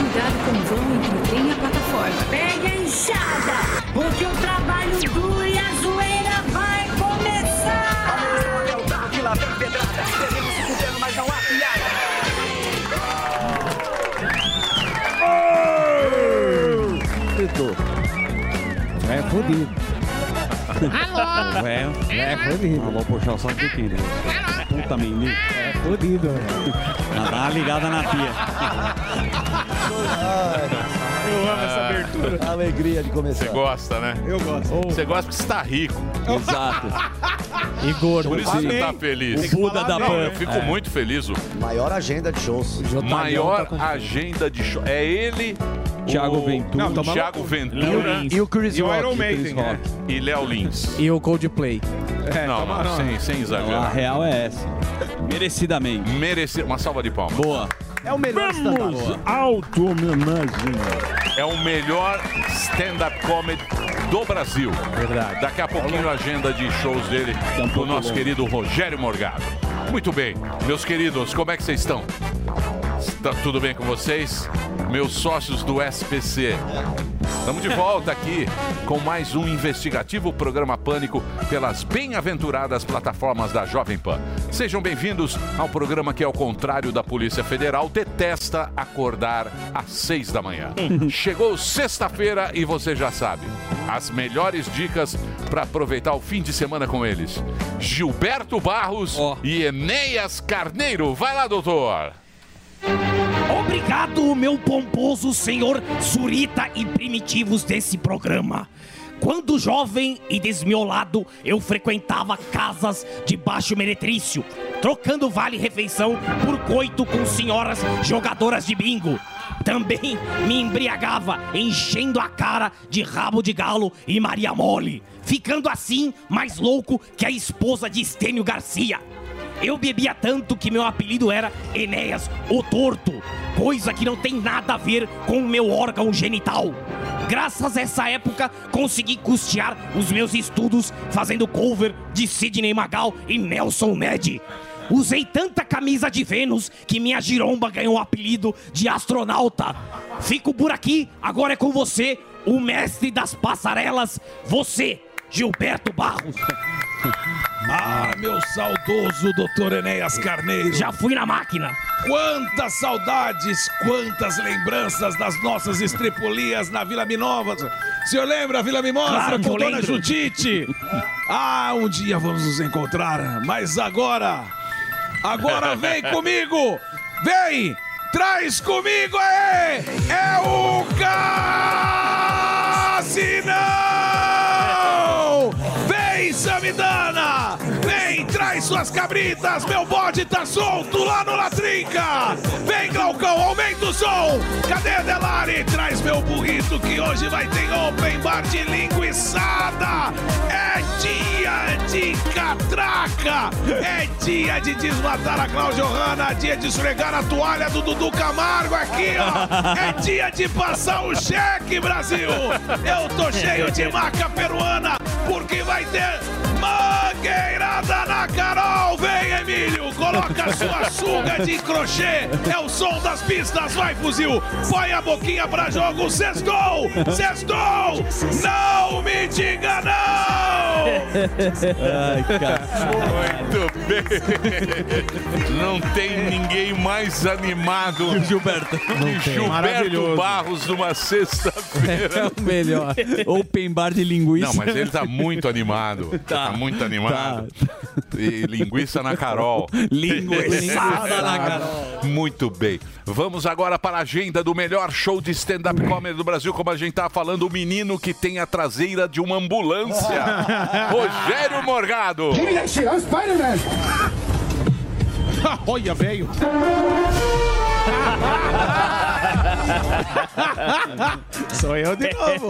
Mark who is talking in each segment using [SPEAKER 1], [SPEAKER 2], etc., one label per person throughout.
[SPEAKER 1] vão entre o trem e a plataforma.
[SPEAKER 2] Pegue a enxada, porque o trabalho duro e a zoeira vai começar.
[SPEAKER 3] É o carro que lá vem pedrada. Devemos se fudendo, mas não há piada.
[SPEAKER 4] É fudido.
[SPEAKER 5] Alô!
[SPEAKER 4] É, é
[SPEAKER 6] Ah,
[SPEAKER 4] fudido.
[SPEAKER 6] vou puxar o saco aqui, né? Puta menino.
[SPEAKER 4] É fudido, velho.
[SPEAKER 6] Ah, dá uma ligada na pia.
[SPEAKER 7] Eu amo essa abertura.
[SPEAKER 6] Ah,
[SPEAKER 8] Alegria de começar.
[SPEAKER 7] Gosta, né?
[SPEAKER 4] Eu gosto.
[SPEAKER 7] Você gosta porque você tá rico.
[SPEAKER 6] Exato.
[SPEAKER 5] E gordo.
[SPEAKER 7] Por isso
[SPEAKER 4] Amém.
[SPEAKER 7] você tá feliz.
[SPEAKER 6] O Buda da
[SPEAKER 7] Não,
[SPEAKER 6] Pan.
[SPEAKER 7] eu fico muito feliz. O
[SPEAKER 8] Maior agenda de shows.
[SPEAKER 9] tá
[SPEAKER 4] tá
[SPEAKER 7] maior agenda de show. É ele,
[SPEAKER 6] Thiago
[SPEAKER 7] o
[SPEAKER 6] Ventura.
[SPEAKER 4] Não, toma
[SPEAKER 7] Thiago
[SPEAKER 5] Léo
[SPEAKER 7] Ventura
[SPEAKER 5] Lins.
[SPEAKER 4] E o Chris
[SPEAKER 7] E o
[SPEAKER 4] Rock.
[SPEAKER 7] Iron Maiden, é.
[SPEAKER 4] Chris Rock.
[SPEAKER 7] e Léo Lins.
[SPEAKER 5] E o Coldplay.
[SPEAKER 4] É,
[SPEAKER 7] Não,
[SPEAKER 4] toma,
[SPEAKER 7] não, sem, sem
[SPEAKER 6] A
[SPEAKER 7] exagero.
[SPEAKER 6] real é essa. Merecidamente.
[SPEAKER 7] Merecer uma salva de palmas.
[SPEAKER 6] Boa.
[SPEAKER 4] É o melhor stand-up.
[SPEAKER 7] É o melhor stand-up comedy do Brasil.
[SPEAKER 5] Verdade.
[SPEAKER 7] Daqui a pouquinho a agenda de shows dele
[SPEAKER 6] um
[SPEAKER 7] do
[SPEAKER 6] pouco
[SPEAKER 7] nosso
[SPEAKER 6] longo.
[SPEAKER 7] querido Rogério Morgado. Muito bem, meus queridos, como é que vocês estão? Está tudo bem com vocês? Meus sócios do SPC. Estamos de volta aqui com mais um investigativo programa Pânico pelas bem-aventuradas plataformas da Jovem Pan. Sejam bem-vindos ao programa que, ao contrário da Polícia Federal, detesta acordar às seis da manhã. Chegou sexta-feira e você já sabe as melhores dicas para aproveitar o fim de semana com eles. Gilberto Barros
[SPEAKER 6] Ó.
[SPEAKER 7] e Enéas Carneiro. Vai lá, doutor!
[SPEAKER 10] Obrigado, meu pomposo senhor Surita e primitivos desse programa. Quando jovem e desmiolado, eu frequentava casas de baixo meretrício, trocando vale-refeição por coito com senhoras jogadoras de bingo. Também me embriagava, enchendo a cara de rabo de galo e Maria Mole, ficando assim mais louco que a esposa de Estênio Garcia. Eu bebia tanto que meu apelido era Enéas, o Torto, coisa que não tem nada a ver com o meu órgão genital. Graças a essa época, consegui custear os meus estudos fazendo cover de Sidney Magal e Nelson Ned. Usei tanta camisa de Vênus que minha giromba ganhou o apelido de astronauta. Fico por aqui, agora é com você, o mestre das passarelas, você, Gilberto Barros.
[SPEAKER 11] Ah, meu saudoso doutor Enéas Carneiro.
[SPEAKER 10] Já fui na máquina.
[SPEAKER 11] Quantas saudades, quantas lembranças das nossas estripulias na Vila Minova. O senhor lembra a Vila Mimosa
[SPEAKER 10] Claro que
[SPEAKER 11] com
[SPEAKER 10] eu
[SPEAKER 11] Dona
[SPEAKER 10] lembro.
[SPEAKER 11] Judite? Ah, um dia vamos nos encontrar, mas agora, agora vem comigo, vem, traz comigo aí, é o Ah, Cassinão! Vem, Samidana! Vem, traz suas cabritas, meu bode tá solto lá no Latrinca! Vem, Glaucão, aumenta o som! Cadê Delari? Traz meu burrito que hoje vai ter open bar de linguiçada! É dia de catraca! É dia de desmatar a Cláudia Hanna! Dia de esfregar a toalha do Dudu Camargo aqui, ó! É dia de passar o cheque, Brasil! Eu tô cheio de marca peruana, porque vai ter mangueirada na Carol! Vem, Emílio! Coloca a sua sunga de crochê! É o som das pistas, vai, fuzil! Põe a boquinha pra jogo! Sextou! Sextou! Não me diga não!
[SPEAKER 6] Ai, cara.
[SPEAKER 7] Muito bem. Não tem ninguém mais animado que
[SPEAKER 6] Gilberto.
[SPEAKER 7] Gilberto
[SPEAKER 5] Maravilhoso.
[SPEAKER 7] Barros numa sexta-feira.
[SPEAKER 5] É o melhor.
[SPEAKER 6] Open bar de linguiça.
[SPEAKER 7] Não, mas ele tá muito animado. Tá, muito animado. E linguiça na Carol.
[SPEAKER 6] Linguiçada na cara.
[SPEAKER 7] Muito bem. Vamos agora para a agenda do melhor show de stand-up comedy do Brasil, como a gente tava falando, o menino que tem a traseira de uma ambulância. Rogério Morgado.
[SPEAKER 11] Olha, velho!
[SPEAKER 12] Sou eu de novo.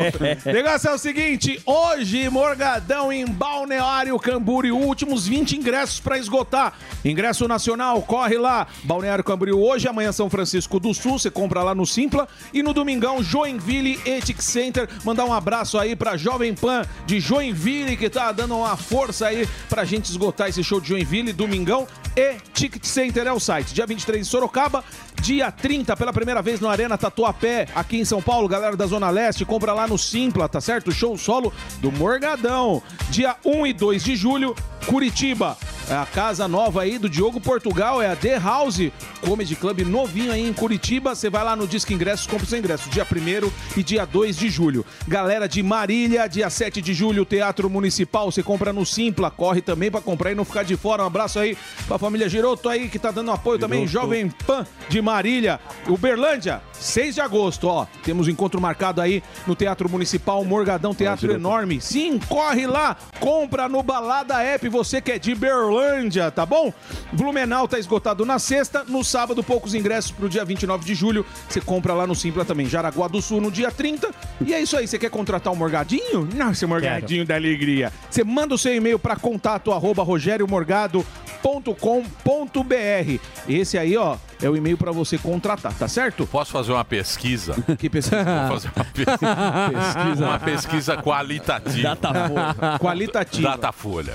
[SPEAKER 12] O negócio é o seguinte: hoje, Morgadão em Balneário Camboriú, últimos 20 ingressos para esgotar. Ingresso nacional, corre lá. Balneário Camboriú hoje, amanhã São Francisco do Sul, você compra lá no Simpla. E no domingão, Joinville Ethic Center. Mandar um abraço aí pra Jovem Pan de Joinville, que tá dando uma força aí pra gente esgotar esse show de Joinville, domingão. E Ticket Center é o site. Dia 23 em Sorocaba, dia 30, pela primeira vez no Arena Tatuapé, aqui em São Paulo, galera da Zona Leste, compra lá no Simpla, tá certo? Show solo do Morgadão. Dia 1 e 2 de julho, Curitiba. É A casa nova aí do Diogo Portugal é a The House Comedy Club novinho aí em Curitiba. Você vai lá no Disque Ingressos, compra o seu ingresso. Dia 1 e dia 2 de julho. Galera de Marília, dia 7 de julho, Teatro Municipal. Você compra no Simpla, corre também pra comprar e não ficar de fora. Um abraço aí pra família Giroto aí que tá dando apoio também. Jovem Pan de Marília. Uberlândia, 6 de agosto, ó. Temos um encontro marcado aí no Teatro Municipal, Morgadão Teatro Enorme. Sim, corre lá, compra no Balada App, você que é de Berlândia, tá bom? Blumenau tá esgotado na sexta, no sábado poucos ingressos pro dia 29 de julho. Você compra lá no Simpla também, Jaraguá do Sul no dia 30. E é isso aí, você quer contratar um Morgadinho? Não, seu Morgadinho da alegria. Você manda o seu e-mail para contato arroba rogeriomorgado.com.br. Esse aí, ó, é o e-mail para você contratar, tá certo?
[SPEAKER 7] Posso fazer uma pesquisa?
[SPEAKER 12] Que pesquisa?
[SPEAKER 7] Vou fazer uma pesquisa. uma pesquisa qualitativa.
[SPEAKER 12] Qualitativa.
[SPEAKER 7] Datafolha.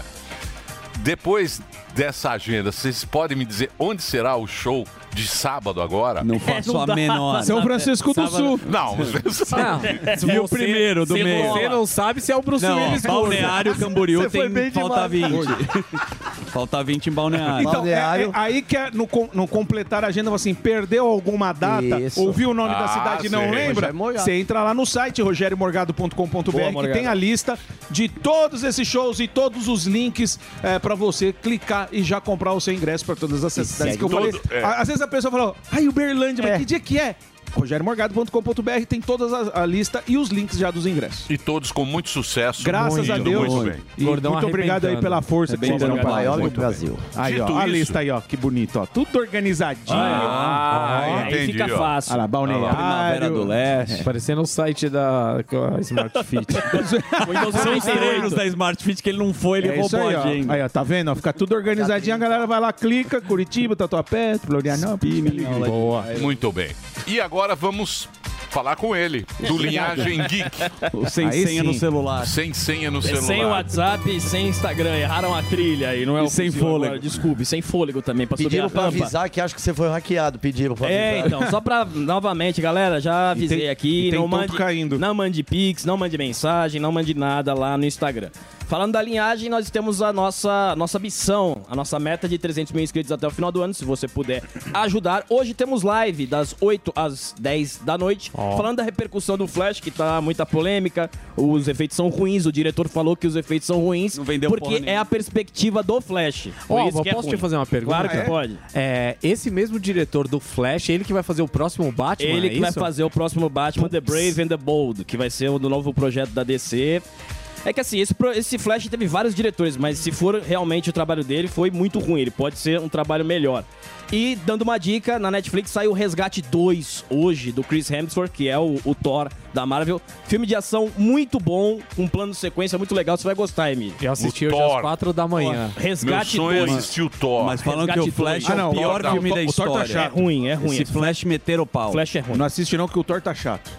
[SPEAKER 7] Depois dessa agenda, vocês podem me dizer onde será o show de sábado agora?
[SPEAKER 9] É,
[SPEAKER 6] Não faço
[SPEAKER 13] não
[SPEAKER 6] a
[SPEAKER 13] dá.
[SPEAKER 6] menor.
[SPEAKER 12] É, São Francisco do Sul.
[SPEAKER 7] Não, mas-
[SPEAKER 6] E o primeiro do
[SPEAKER 9] se
[SPEAKER 6] meio?
[SPEAKER 9] você não sabe se é o Bruce
[SPEAKER 6] Não,
[SPEAKER 9] Willis.
[SPEAKER 6] Balneário Camboriú
[SPEAKER 5] Você foi
[SPEAKER 6] tem
[SPEAKER 5] bem
[SPEAKER 6] falta
[SPEAKER 5] demais.
[SPEAKER 6] 20. falta 20 em
[SPEAKER 7] um
[SPEAKER 6] Balneário.
[SPEAKER 12] Então, é,
[SPEAKER 4] Balneário.
[SPEAKER 12] é aí que é no, com- no completar a agenda, fala assim, perdeu alguma data,
[SPEAKER 4] Isso.
[SPEAKER 12] ouviu o nome da
[SPEAKER 7] Ah,
[SPEAKER 12] cidade e não
[SPEAKER 7] sim.
[SPEAKER 12] lembra?
[SPEAKER 4] Rogério Morgado.
[SPEAKER 12] Você entra lá no site
[SPEAKER 5] Boa,
[SPEAKER 12] rogeriomorgado.com.br que
[SPEAKER 5] Morgado.
[SPEAKER 12] tem a lista de todos esses shows e todos os links é, para você clicar e já comprar o seu ingresso para todas essas cidades que eu falei.
[SPEAKER 7] Todo- é.
[SPEAKER 12] Á- Às vezes a pessoa fala, ai, Uberlândia, mas que dia que é? rogeriomorgado.com.br tem toda a, a lista e os links já dos ingressos.
[SPEAKER 7] E todos com muito sucesso.
[SPEAKER 12] Graças
[SPEAKER 7] Muito,
[SPEAKER 12] a Deus.
[SPEAKER 7] Muito bem. É
[SPEAKER 12] E
[SPEAKER 5] Gordão
[SPEAKER 12] muito obrigado aí
[SPEAKER 5] arrebentando.
[SPEAKER 12] pela força que vocês
[SPEAKER 4] São
[SPEAKER 12] dão pra nós.
[SPEAKER 4] Paulo do
[SPEAKER 7] muito
[SPEAKER 4] Brasil.
[SPEAKER 12] Aí, ó,
[SPEAKER 7] Dito
[SPEAKER 12] a
[SPEAKER 7] isso-
[SPEAKER 12] lista aí, ó, que bonito, ó. Tudo organizadinho.
[SPEAKER 7] Ah,
[SPEAKER 9] Aí
[SPEAKER 7] entendi.
[SPEAKER 9] fica
[SPEAKER 7] ó.
[SPEAKER 9] fácil.
[SPEAKER 12] Olha lá,
[SPEAKER 6] Primavera do
[SPEAKER 12] balneário.
[SPEAKER 6] Leste.
[SPEAKER 5] Ah, Parecendo o site da
[SPEAKER 12] Ah,
[SPEAKER 5] aquela Smart Fit.
[SPEAKER 6] é, São os treinos da Smart Fit que ele não foi, ele
[SPEAKER 12] É isso
[SPEAKER 6] roubou
[SPEAKER 12] aí,
[SPEAKER 6] a
[SPEAKER 12] ó.
[SPEAKER 6] agenda.
[SPEAKER 12] aí, ó. Tá vendo? ó? Fica tudo organizadinho, a galera vai lá, clica, Curitiba, Tatuapé, Florianópolis.
[SPEAKER 5] Boa.
[SPEAKER 7] Muito bem. E agora vamos falar com ele, do Linhagem Geek,
[SPEAKER 6] Sem
[SPEAKER 12] Aí
[SPEAKER 6] senha no
[SPEAKER 12] sim.
[SPEAKER 6] celular.
[SPEAKER 7] sem senha no celular.
[SPEAKER 9] Sem WhatsApp e sem Instagram. Erraram a trilha aí, não é
[SPEAKER 6] E
[SPEAKER 9] o
[SPEAKER 6] sem
[SPEAKER 9] possível
[SPEAKER 6] fôlego.
[SPEAKER 9] agora, Desculpe, sem fôlego também, pra subir
[SPEAKER 4] Pediram
[SPEAKER 9] a
[SPEAKER 4] pra
[SPEAKER 9] rampa.
[SPEAKER 4] avisar que acho que você foi hackeado. Pediram pra avisar.
[SPEAKER 9] É, então, só pra, novamente, galera, já avisei
[SPEAKER 12] tem-
[SPEAKER 9] aqui.
[SPEAKER 12] e tem
[SPEAKER 9] não
[SPEAKER 12] tonto
[SPEAKER 9] mande,
[SPEAKER 12] caindo.
[SPEAKER 9] Não mande pix, não mande mensagem, não mande nada lá no Instagram. Falando da linhagem, nós temos a nossa, a nossa missão, a nossa meta de 300 mil inscritos até o final do ano, se você puder ajudar. Hoje temos live das 8 às 10 da noite, falando da repercussão do Flash, que tá muita polêmica, os efeitos são ruins, o diretor falou que os efeitos são ruins,
[SPEAKER 6] Não vendeu porra
[SPEAKER 9] porque
[SPEAKER 6] nenhuma.
[SPEAKER 9] é a perspectiva do Flash. Por
[SPEAKER 5] Ó,
[SPEAKER 9] isso que é
[SPEAKER 5] posso
[SPEAKER 9] ruim.
[SPEAKER 5] te fazer uma pergunta?
[SPEAKER 9] Claro que
[SPEAKER 5] É?
[SPEAKER 9] pode.
[SPEAKER 5] É, esse mesmo diretor do Flash, ele que vai fazer o próximo Batman,
[SPEAKER 9] Ele
[SPEAKER 5] é
[SPEAKER 9] que vai
[SPEAKER 5] isso?
[SPEAKER 9] fazer o próximo Batman, The Brave and the Bold, que vai ser o do novo projeto da DC. É que assim, esse, pro- esse Flash teve vários diretores, mas se for realmente o trabalho dele, foi muito ruim. Ele pode ser um trabalho melhor. E dando uma dica, na Netflix saiu o Resgate 2 hoje, do Chris Hemsworth, que é o, o Thor da Marvel. Filme de ação muito bom, com um plano de sequência muito legal, você vai gostar, Emílio.
[SPEAKER 5] Eu assisti
[SPEAKER 7] O
[SPEAKER 5] hoje
[SPEAKER 7] Thor.
[SPEAKER 5] às 4 da manhã.
[SPEAKER 7] Meu
[SPEAKER 9] Resgate
[SPEAKER 7] sonho é
[SPEAKER 9] 2.
[SPEAKER 7] assistir o Thor.
[SPEAKER 6] Mas falam que
[SPEAKER 9] Resgate
[SPEAKER 6] o Flash
[SPEAKER 9] dois.
[SPEAKER 6] é
[SPEAKER 12] Ah,
[SPEAKER 6] o
[SPEAKER 12] não,
[SPEAKER 6] pior
[SPEAKER 7] o Thor-
[SPEAKER 6] filme da
[SPEAKER 12] o Thor tá
[SPEAKER 9] É
[SPEAKER 6] história.
[SPEAKER 12] chato.
[SPEAKER 9] ruim, é ruim.
[SPEAKER 6] Esse Flash meter o pau.
[SPEAKER 9] Flash é ruim.
[SPEAKER 12] Não assiste não, que o Thor tá chato.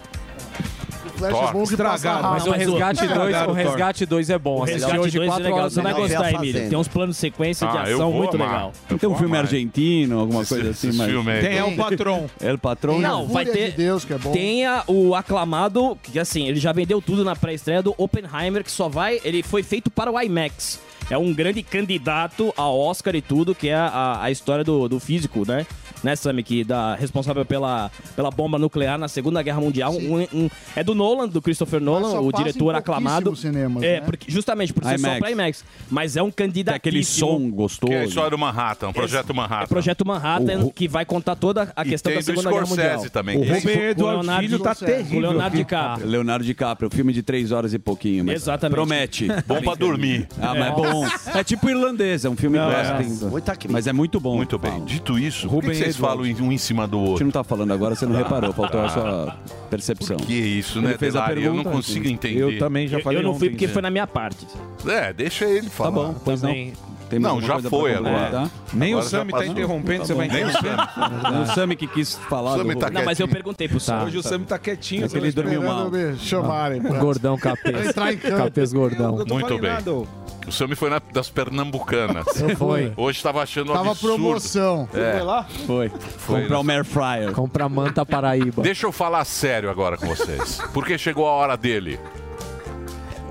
[SPEAKER 4] Flash
[SPEAKER 7] Thor.
[SPEAKER 4] bom que passa
[SPEAKER 12] Estragaram,
[SPEAKER 4] rápido.
[SPEAKER 5] Mas
[SPEAKER 9] não,
[SPEAKER 5] o
[SPEAKER 9] mas o-
[SPEAKER 5] Resgate 2,
[SPEAKER 12] Cagaram
[SPEAKER 5] o
[SPEAKER 12] o Thor.
[SPEAKER 5] Resgate 2 é bom. Assisti
[SPEAKER 9] Resgate
[SPEAKER 5] hoje
[SPEAKER 9] 2 é
[SPEAKER 5] 4
[SPEAKER 9] legal,
[SPEAKER 5] horas
[SPEAKER 9] você
[SPEAKER 5] da
[SPEAKER 9] vai
[SPEAKER 4] Não,
[SPEAKER 5] manhã.
[SPEAKER 4] é
[SPEAKER 9] gostar,
[SPEAKER 4] a
[SPEAKER 9] Emílio.
[SPEAKER 4] Fazenda.
[SPEAKER 9] Tem uns planos de sequência de
[SPEAKER 7] Ah, eu
[SPEAKER 9] ação
[SPEAKER 7] vou
[SPEAKER 9] muito
[SPEAKER 7] amar.
[SPEAKER 9] legal.
[SPEAKER 7] Eu
[SPEAKER 6] Tem um
[SPEAKER 7] vou
[SPEAKER 6] filme
[SPEAKER 7] amar.
[SPEAKER 6] argentino, alguma
[SPEAKER 7] Esse-
[SPEAKER 6] coisa assim,
[SPEAKER 7] esse
[SPEAKER 6] mas...
[SPEAKER 7] filme aí.
[SPEAKER 12] Tem El Patron.
[SPEAKER 6] El Patrão.
[SPEAKER 4] Tem a
[SPEAKER 9] Não, vai
[SPEAKER 4] Fúria
[SPEAKER 9] ter-
[SPEAKER 4] de Deus, que é bom.
[SPEAKER 9] Tem a- o aclamado, que assim, ele já vendeu tudo na pré-estreia do Oppenheimer, que só vai. Ele foi feito para o IMAX. É um grande candidato a Oscar e tudo, que é a, a história do, do físico, né? Né, Sammy, que da, responsável pela, pela bomba nuclear na Segunda Guerra Mundial. Um- um- é do Nolan, do Christopher Nolan,
[SPEAKER 10] só
[SPEAKER 9] o
[SPEAKER 10] passa em
[SPEAKER 9] diretor aclamado.
[SPEAKER 10] pouquíssimos cinemas,
[SPEAKER 9] é,
[SPEAKER 10] né?
[SPEAKER 9] porque, justamente por ser só
[SPEAKER 6] IMAX.
[SPEAKER 9] para IMAX. Mas é um
[SPEAKER 6] Tem
[SPEAKER 9] candidato.
[SPEAKER 6] aquele som
[SPEAKER 7] Que
[SPEAKER 6] gostoso.
[SPEAKER 7] é a história do Manhattan, o projeto Manhattan.
[SPEAKER 9] É Projeto Manhattan, que vai contar toda a
[SPEAKER 7] E
[SPEAKER 9] questão
[SPEAKER 7] tem
[SPEAKER 9] da Segunda
[SPEAKER 7] do
[SPEAKER 9] Guerra
[SPEAKER 7] Scorsese
[SPEAKER 9] Mundial.
[SPEAKER 7] também.
[SPEAKER 12] O
[SPEAKER 7] que é
[SPEAKER 12] Rubem Eduardo
[SPEAKER 9] Leonardo
[SPEAKER 12] Filho tá
[SPEAKER 10] Scorsese.
[SPEAKER 9] O
[SPEAKER 12] terrível.
[SPEAKER 9] Leonardo DiCaprio.
[SPEAKER 6] Leonardo DiCaprio, um filme de três horas e pouquinho. Mas
[SPEAKER 9] Exatamente.
[SPEAKER 6] Promete.
[SPEAKER 7] Bom pra dormir.
[SPEAKER 6] Ah, mas é bom. É tipo irlandês, é um filme western.
[SPEAKER 4] Muita crítica.
[SPEAKER 6] Mas é muito bom.
[SPEAKER 7] Muito
[SPEAKER 6] Paulo.
[SPEAKER 7] bem. Dito isso, por que
[SPEAKER 12] Rubem
[SPEAKER 7] que vocês
[SPEAKER 12] Eduardo.
[SPEAKER 7] falam um em cima do
[SPEAKER 6] A gente
[SPEAKER 7] outro?
[SPEAKER 6] não tá falando agora, você não reparou, faltou a sua percepção.
[SPEAKER 7] Que isso, né?
[SPEAKER 6] fez a
[SPEAKER 7] Delari,
[SPEAKER 6] pergunta.
[SPEAKER 7] eu não consigo entender.
[SPEAKER 6] Eu também já
[SPEAKER 7] Eu-
[SPEAKER 6] falei
[SPEAKER 9] eu não fui
[SPEAKER 6] ontem,
[SPEAKER 9] porque
[SPEAKER 6] né?
[SPEAKER 9] foi na minha parte.
[SPEAKER 7] É, deixa ele falar.
[SPEAKER 6] Tá bom, pois
[SPEAKER 7] Também.
[SPEAKER 6] não. Tem mais
[SPEAKER 7] Não,
[SPEAKER 6] alguma
[SPEAKER 7] já
[SPEAKER 6] coisa pra
[SPEAKER 7] foi
[SPEAKER 6] tá?
[SPEAKER 7] agora.
[SPEAKER 6] complementar?
[SPEAKER 7] Nem
[SPEAKER 6] Nem
[SPEAKER 7] Agora
[SPEAKER 6] o
[SPEAKER 7] o Sami
[SPEAKER 6] Sami
[SPEAKER 7] já tá
[SPEAKER 6] tá
[SPEAKER 7] passou. interrompendo,
[SPEAKER 6] interrompendo,
[SPEAKER 7] Tá você
[SPEAKER 6] você vai
[SPEAKER 7] bom. vai Nem o interromper?
[SPEAKER 6] o Sami que quis falar.
[SPEAKER 7] Sami
[SPEAKER 6] do-
[SPEAKER 7] tá
[SPEAKER 9] Não, mas eu perguntei pro Sami.
[SPEAKER 6] Hoje o Sami
[SPEAKER 14] tá quietinho.
[SPEAKER 6] É que ele dormiu mal.
[SPEAKER 12] me chamarem. pra-
[SPEAKER 6] Gordão
[SPEAKER 12] pra
[SPEAKER 6] capês.
[SPEAKER 12] entrar em campo.
[SPEAKER 6] capês gordão.
[SPEAKER 12] Eu tô
[SPEAKER 7] Muito
[SPEAKER 12] falando
[SPEAKER 7] bem.
[SPEAKER 12] nada, ô.
[SPEAKER 7] O Sami foi na- das Pernambucanas.
[SPEAKER 12] Eu fui.
[SPEAKER 7] Hoje tava achando um
[SPEAKER 12] Tava
[SPEAKER 7] absurdo.
[SPEAKER 12] promoção.
[SPEAKER 7] É.
[SPEAKER 6] Foi.
[SPEAKER 7] Comprar
[SPEAKER 6] um Air Fryer. Comprar manta Paraíba.
[SPEAKER 7] Deixa eu falar sério agora com vocês. Porque chegou a hora dele.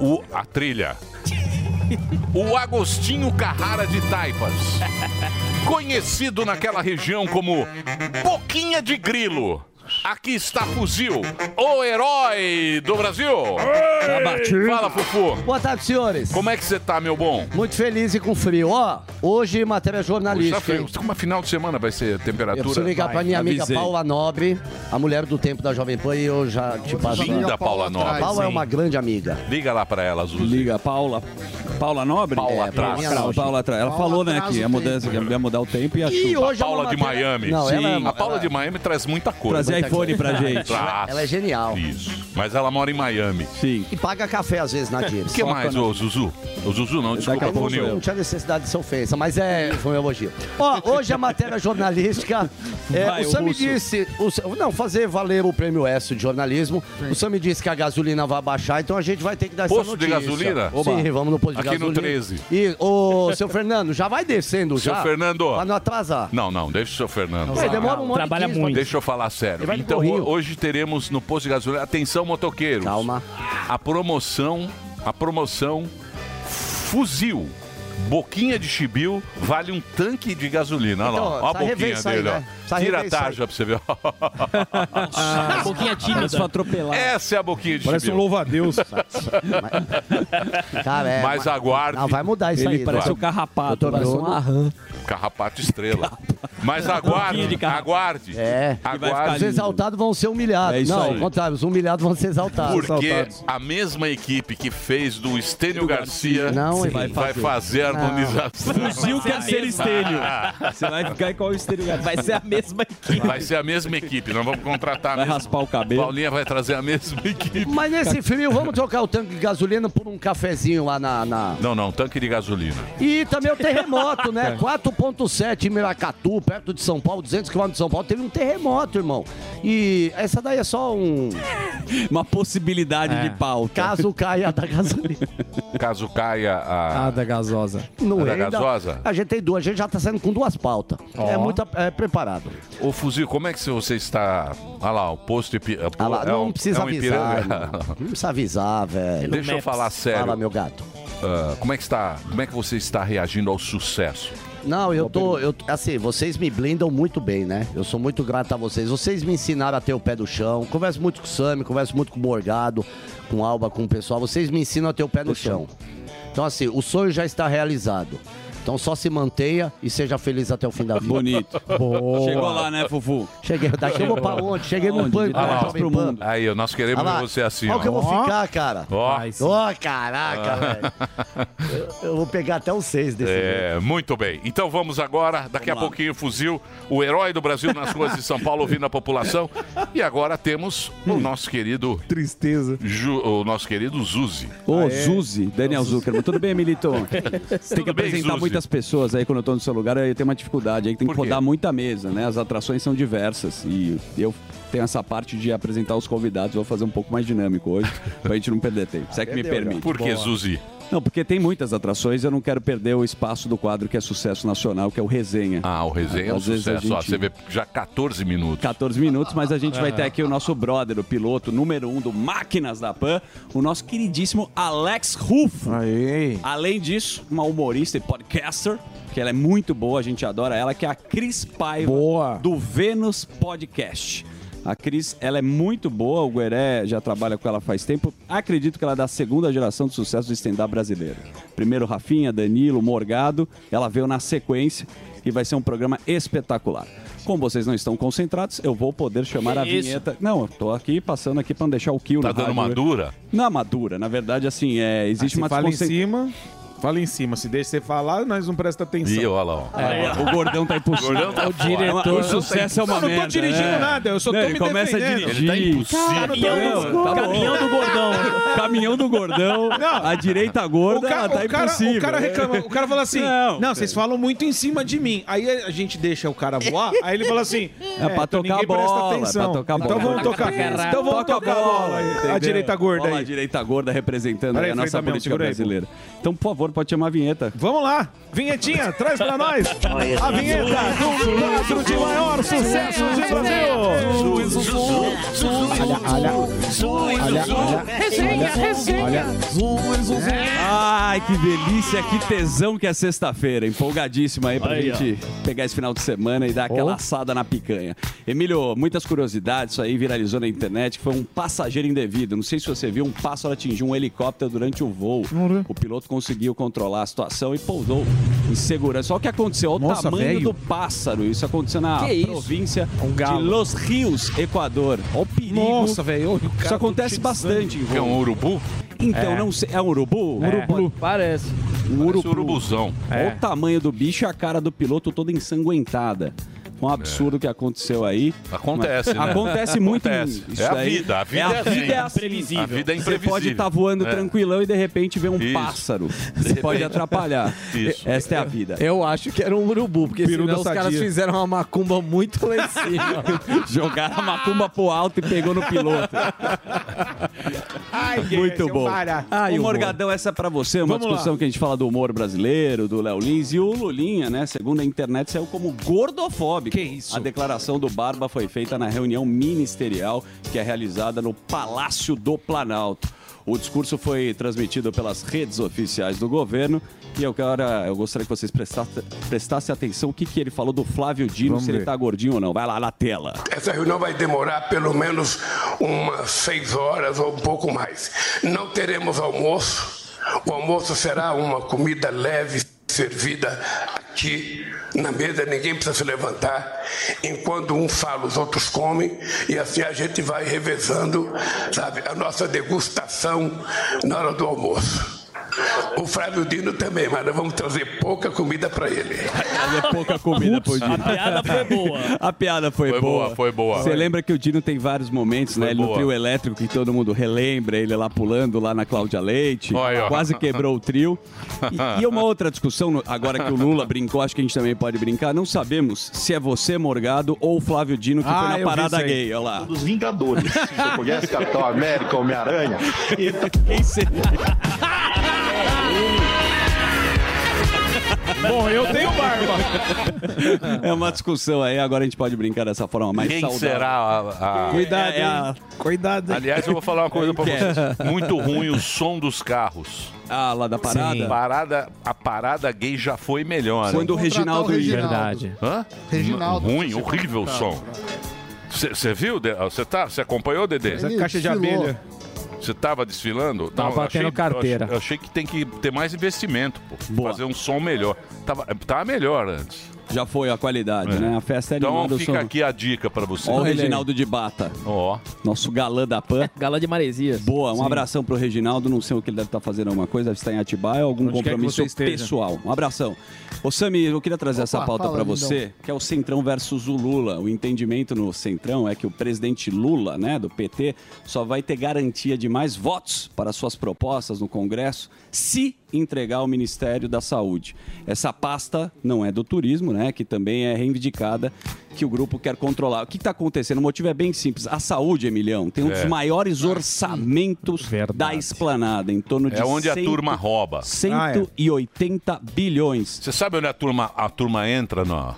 [SPEAKER 7] O, a trilha. O Agostinho Carrara de Taipas. Conhecido naquela região como Boquinha de Grilo. Aqui está Fuzil, o herói do Brasil.
[SPEAKER 6] Tá
[SPEAKER 7] Fala, Fufu.
[SPEAKER 4] Boa tarde, senhores.
[SPEAKER 7] Como é que você tá, meu bom?
[SPEAKER 4] Muito feliz e com frio. Ó, hoje matéria
[SPEAKER 7] Puxa,
[SPEAKER 4] jornalística. hein?
[SPEAKER 7] frio. Como é final de semana vai ser a temperatura?
[SPEAKER 4] Tá Eu preciso ligar pra minha amiga Paula Nobre, a mulher do tempo da Jovem Pan, e eu já te passo.
[SPEAKER 7] Linda Paula Nobre.
[SPEAKER 4] Paula é uma grande amiga.
[SPEAKER 7] Liga lá pra ela, Azul.
[SPEAKER 6] Liga, Paula. Paula Nobre?
[SPEAKER 7] Paula
[SPEAKER 6] É,
[SPEAKER 7] atrás.
[SPEAKER 6] minha Paula, Paula atrás. Ela
[SPEAKER 12] Paula
[SPEAKER 6] falou, né,
[SPEAKER 12] atrás
[SPEAKER 6] que
[SPEAKER 12] o
[SPEAKER 6] ia mudar, que ia mudar o tempo e achou.
[SPEAKER 7] a Paula de Miami.
[SPEAKER 4] é Não, ela é-
[SPEAKER 7] a Paula de Miami traz muita coisa.
[SPEAKER 6] Trazer Muita iPhone coisa. pra gente.
[SPEAKER 7] Traz.
[SPEAKER 4] Ela é genial.
[SPEAKER 7] Isso. Mas ela mora em Miami.
[SPEAKER 6] Sim.
[SPEAKER 4] E paga café às vezes na
[SPEAKER 7] O
[SPEAKER 4] Dibs.
[SPEAKER 7] que mais, ô Zuzu? Ô Zuzu não,
[SPEAKER 4] Daqui
[SPEAKER 7] desculpa,
[SPEAKER 4] a pouco eu não
[SPEAKER 7] Funil.
[SPEAKER 4] tinha necessidade de ser ofensa, mas é, foi um elogio. Ó, hoje a matéria jornalística. é,
[SPEAKER 6] Vai,
[SPEAKER 4] o
[SPEAKER 6] o
[SPEAKER 4] Sam me
[SPEAKER 6] russo.
[SPEAKER 4] disse. o Sam- não, fazer valer o prêmio S de jornalismo. O Sam me disse que a gasolina vai baixar, então a gente vai ter que dar
[SPEAKER 7] Posto
[SPEAKER 4] essa
[SPEAKER 7] de
[SPEAKER 4] notícia.
[SPEAKER 7] gasolina?
[SPEAKER 4] Sim,
[SPEAKER 7] Oba.
[SPEAKER 4] vamos no posto de
[SPEAKER 7] Aqui no
[SPEAKER 4] gasolina.
[SPEAKER 7] 13.
[SPEAKER 4] E, ô, seu Fernando, já vai descendo
[SPEAKER 7] Seu
[SPEAKER 4] já.
[SPEAKER 7] Fernando.
[SPEAKER 4] Pra não atrasar.
[SPEAKER 7] Não, não, deixa o seu Fernando.
[SPEAKER 4] Ué, demora um uma hora e
[SPEAKER 9] Trabalha
[SPEAKER 4] quinze,
[SPEAKER 9] muito.
[SPEAKER 7] Deixa eu falar sério.
[SPEAKER 4] Ele vai pro
[SPEAKER 7] Então,
[SPEAKER 4] Rio.
[SPEAKER 7] ho- hoje teremos no posto de gasolina. Atenção, motoqueiros.
[SPEAKER 4] Calma.
[SPEAKER 7] A promoção, a promoção fuzil. Boquinha de chibiu vale um tanque de gasolina. Olha
[SPEAKER 4] Então,
[SPEAKER 7] lá, ó, a
[SPEAKER 4] precisa rever
[SPEAKER 7] boquinha
[SPEAKER 4] isso aí,
[SPEAKER 7] dele. ó.
[SPEAKER 4] né? Precisa rever
[SPEAKER 7] Tira a
[SPEAKER 4] isso aí.
[SPEAKER 7] tarja pra você ver.
[SPEAKER 4] Ah,
[SPEAKER 9] um pouquinho
[SPEAKER 6] Só
[SPEAKER 9] tímida.
[SPEAKER 6] atropelar.
[SPEAKER 7] Essa é a boquinha de
[SPEAKER 15] Parece um
[SPEAKER 7] chibiu.
[SPEAKER 15] louva-a-Deus.
[SPEAKER 4] Cara, é,
[SPEAKER 7] Mas aguarde.
[SPEAKER 4] Não, vai mudar isso
[SPEAKER 6] Ele
[SPEAKER 4] aí.
[SPEAKER 6] parece
[SPEAKER 4] vai.
[SPEAKER 6] um carrapato,
[SPEAKER 4] Doutor
[SPEAKER 6] parece
[SPEAKER 4] Bruno.
[SPEAKER 6] um arran.
[SPEAKER 7] Carrapato estrela. Mas aguarde,
[SPEAKER 6] de carro.
[SPEAKER 7] aguarde.
[SPEAKER 4] É.
[SPEAKER 7] Aguarde.
[SPEAKER 4] Os exaltados vão ser humilhados.
[SPEAKER 6] É isso
[SPEAKER 4] não,
[SPEAKER 6] aí.
[SPEAKER 4] ao contrário, os humilhados vão ser exaltados.
[SPEAKER 7] Porque a mesma equipe que fez do Estênio Garcia
[SPEAKER 4] Não, ele-
[SPEAKER 7] vai, fazer. a
[SPEAKER 4] Não.
[SPEAKER 7] harmonização.
[SPEAKER 6] Fuzil quer é ser estênio. Você vai ficar igual o estênio.
[SPEAKER 9] Vai ser a mesma equipe.
[SPEAKER 7] Vai ser a mesma equipe, nós vamos contratar a
[SPEAKER 6] Vai
[SPEAKER 7] mesma.
[SPEAKER 6] raspar o cabelo.
[SPEAKER 7] Paulinha vai trazer a mesma equipe.
[SPEAKER 6] Tipo,
[SPEAKER 4] Mas nesse frio, vamos trocar o tanque de gasolina por um cafezinho lá na. na-
[SPEAKER 7] Não, não, tanque de gasolina.
[SPEAKER 4] E também o terremoto,
[SPEAKER 6] É.
[SPEAKER 4] né? 4,7 em Miracatu, perto de São Paulo, 200 quilômetros de São Paulo, teve um terremoto, irmão. E essa daí é só um É.
[SPEAKER 6] Uma possibilidade de pauta.
[SPEAKER 4] caso caia da gasolina.
[SPEAKER 7] Caso caia a.
[SPEAKER 12] Nada gasosa.
[SPEAKER 4] Não
[SPEAKER 7] É da
[SPEAKER 4] renda.
[SPEAKER 7] gasosa?
[SPEAKER 4] A gente tem duas, a gente já tá saindo com duas pautas. É muito é, preparado.
[SPEAKER 7] Ô fuzil, como é que você está. Olha lá, o posto de. Pi-
[SPEAKER 4] Ah lá,
[SPEAKER 7] é
[SPEAKER 4] não
[SPEAKER 7] um-
[SPEAKER 4] precisa
[SPEAKER 7] é um
[SPEAKER 4] avisar.
[SPEAKER 7] Ipiranga.
[SPEAKER 4] irmão.
[SPEAKER 6] né?
[SPEAKER 4] Não precisa avisar, velho.
[SPEAKER 7] Deixa eu falar sério.
[SPEAKER 4] É Fala, meu gato.
[SPEAKER 7] Ah, como é que está? Como é que você está reagindo ao sucesso?
[SPEAKER 4] Não, eu tô. Eu, assim, vocês me blindam muito bem, né? Eu sou muito grato a vocês. Vocês me ensinaram a ter o pé do chão. Converso muito com o Sami, converso muito com o Morgado, com o Alba, com o pessoal. Vocês me ensinam a ter o pé no chão. Então, assim, o sonho já está realizado. Então só se mantenha e seja feliz até o fim da vida.
[SPEAKER 6] Bonito. Chegou lá, né, Fufu?
[SPEAKER 4] Cheguei daqui, eu vou pra onde? Cheguei no
[SPEAKER 6] Aonde?
[SPEAKER 4] banco,
[SPEAKER 6] De
[SPEAKER 4] ah,
[SPEAKER 6] trás
[SPEAKER 4] lá,
[SPEAKER 6] pro mundo.
[SPEAKER 7] Aí, ó, nós queremos ver você assim.
[SPEAKER 4] Olha
[SPEAKER 7] Ó.
[SPEAKER 4] o que eu vou ficar, cara. Ó,
[SPEAKER 7] Ó, Ah.
[SPEAKER 4] caraca, velho. Eu, eu vou pegar até os seis desse jeito.
[SPEAKER 7] É, muito bem. Então vamos agora, daqui a pouquinho, fuzil, o herói do Brasil nas ruas de São Paulo, ouvindo a população. E agora temos o nosso querido.
[SPEAKER 12] Tristeza.
[SPEAKER 7] Ju- o nosso querido Zuzi.
[SPEAKER 6] Ô, Zuzi, Daniel Zuckerman. Tudo bem, Milito? Você tem que
[SPEAKER 7] Tudo bem,
[SPEAKER 6] apresentar
[SPEAKER 7] Zuzi?
[SPEAKER 6] muitas pessoas aí quando eu tô no seu lugar, aí eu tenho uma dificuldade aí, que tem que
[SPEAKER 7] Por quê?
[SPEAKER 6] rodar muita mesa, né? As atrações são diversas e eu tenho essa parte de apresentar os convidados, vou fazer um pouco mais dinâmico hoje, pra gente não perder tempo. Se é que me permite.
[SPEAKER 7] Por que Zuzi?
[SPEAKER 6] Não, porque tem muitas atrações, eu não quero perder o espaço do quadro que é sucesso nacional, que é o Resenha.
[SPEAKER 7] Ah, o resenha é um
[SPEAKER 6] Às vezes a
[SPEAKER 7] sucesso. Ó,
[SPEAKER 6] gente-
[SPEAKER 7] você vê já 14 minutos.
[SPEAKER 6] 14 minutos, mas a gente vai ter aqui o nosso brother, o piloto número um do Máquinas da Pan, o nosso queridíssimo Alex Rufo.
[SPEAKER 12] Aí.
[SPEAKER 6] Além disso, uma humorista e podcaster, que ela é muito boa, a gente adora ela, que é a Cris Paiva,
[SPEAKER 12] Boa.
[SPEAKER 6] do Vênus Podcast. A Cris, ela é muito boa, o Gueré já trabalha com ela faz tempo. Acredito que ela é da segunda geração de sucesso do stand-up brasileiro. Primeiro Rafinha, Danilo, Morgado, ela veio na sequência e vai ser um programa espetacular. Como vocês não estão concentrados, eu vou poder chamar a
[SPEAKER 9] Isso.
[SPEAKER 6] vinheta. Não, eu tô aqui passando aqui para deixar o kill
[SPEAKER 7] Tá
[SPEAKER 6] no
[SPEAKER 7] dando
[SPEAKER 6] rádio. né?
[SPEAKER 7] uma dura?
[SPEAKER 6] Não, madura. Na verdade, assim, é, existe
[SPEAKER 12] Se
[SPEAKER 6] uma
[SPEAKER 12] fala em
[SPEAKER 6] desconcentração.
[SPEAKER 12] cima.
[SPEAKER 2] Fala em cima, se deixa você falar, nós não presta atenção.
[SPEAKER 7] Ih, olha lá, ó.
[SPEAKER 2] É,
[SPEAKER 7] O gordão tá impulsionado. O gordão tá O fora. diretor-
[SPEAKER 2] O sucesso é
[SPEAKER 12] Eu
[SPEAKER 2] uma
[SPEAKER 12] não tô
[SPEAKER 6] né?
[SPEAKER 2] merda,
[SPEAKER 12] dirigindo
[SPEAKER 2] é.
[SPEAKER 12] nada, eu só
[SPEAKER 2] Não,
[SPEAKER 12] tô
[SPEAKER 2] ele
[SPEAKER 12] me
[SPEAKER 2] começa a
[SPEAKER 12] defendendo.
[SPEAKER 6] dirigir. Ele tá impossível. Caminhão- caminhão do gordão. Caminhão do gordão, a direita gorda,
[SPEAKER 12] O ca-
[SPEAKER 6] ela tá
[SPEAKER 12] o cara,
[SPEAKER 6] impossível.
[SPEAKER 12] O cara reclama, o cara fala assim,
[SPEAKER 6] Não,
[SPEAKER 12] não, vocês falam muito em cima de mim. Aí a gente deixa o cara voar, aí ele fala assim,
[SPEAKER 6] É pra
[SPEAKER 12] então
[SPEAKER 6] tocar a
[SPEAKER 12] ninguém presta
[SPEAKER 6] bola, é
[SPEAKER 12] atenção.
[SPEAKER 6] pra tocar a
[SPEAKER 12] Então
[SPEAKER 6] bola.
[SPEAKER 12] vamos tocar, então vamos
[SPEAKER 6] Toca
[SPEAKER 12] tocar a bola. aí.
[SPEAKER 6] entendeu?
[SPEAKER 12] A direita gorda
[SPEAKER 6] Bola
[SPEAKER 12] aí.
[SPEAKER 6] A direita gorda representando aí
[SPEAKER 12] Peraí,
[SPEAKER 6] a
[SPEAKER 12] frente
[SPEAKER 6] nossa
[SPEAKER 12] da mão,
[SPEAKER 6] política
[SPEAKER 12] segura aí,
[SPEAKER 6] brasileira. Então, por favor, pode chamar a vinheta.
[SPEAKER 12] Vamos lá, vinhetinha, traz pra nós a vinheta do quadro de maior sucesso de Brasil.
[SPEAKER 2] Olha, olha, olha.
[SPEAKER 12] Resenha, resenha.
[SPEAKER 6] Ai, que delícia, que tesão que é sexta-feira. Empolgadíssima aí pra
[SPEAKER 9] Aí,
[SPEAKER 6] gente pegar esse final de semana e dar aquela assada na picanha. Emílio, muitas curiosidades, isso aí viralizou na internet, que foi um passageiro indevido. Não sei se você viu, um pássaro atingiu um helicóptero durante o voo. O piloto conseguiu controlar a situação e pousou em segurança. Olha o que aconteceu, olha o
[SPEAKER 2] Nossa,
[SPEAKER 6] tamanho
[SPEAKER 2] velho.
[SPEAKER 6] do pássaro. Isso aconteceu na
[SPEAKER 2] Que isso?
[SPEAKER 6] província
[SPEAKER 2] galo.
[SPEAKER 6] de Los Rios, Equador. Olha o perigo.
[SPEAKER 2] Nossa, velho, olha o cara
[SPEAKER 6] Isso
[SPEAKER 2] todo
[SPEAKER 6] acontece
[SPEAKER 2] cheio de
[SPEAKER 6] bastante em
[SPEAKER 2] sangue.
[SPEAKER 6] voo.
[SPEAKER 7] É um urubu?
[SPEAKER 6] Então,
[SPEAKER 7] É.
[SPEAKER 6] não sei. É um urubu?
[SPEAKER 7] É.
[SPEAKER 6] Parece. Um
[SPEAKER 7] Parece um urubuzão.
[SPEAKER 6] Olha
[SPEAKER 7] É.
[SPEAKER 6] o tamanho do bicho e a cara do piloto toda ensanguentada. Um absurdo que aconteceu aí.
[SPEAKER 7] É. Acontece,
[SPEAKER 6] Mas-
[SPEAKER 7] né?
[SPEAKER 6] Acontece muito.
[SPEAKER 7] Acontece.
[SPEAKER 6] Isso
[SPEAKER 7] É a
[SPEAKER 6] daí.
[SPEAKER 7] vida, a
[SPEAKER 6] é,
[SPEAKER 7] vida é
[SPEAKER 6] a
[SPEAKER 7] assim.
[SPEAKER 6] vida é assim.
[SPEAKER 7] Imprevisível. A vida é
[SPEAKER 6] Você pode
[SPEAKER 7] imprevisível.
[SPEAKER 6] estar voando
[SPEAKER 7] É.
[SPEAKER 6] tranquilão e de repente vê um pássaro. Você pode
[SPEAKER 5] repente.
[SPEAKER 6] atrapalhar. Esta é a vida.
[SPEAKER 5] Eu acho que era um urubu, porque
[SPEAKER 6] Peru
[SPEAKER 5] senão
[SPEAKER 6] da
[SPEAKER 5] os
[SPEAKER 6] Sadia.
[SPEAKER 5] caras fizeram uma macumba muito lá em cima.
[SPEAKER 6] Jogaram a macumba pro alto e pegou no piloto. Muito bom.
[SPEAKER 5] Ai,
[SPEAKER 6] o
[SPEAKER 5] humor.
[SPEAKER 6] Morgadão, essa é pra você. Uma
[SPEAKER 5] Vamos
[SPEAKER 6] discussão
[SPEAKER 5] lá.
[SPEAKER 6] que a gente fala do humor brasileiro, do Léo Lins. E o Lulinha, né? Segundo a internet, saiu como gordofóbico. Que isso? A declaração do Barba foi feita na reunião ministerial que é realizada no Palácio do Planalto. O discurso foi transmitido pelas redes oficiais do governo. E eu, quero, eu gostaria que vocês prestassem prestassem atenção o que, que ele falou do Flávio Dino,
[SPEAKER 16] Vamos
[SPEAKER 6] se ele
[SPEAKER 16] ver.
[SPEAKER 6] tá gordinho ou não. Vai lá na tela.
[SPEAKER 16] Essa reunião vai demorar pelo menos umas seis horas ou um pouco mais. Não teremos almoço. O almoço será uma comida leve servida aqui na mesa. Ninguém precisa se levantar. Enquanto um fala, os outros comem. E assim a gente vai revezando, sabe, a nossa degustação na hora do almoço. O Flávio Dino também, mas nós vamos trazer pouca comida para ele.
[SPEAKER 6] Trazer é pouca comida pro Dino. A piada foi,
[SPEAKER 7] Foi
[SPEAKER 6] boa.
[SPEAKER 7] boa, foi boa.
[SPEAKER 6] Você lembra que o Dino tem vários momentos, né? Ele no
[SPEAKER 7] boa.
[SPEAKER 6] trio elétrico que todo mundo relembra, ele lá pulando lá na Cláudia Leite,
[SPEAKER 7] Olha, ó.
[SPEAKER 6] quase quebrou o trio. E, e uma outra discussão, no- agora que o Lula brincou, acho que a gente também pode brincar, não sabemos se é você, Morgado, ou o Flávio Dino que
[SPEAKER 17] Ah,
[SPEAKER 6] foi
[SPEAKER 17] eu
[SPEAKER 6] na
[SPEAKER 17] vi
[SPEAKER 6] parada
[SPEAKER 17] isso aí.
[SPEAKER 6] gay, olha lá.
[SPEAKER 17] Um Dos Vingadores. Você conhece Capitão América, Homem-Aranha?
[SPEAKER 6] Quem seria?
[SPEAKER 12] Bom, eu tenho barba.
[SPEAKER 6] É uma discussão aí, agora a gente pode brincar dessa forma mais
[SPEAKER 7] Quem
[SPEAKER 6] saudável.
[SPEAKER 7] será a- a-
[SPEAKER 6] Cuidado,
[SPEAKER 7] É, é a-
[SPEAKER 6] Cuidado.
[SPEAKER 7] Aliás, eu vou falar uma coisa pra vocês. Muito ruim o som dos carros.
[SPEAKER 6] É. Ah, lá da parada? Sim.
[SPEAKER 7] parada a parada gay já foi melhor.
[SPEAKER 6] Foi do Contratar Reginaldo o Reginaldo. Verdade.
[SPEAKER 7] Hã? Hum,
[SPEAKER 6] Reginaldo,
[SPEAKER 7] Ruim,
[SPEAKER 6] se você
[SPEAKER 7] horrível o
[SPEAKER 6] contratar,
[SPEAKER 7] som. Você viu? Você tá, cê acompanhou, Dedê?
[SPEAKER 12] Essa Ele caixa de desfilou. abelha.
[SPEAKER 7] Você tava desfilando?
[SPEAKER 12] Tava
[SPEAKER 7] Não, eu
[SPEAKER 12] batendo carteira.
[SPEAKER 7] Eu achei, eu achei que tem que ter mais investimento, pô. Fazer um som melhor. Tava, tava melhor antes.
[SPEAKER 6] Já foi a qualidade, né? A festa é
[SPEAKER 7] Então
[SPEAKER 6] animada, o
[SPEAKER 7] fica
[SPEAKER 6] som-
[SPEAKER 7] aqui a dica pra você.
[SPEAKER 6] Ó o Reginaldo de Bata.
[SPEAKER 7] Ó.
[SPEAKER 6] Nosso galã da PAN.
[SPEAKER 9] galã de Maresias.
[SPEAKER 6] Boa, um
[SPEAKER 9] Sim.
[SPEAKER 6] abração pro Reginaldo. Não sei o que ele deve estar fazendo, alguma coisa, deve estar em Atibaia, algum
[SPEAKER 9] Onde quer que
[SPEAKER 6] compromisso
[SPEAKER 9] você esteja.
[SPEAKER 6] pessoal. Um abração. Ô, Sami, eu queria trazer essa pauta
[SPEAKER 9] fala,
[SPEAKER 6] pra você,
[SPEAKER 9] lindão.
[SPEAKER 6] que é o Centrão versus o Lula. O entendimento no Centrão é que o presidente Lula, né, do PT, só vai ter garantia de mais votos para suas propostas no Congresso se entregar ao Ministério da Saúde. Essa pasta não é do turismo, né, que também é reivindicada, que o grupo quer controlar. O que está acontecendo? O motivo é bem simples. A saúde, Emilhão, tem um dos
[SPEAKER 7] É.
[SPEAKER 6] maiores orçamentos da esplanada, em torno de
[SPEAKER 7] É onde a
[SPEAKER 6] cento-
[SPEAKER 7] turma rouba.
[SPEAKER 9] Ah, é.
[SPEAKER 6] 180 bilhões.
[SPEAKER 7] Você sabe onde a turma, a turma entra, não?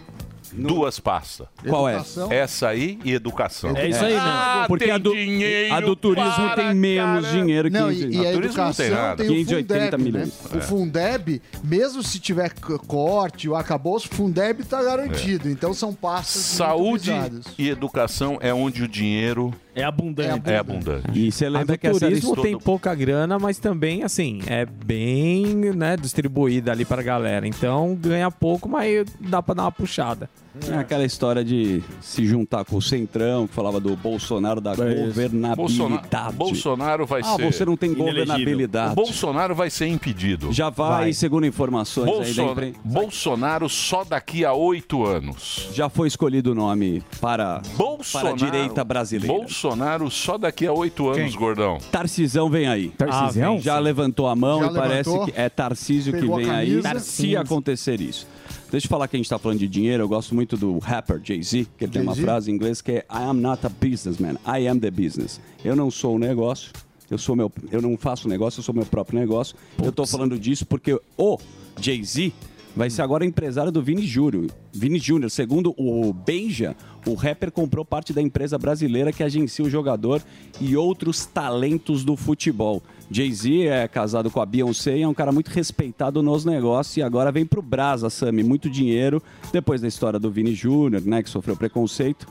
[SPEAKER 7] Duas pastas.
[SPEAKER 6] Qual é?
[SPEAKER 7] Educação. Essa aí e educação.
[SPEAKER 6] É isso aí, né?
[SPEAKER 7] Ah,
[SPEAKER 6] Porque
[SPEAKER 7] tem
[SPEAKER 6] a do-
[SPEAKER 7] dinheiro
[SPEAKER 6] a do turismo
[SPEAKER 7] para
[SPEAKER 6] tem menos
[SPEAKER 7] caramba.
[SPEAKER 6] dinheiro
[SPEAKER 18] Não, e, e a,
[SPEAKER 7] turismo não
[SPEAKER 18] educação
[SPEAKER 7] nada.
[SPEAKER 18] tem, o Fundeb,
[SPEAKER 6] milhões.
[SPEAKER 18] né?
[SPEAKER 6] É.
[SPEAKER 18] O Fundeb, mesmo se tiver c- corte ou acabouço, o Fundeb tá está garantido. Então são passos
[SPEAKER 7] Saúde e educação é onde o dinheiro
[SPEAKER 9] É abundante.
[SPEAKER 7] É abundante.
[SPEAKER 6] E você
[SPEAKER 5] A
[SPEAKER 6] lembra
[SPEAKER 5] do
[SPEAKER 6] que essa
[SPEAKER 5] turismo
[SPEAKER 6] lista-
[SPEAKER 5] tem pouca grana, mas também, assim, é bem né, distribuída ali pra galera. Então ganha pouco, mas dá pra dar uma puxada.
[SPEAKER 6] É aquela história de se juntar com o Centrão, que falava do Bolsonaro da
[SPEAKER 7] É
[SPEAKER 6] governabilidade.
[SPEAKER 7] Bolsonaro, Bolsonaro vai
[SPEAKER 6] Ah,
[SPEAKER 7] ser.
[SPEAKER 6] você não tem
[SPEAKER 7] inelegível.
[SPEAKER 6] governabilidade.
[SPEAKER 7] O Bolsonaro vai ser impedido.
[SPEAKER 6] Já vai, segundo informações aí da
[SPEAKER 7] Bolsonaro,
[SPEAKER 6] imprensa.
[SPEAKER 7] Bolsonaro só daqui a oito anos.
[SPEAKER 6] Já foi escolhido o nome para, para a
[SPEAKER 7] Bolsonaro,
[SPEAKER 6] direita brasileira.
[SPEAKER 7] Bolsonaro só daqui a oito anos,
[SPEAKER 6] Quem?
[SPEAKER 7] gordão.
[SPEAKER 6] Tarcisão vem aí. Ah,
[SPEAKER 7] Tarcisão?
[SPEAKER 6] vem. Já levantou a mão
[SPEAKER 7] Já
[SPEAKER 6] e parece
[SPEAKER 7] levantou,
[SPEAKER 6] que é Tarcísio que
[SPEAKER 7] pegou a
[SPEAKER 6] vem aí
[SPEAKER 7] camisa.
[SPEAKER 6] se acontecer isso. Deixa eu falar que a gente tá falando de dinheiro. Eu gosto muito do rapper Jay-Z, que ele tem uma
[SPEAKER 19] Jay-Z?
[SPEAKER 6] frase em inglês que é I am not a businessman, I am the business. Eu não sou o negócio, eu sou meu, eu não faço negócio, eu sou meu próprio negócio. Eu tô falando disso porque o Jay-Z vai ser agora empresário do Vini Júnior. Vini Júnior, segundo o Benja, o rapper comprou parte da empresa brasileira que agencia o jogador e outros talentos do futebol. Jay-Z é casado com a Beyoncé e é um cara muito respeitado nos negócios e agora vem pro Brasa, Sami, muito dinheiro. Depois da história do Vini Júnior, né, que sofreu preconceito,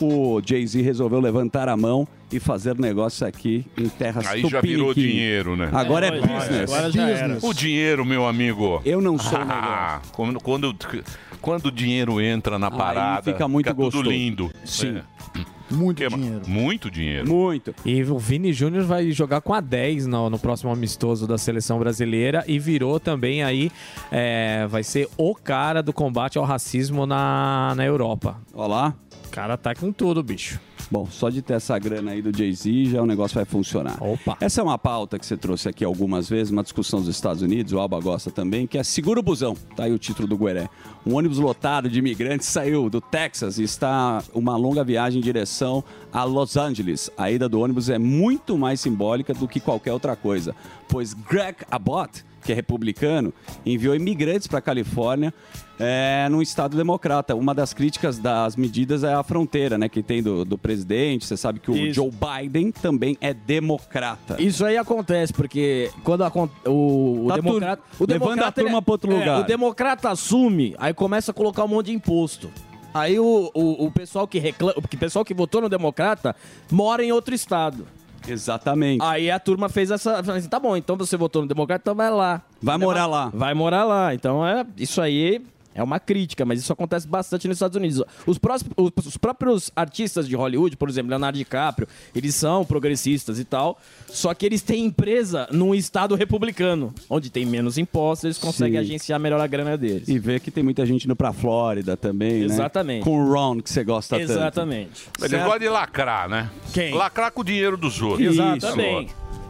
[SPEAKER 6] o Jay-Z resolveu levantar a mão e fazer negócio aqui em terras
[SPEAKER 7] Aí já virou
[SPEAKER 6] tupiniquim.
[SPEAKER 7] dinheiro, né?
[SPEAKER 6] Agora é business.
[SPEAKER 7] O dinheiro, meu amigo.
[SPEAKER 6] Eu não sou um
[SPEAKER 7] negócio. Quando, quando, quando o dinheiro entra na parada,
[SPEAKER 6] fica muito
[SPEAKER 7] tudo
[SPEAKER 6] gostoso.
[SPEAKER 7] lindo. É.
[SPEAKER 6] Sim.
[SPEAKER 5] Muito
[SPEAKER 7] dinheiro. Muito dinheiro.
[SPEAKER 6] Muito.
[SPEAKER 5] E o Vini Júnior vai jogar com a 10 no, no próximo amistoso da seleção brasileira e virou também aí, é, vai ser o cara do combate ao racismo na, na Europa.
[SPEAKER 6] Olha lá.
[SPEAKER 5] O cara tá com tudo, bicho.
[SPEAKER 6] Bom, só de ter essa grana aí do Jay-Z, já o negócio vai funcionar.
[SPEAKER 5] Opa.
[SPEAKER 6] Essa é uma pauta que você trouxe aqui algumas vezes, uma discussão dos Estados Unidos, o Alba gosta também, que é Segura o Busão. Tá aí o título do Gueré. Um ônibus lotado de imigrantes saiu do Texas e está uma longa viagem em direção a Los Angeles. A ida do ônibus é muito mais simbólica do que qualquer outra coisa, pois Greg Abbott que é republicano, enviou imigrantes para a Califórnia é, num estado democrata. Uma das críticas das medidas é a fronteira, né, que tem do, do presidente. Você sabe que o
[SPEAKER 9] Isso.
[SPEAKER 6] Joe Biden também é democrata.
[SPEAKER 9] Isso aí acontece, porque quando acon- o, o
[SPEAKER 6] Tá
[SPEAKER 9] democrata.
[SPEAKER 6] tu-
[SPEAKER 9] o democrata,
[SPEAKER 6] levando a
[SPEAKER 9] ele-
[SPEAKER 6] turma pra outro
[SPEAKER 9] é,
[SPEAKER 6] lugar.
[SPEAKER 9] o democrata assume, aí começa a colocar um monte de imposto. Aí o, o, o pessoal que reclama. O pessoal que votou no democrata mora em outro estado.
[SPEAKER 6] Exatamente.
[SPEAKER 9] Aí a turma fez essa. falou assim, tá bom, então você votou no democrata, então vai lá.
[SPEAKER 6] Vai morar lá.
[SPEAKER 9] Vai morar lá. Então é isso aí. É uma crítica, mas isso acontece bastante nos Estados Unidos. Os, prós- os- os próprios artistas de Hollywood, por exemplo, Leonardo DiCaprio, eles são progressistas e tal, só que eles têm empresa num estado republicano, onde tem menos impostos, eles conseguem
[SPEAKER 6] Sim.
[SPEAKER 9] agenciar melhor a grana deles.
[SPEAKER 6] E ver que tem muita gente indo para Flórida também, né?
[SPEAKER 9] Exatamente.
[SPEAKER 6] Com o Ron, que você gosta tanto.
[SPEAKER 9] Exatamente.
[SPEAKER 7] Ele gosta de lacrar, né?
[SPEAKER 9] Quem?
[SPEAKER 7] Lacrar com o dinheiro dos outros.
[SPEAKER 6] Exato.
[SPEAKER 7] Isso.
[SPEAKER 6] Também.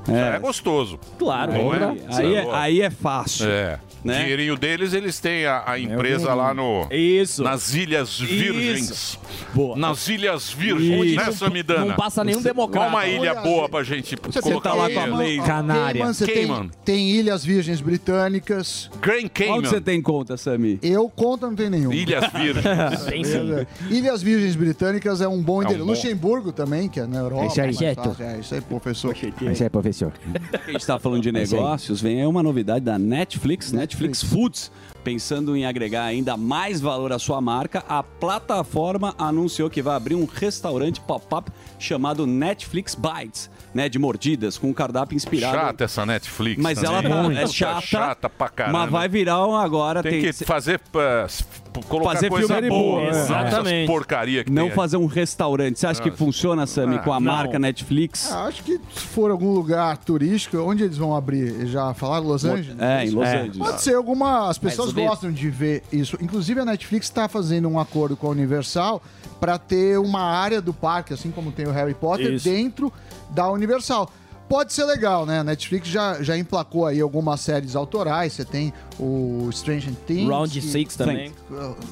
[SPEAKER 7] É.
[SPEAKER 6] É.
[SPEAKER 7] gostoso.
[SPEAKER 9] Claro,
[SPEAKER 7] Não é?
[SPEAKER 6] Aí, é, aí é fácil.
[SPEAKER 7] É. O dinheirinho deles, eles têm a, a empresa lá no.
[SPEAKER 9] Isso.
[SPEAKER 7] Nas Ilhas Virgens.
[SPEAKER 9] Boa.
[SPEAKER 7] Nas Ilhas Virgens,
[SPEAKER 9] Isso.
[SPEAKER 7] né, Samidana?
[SPEAKER 9] Não passa nenhum
[SPEAKER 7] Você-
[SPEAKER 9] democrata.
[SPEAKER 7] Qual uma ilha
[SPEAKER 9] Olha,
[SPEAKER 7] boa pra gente
[SPEAKER 9] você
[SPEAKER 7] colocar né?
[SPEAKER 9] tá lá com a
[SPEAKER 7] dinheiro?
[SPEAKER 9] lei.
[SPEAKER 18] Cayman, você tem,
[SPEAKER 7] Cayman.
[SPEAKER 18] tem Ilhas Virgens Britânicas.
[SPEAKER 7] Grand Cayman.
[SPEAKER 6] Onde você tem conta, Sami?
[SPEAKER 18] Eu conta não tem nenhum.
[SPEAKER 7] Ilhas Virgens. Tem sim.
[SPEAKER 18] Ilhas Virgens Britânicas é um bom
[SPEAKER 7] É um
[SPEAKER 18] endereço.
[SPEAKER 7] bom.
[SPEAKER 18] Luxemburgo também, que é na Europa.
[SPEAKER 6] Isso aí.
[SPEAKER 18] mais
[SPEAKER 6] Certo.
[SPEAKER 18] fácil. É isso aí, professor.
[SPEAKER 6] é, professor. A gente está falando de
[SPEAKER 7] assim,
[SPEAKER 6] negócios, vem aí uma novidade da Netflix, Netflix Foods. Pensando em agregar ainda mais valor à sua marca, a plataforma anunciou que vai abrir um restaurante pop-up chamado Netflix Bites, né? De mordidas, com um cardápio inspirado.
[SPEAKER 7] Chata essa Netflix.
[SPEAKER 6] Mas
[SPEAKER 7] também.
[SPEAKER 6] ela tá-
[SPEAKER 7] Puta,
[SPEAKER 6] é chata,
[SPEAKER 7] chata pra caramba.
[SPEAKER 6] mas vai virar um agora.
[SPEAKER 7] Tem,
[SPEAKER 6] tem-
[SPEAKER 7] que fazer. eh, s- p- colocar
[SPEAKER 6] Fazer
[SPEAKER 7] coisa
[SPEAKER 6] filme
[SPEAKER 7] boa.
[SPEAKER 6] bom,
[SPEAKER 7] né?
[SPEAKER 6] é.
[SPEAKER 7] Não essas
[SPEAKER 6] Exatamente.
[SPEAKER 7] Porcaria que
[SPEAKER 6] Não
[SPEAKER 7] tem aí.
[SPEAKER 6] fazer um restaurante. Você acha que
[SPEAKER 7] Ah.
[SPEAKER 6] funciona, Sami,
[SPEAKER 7] Ah,
[SPEAKER 6] com a
[SPEAKER 7] não.
[SPEAKER 6] marca Netflix?
[SPEAKER 18] Ah, acho que se for algum lugar turístico, onde eles vão abrir? Já falaram Los
[SPEAKER 6] Mo-
[SPEAKER 18] Angeles?
[SPEAKER 6] é, em Los Angeles.
[SPEAKER 18] Pode ser alguma. As pessoas
[SPEAKER 6] Mas o de-
[SPEAKER 18] gostam de ver isso. Inclusive, a Netflix está fazendo um acordo com a Universal para ter uma área do parque, assim como tem o Harry Potter,
[SPEAKER 9] Isso.
[SPEAKER 18] dentro da Universal. Pode ser legal, né? A Netflix já, já emplacou aí algumas séries autorais. Você tem o Strange Things. que-
[SPEAKER 9] Round Six também.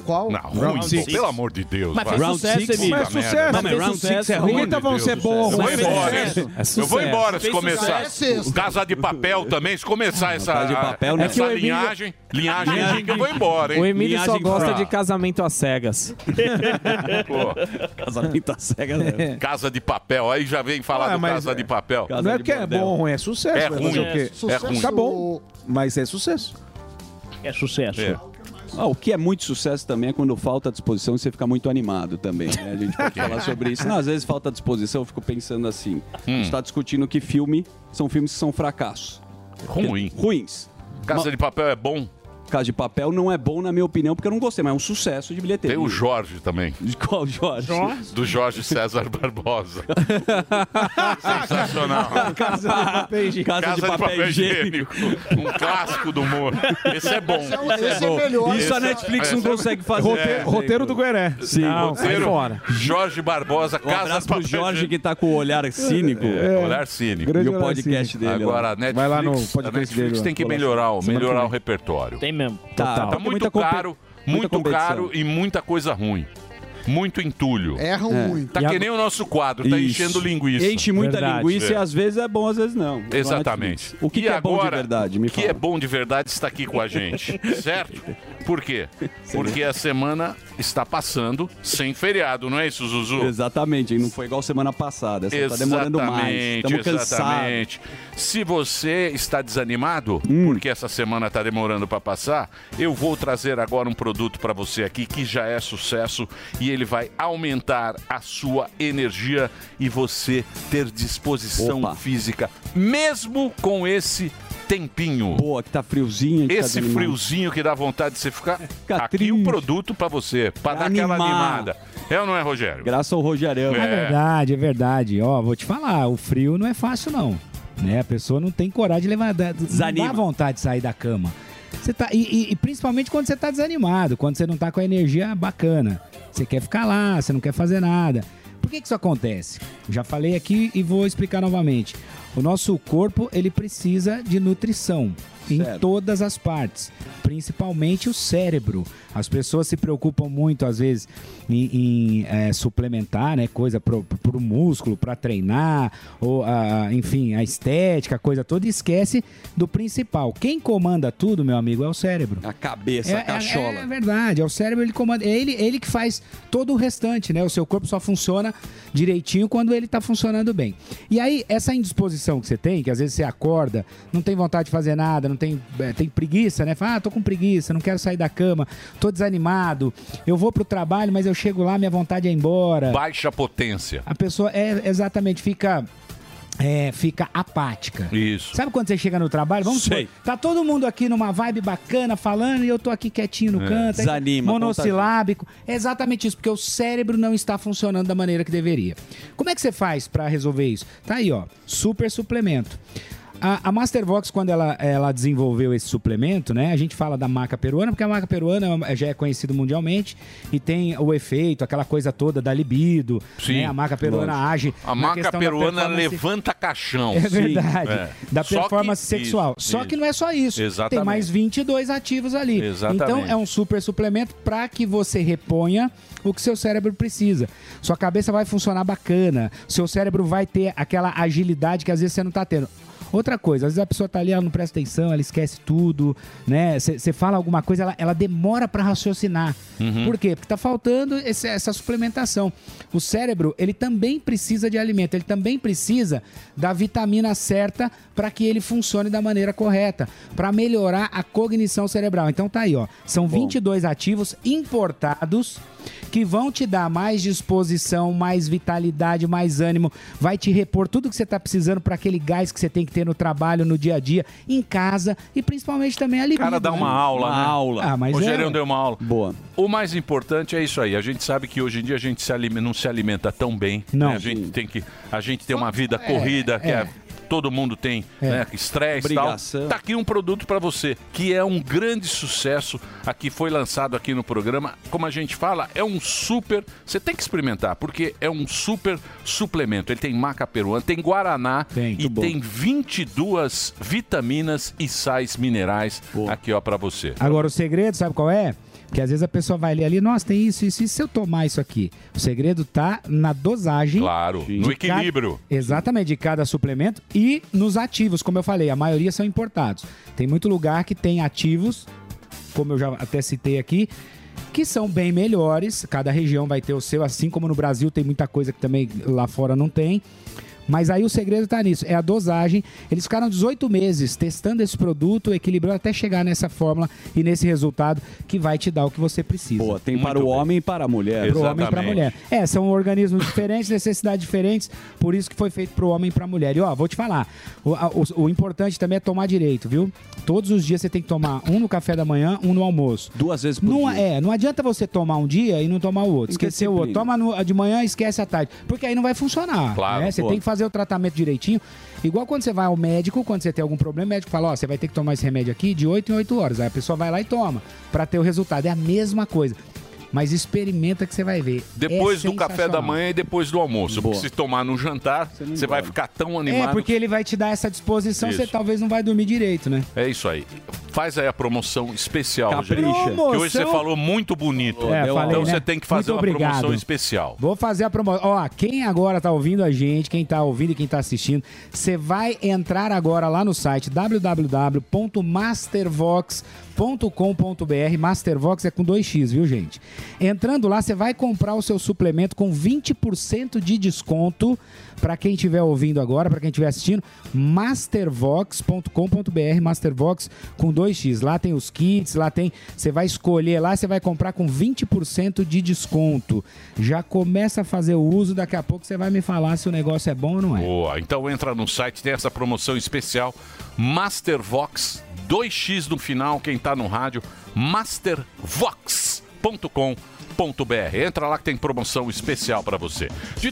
[SPEAKER 18] Qual?
[SPEAKER 7] Não, ruim, pô, pelo amor de Deus.
[SPEAKER 18] Mas
[SPEAKER 7] vai.
[SPEAKER 18] fez sucesso, Emílio.
[SPEAKER 7] Puta
[SPEAKER 18] Mas
[SPEAKER 7] merda.
[SPEAKER 18] sucesso, Não, mas fez Round Six é sucesso. ruim, Muita vão
[SPEAKER 7] Meu
[SPEAKER 18] ser
[SPEAKER 7] Deus
[SPEAKER 18] boa,
[SPEAKER 7] do céu. Eu
[SPEAKER 18] ruim.
[SPEAKER 7] vou embora,
[SPEAKER 18] Fez
[SPEAKER 7] hein?
[SPEAKER 18] sucesso.
[SPEAKER 7] Eu vou embora se
[SPEAKER 18] Fez
[SPEAKER 7] começar.
[SPEAKER 18] sucesso, é sexta.
[SPEAKER 7] Casa de Papel também, se começar essa,
[SPEAKER 6] Casa de Papel, né? É que
[SPEAKER 7] essa
[SPEAKER 6] o Emílio-
[SPEAKER 7] linhagem, linhagem dica, eu vou embora, hein?
[SPEAKER 5] O Emílio só gosta de casamento às cegas.
[SPEAKER 6] Casamento às cegas,
[SPEAKER 5] né?
[SPEAKER 7] Casa de Papel, aí já vem falar
[SPEAKER 12] Ah,
[SPEAKER 7] do
[SPEAKER 12] mas
[SPEAKER 7] Casa
[SPEAKER 12] é.
[SPEAKER 7] de Papel.
[SPEAKER 12] Não é que é bom ou ruim, é sucesso.
[SPEAKER 7] É
[SPEAKER 12] vai fazer
[SPEAKER 7] ruim.
[SPEAKER 12] o quê?
[SPEAKER 7] É ruim.
[SPEAKER 12] Tá bom, mas é sucesso.
[SPEAKER 9] É sucesso.
[SPEAKER 7] É.
[SPEAKER 6] Ah, o que é muito sucesso também é quando falta disposição e você fica muito animado também. né? A gente
[SPEAKER 7] É.
[SPEAKER 6] pode falar sobre isso. Não, às vezes falta disposição, eu fico pensando assim. A
[SPEAKER 7] Hum.
[SPEAKER 6] gente está discutindo que filme são filmes que são fracassos.
[SPEAKER 7] Ruim.
[SPEAKER 6] Ruins.
[SPEAKER 7] Casa de Papel é bom?
[SPEAKER 6] Casa de Papel não é bom, na minha opinião, porque eu não gostei, mas é um sucesso de bilheteria.
[SPEAKER 7] Tem o Jorge também.
[SPEAKER 6] De qual Jorge?
[SPEAKER 7] Do Jorge César Barbosa. Sensacional.
[SPEAKER 6] Casa de Papel Higiênico.
[SPEAKER 7] Casa de Papel Higiênico. Um clássico do humor. Esse é bom.
[SPEAKER 6] Esse é o- esse é melhor. Isso a Netflix não consegue fazer.
[SPEAKER 7] É.
[SPEAKER 12] Roteiro, roteiro do Gueré.
[SPEAKER 6] Sim,
[SPEAKER 12] Não, sai
[SPEAKER 7] Roteiro,
[SPEAKER 12] fora.
[SPEAKER 7] Jorge Barbosa,
[SPEAKER 6] Um
[SPEAKER 7] Casa
[SPEAKER 6] abraço
[SPEAKER 7] de
[SPEAKER 6] pro
[SPEAKER 7] Papel
[SPEAKER 6] Jorge
[SPEAKER 7] Higiênico.
[SPEAKER 6] que tá com o olhar cínico.
[SPEAKER 7] É, olhar cínico.
[SPEAKER 6] E o podcast dele.
[SPEAKER 7] Agora, a
[SPEAKER 6] ó.
[SPEAKER 7] Netflix,
[SPEAKER 6] Vai lá no
[SPEAKER 7] a
[SPEAKER 6] podcast
[SPEAKER 7] Netflix
[SPEAKER 6] dele, ó.
[SPEAKER 7] tem que
[SPEAKER 6] Vou lá.
[SPEAKER 7] melhorar, o-
[SPEAKER 6] Semana que
[SPEAKER 7] melhorar o
[SPEAKER 6] vem.
[SPEAKER 7] repertório.
[SPEAKER 9] Tem mesmo.
[SPEAKER 6] Tá,
[SPEAKER 7] Tá,
[SPEAKER 6] porque
[SPEAKER 7] muito
[SPEAKER 6] muita compe-
[SPEAKER 7] caro,
[SPEAKER 6] muita
[SPEAKER 7] muito
[SPEAKER 6] competição.
[SPEAKER 7] caro e muita coisa ruim. Muito entulho.
[SPEAKER 6] Erram É. muito.
[SPEAKER 7] Tá
[SPEAKER 6] E
[SPEAKER 7] que
[SPEAKER 6] agora-
[SPEAKER 7] nem o nosso quadro, tá
[SPEAKER 6] Isso.
[SPEAKER 7] enchendo linguiça.
[SPEAKER 6] Enche muita linguiça
[SPEAKER 7] É.
[SPEAKER 6] e às vezes é bom, às vezes não.
[SPEAKER 7] Exatamente.
[SPEAKER 6] O que,
[SPEAKER 7] E
[SPEAKER 6] que é bom de
[SPEAKER 7] agora,
[SPEAKER 6] verdade?
[SPEAKER 7] O que é bom de verdade está aqui com a gente, certo? Por quê? Porque a semana está passando sem feriado, não é isso, Zuzu?
[SPEAKER 6] Exatamente, e não foi igual semana passada. Essa tá demorando mais. Estamos cansados.
[SPEAKER 7] exatamente. Se você está desanimado,
[SPEAKER 6] Hum.
[SPEAKER 7] porque essa semana está demorando para passar, eu vou trazer agora um produto para você aqui que já é sucesso e ele vai aumentar a sua energia e você ter disposição física, mesmo com esse tempinho.
[SPEAKER 6] Boa, que tá friozinho. que tá
[SPEAKER 7] Esse
[SPEAKER 6] desanimado.
[SPEAKER 7] friozinho que dá vontade de você ficar. aqui o produto para você, para dar aquela
[SPEAKER 6] animar.
[SPEAKER 7] animada. É ou não é, Rogério?
[SPEAKER 6] Graças ao Rogerão.
[SPEAKER 19] É verdade, é verdade. Ó, vou te falar, o frio não é fácil não. Né? A pessoa não tem coragem de levantar,
[SPEAKER 6] Desanima.
[SPEAKER 19] não dá vontade de sair da cama. Você tá, e, e- e principalmente quando você tá desanimado, quando você não tá com a energia bacana. Você quer ficar lá, você não quer fazer nada. Por que, que isso acontece? Já falei aqui e vou explicar novamente. O nosso corpo, ele precisa de nutrição em todas as partes, principalmente o cérebro. As pessoas se preocupam muito, às vezes, em, em, eh, suplementar, né? Coisa pro, pro músculo, para treinar, ou, a, a- enfim, a estética, a coisa toda, e esquece do principal. Quem comanda tudo, meu amigo, é o cérebro.
[SPEAKER 6] A cabeça,
[SPEAKER 19] É-
[SPEAKER 6] a
[SPEAKER 19] é-
[SPEAKER 6] cachola.
[SPEAKER 19] É, verdade, é o cérebro ele comanda, é ele, ele que faz todo o restante, né? O seu corpo só funciona direitinho quando ele tá funcionando bem. E aí essa indisposição que você tem, que às vezes você acorda, não tem vontade de fazer nada, não tem é, tem preguiça, né? Fala, ah, tô com preguiça, não quero sair da cama, tô desanimado. Eu vou pro trabalho, mas eu chego lá, minha vontade é ir embora.
[SPEAKER 7] Baixa potência.
[SPEAKER 19] A pessoa é exatamente fica é, fica apática.
[SPEAKER 7] Isso.
[SPEAKER 19] Sabe quando você chega no trabalho? Vamos supor,
[SPEAKER 7] Sei.
[SPEAKER 19] Tá todo mundo aqui numa vibe bacana, falando, e eu tô aqui quietinho no
[SPEAKER 6] É.
[SPEAKER 19] canto. aí
[SPEAKER 6] Desanima,
[SPEAKER 19] Monossilábico. É exatamente isso, porque o cérebro não está funcionando da maneira que deveria. Como é que você faz pra resolver isso? Tá aí, ó. Super suplemento. A, a Mastervox, quando ela, ela desenvolveu esse suplemento, né? A gente fala da maca peruana, porque a maca peruana já é conhecida mundialmente e tem o efeito, aquela coisa toda da libido.
[SPEAKER 7] Sim,
[SPEAKER 19] né? A maca peruana
[SPEAKER 7] lógico.
[SPEAKER 19] age. na
[SPEAKER 7] A maca
[SPEAKER 19] questão da
[SPEAKER 7] peruana
[SPEAKER 19] performance-
[SPEAKER 7] levanta caixão.
[SPEAKER 19] É
[SPEAKER 7] Sim.
[SPEAKER 19] verdade.
[SPEAKER 7] É.
[SPEAKER 19] Da
[SPEAKER 7] Só que-
[SPEAKER 19] performance sexual.
[SPEAKER 7] isso,
[SPEAKER 19] Só que
[SPEAKER 7] isso.
[SPEAKER 19] não é só isso. Tem
[SPEAKER 7] Exatamente.
[SPEAKER 19] mais 22 ativos ali.
[SPEAKER 7] Exatamente.
[SPEAKER 19] Então é um super suplemento para que você reponha o que seu cérebro precisa. Sua cabeça vai funcionar bacana. Seu cérebro vai ter aquela agilidade que às vezes você não tá tendo. Outra coisa, às vezes a pessoa tá ali, ela não presta atenção, ela esquece tudo, né? Você fala alguma coisa, ela, ela demora para raciocinar.
[SPEAKER 20] Uhum.
[SPEAKER 19] Por quê? Porque tá faltando esse- essa suplementação. O cérebro, ele também precisa de alimento, ele também precisa da vitamina certa para que ele funcione da maneira correta, para melhorar a cognição cerebral. Então tá aí, ó. São 22 ativos importados que vão te dar mais disposição, mais vitalidade, mais ânimo, vai te repor tudo que você tá precisando para aquele gás que você tem que ter no trabalho, no dia a dia, em casa e principalmente também a
[SPEAKER 7] O
[SPEAKER 19] libido.
[SPEAKER 7] cara dá uma
[SPEAKER 19] né?
[SPEAKER 7] aula, né?
[SPEAKER 19] Ah, mas
[SPEAKER 7] o
[SPEAKER 19] é,
[SPEAKER 7] Gerão
[SPEAKER 19] ué.
[SPEAKER 7] deu uma aula. Boa. O mais importante é isso aí. A gente sabe que hoje em dia a gente se alime- não se alimenta tão bem.
[SPEAKER 19] Não.
[SPEAKER 7] né? A gente tem que a gente tem uma vida corrida que
[SPEAKER 19] é.
[SPEAKER 7] é- todo mundo tem
[SPEAKER 19] É.
[SPEAKER 7] né, estresse e tal.
[SPEAKER 6] Obrigação.
[SPEAKER 7] Tá aqui um produto para você que é um grande sucesso. Aqui foi lançado aqui no programa. Como a gente fala, é um super. Você tem que experimentar porque é um super suplemento. Ele tem maca peruana, tem guaraná e tem 22 vitaminas e sais minerais aqui ó para você.
[SPEAKER 19] Agora, o segredo, sabe qual é? Que às vezes a pessoa vai ler ali, nossa, tem isso, isso, e se eu tomar isso aqui? O segredo tá na dosagem.
[SPEAKER 7] Claro, no
[SPEAKER 19] de cada-
[SPEAKER 7] equilíbrio.
[SPEAKER 19] exatamente, de cada suplemento e nos ativos, como eu falei, a maioria são importados. Tem muito lugar que tem ativos, como eu já até citei aqui, que são bem melhores. Cada região vai ter o seu, assim como no Brasil tem muita coisa que também lá fora não tem. Mas aí o segredo tá nisso, é a dosagem. Eles ficaram 18 meses testando esse produto, equilibrando até chegar nessa fórmula e nesse resultado que vai te dar o que você precisa. Boa,
[SPEAKER 6] Tem para o homem e para a mulher.
[SPEAKER 19] para o homem e para a mulher. É, são organismos diferentes, necessidades diferentes, por isso que foi feito para o homem e para a mulher. E ó, vou te falar, o, a- o- o importante também é tomar direito, viu? Todos os dias você tem que tomar um no café da manhã, um no almoço.
[SPEAKER 6] Duas vezes
[SPEAKER 19] por não, dia. É, não adianta você tomar um dia e não tomar o outro, esquecer o outro. Toma no- de manhã, esquece à tarde, porque aí não vai funcionar.
[SPEAKER 7] Claro,
[SPEAKER 19] né? Você
[SPEAKER 7] pô.
[SPEAKER 19] tem que fazer o tratamento direitinho. Igual quando você vai ao médico, quando você tem algum problema, o médico fala, ó, você vai ter que tomar esse remédio aqui de 8 em 8 horas. Aí a pessoa vai lá e toma, pra ter o resultado. É a mesma coisa. Mas experimenta que você vai ver.
[SPEAKER 7] Depois
[SPEAKER 19] É
[SPEAKER 7] do café da
[SPEAKER 19] sensacional.
[SPEAKER 7] manhã e depois do almoço. Porque se tomar no jantar, você vai ficar tão animado.
[SPEAKER 19] É, porque ele vai te dar essa disposição,
[SPEAKER 7] Isso.
[SPEAKER 19] você talvez não vai dormir direito, né?
[SPEAKER 7] É isso aí. Faz aí a promoção especial,
[SPEAKER 19] Capricha.
[SPEAKER 7] gente. Que hoje você
[SPEAKER 19] Promoção-
[SPEAKER 7] falou muito bonito.
[SPEAKER 19] É,
[SPEAKER 7] então
[SPEAKER 19] falei,
[SPEAKER 7] você
[SPEAKER 19] né?
[SPEAKER 7] tem que fazer
[SPEAKER 19] Muito
[SPEAKER 7] uma
[SPEAKER 19] obrigado.
[SPEAKER 7] promoção especial.
[SPEAKER 19] Vou fazer a promoção. Ó, quem agora tá ouvindo a gente, quem tá ouvindo e quem tá assistindo, você vai entrar agora lá no site www.mastervox.com.br. Mastervox é com 2x, viu, gente? Entrando lá, você vai comprar o seu suplemento com 20% de desconto para quem estiver ouvindo agora, para quem estiver assistindo, mastervox.com.br, mastervox com 2x. Lá tem os kits, lá tem, você vai escolher lá, você vai comprar com 20% de desconto. Já começa a fazer o uso, daqui a pouco você vai me falar se o negócio é bom ou não é.
[SPEAKER 7] Boa. Então entra no site, tem essa promoção especial. Mastervox, 2x no final, quem tá no rádio, mastervox.com.br. Entra lá que tem promoção especial pra você. De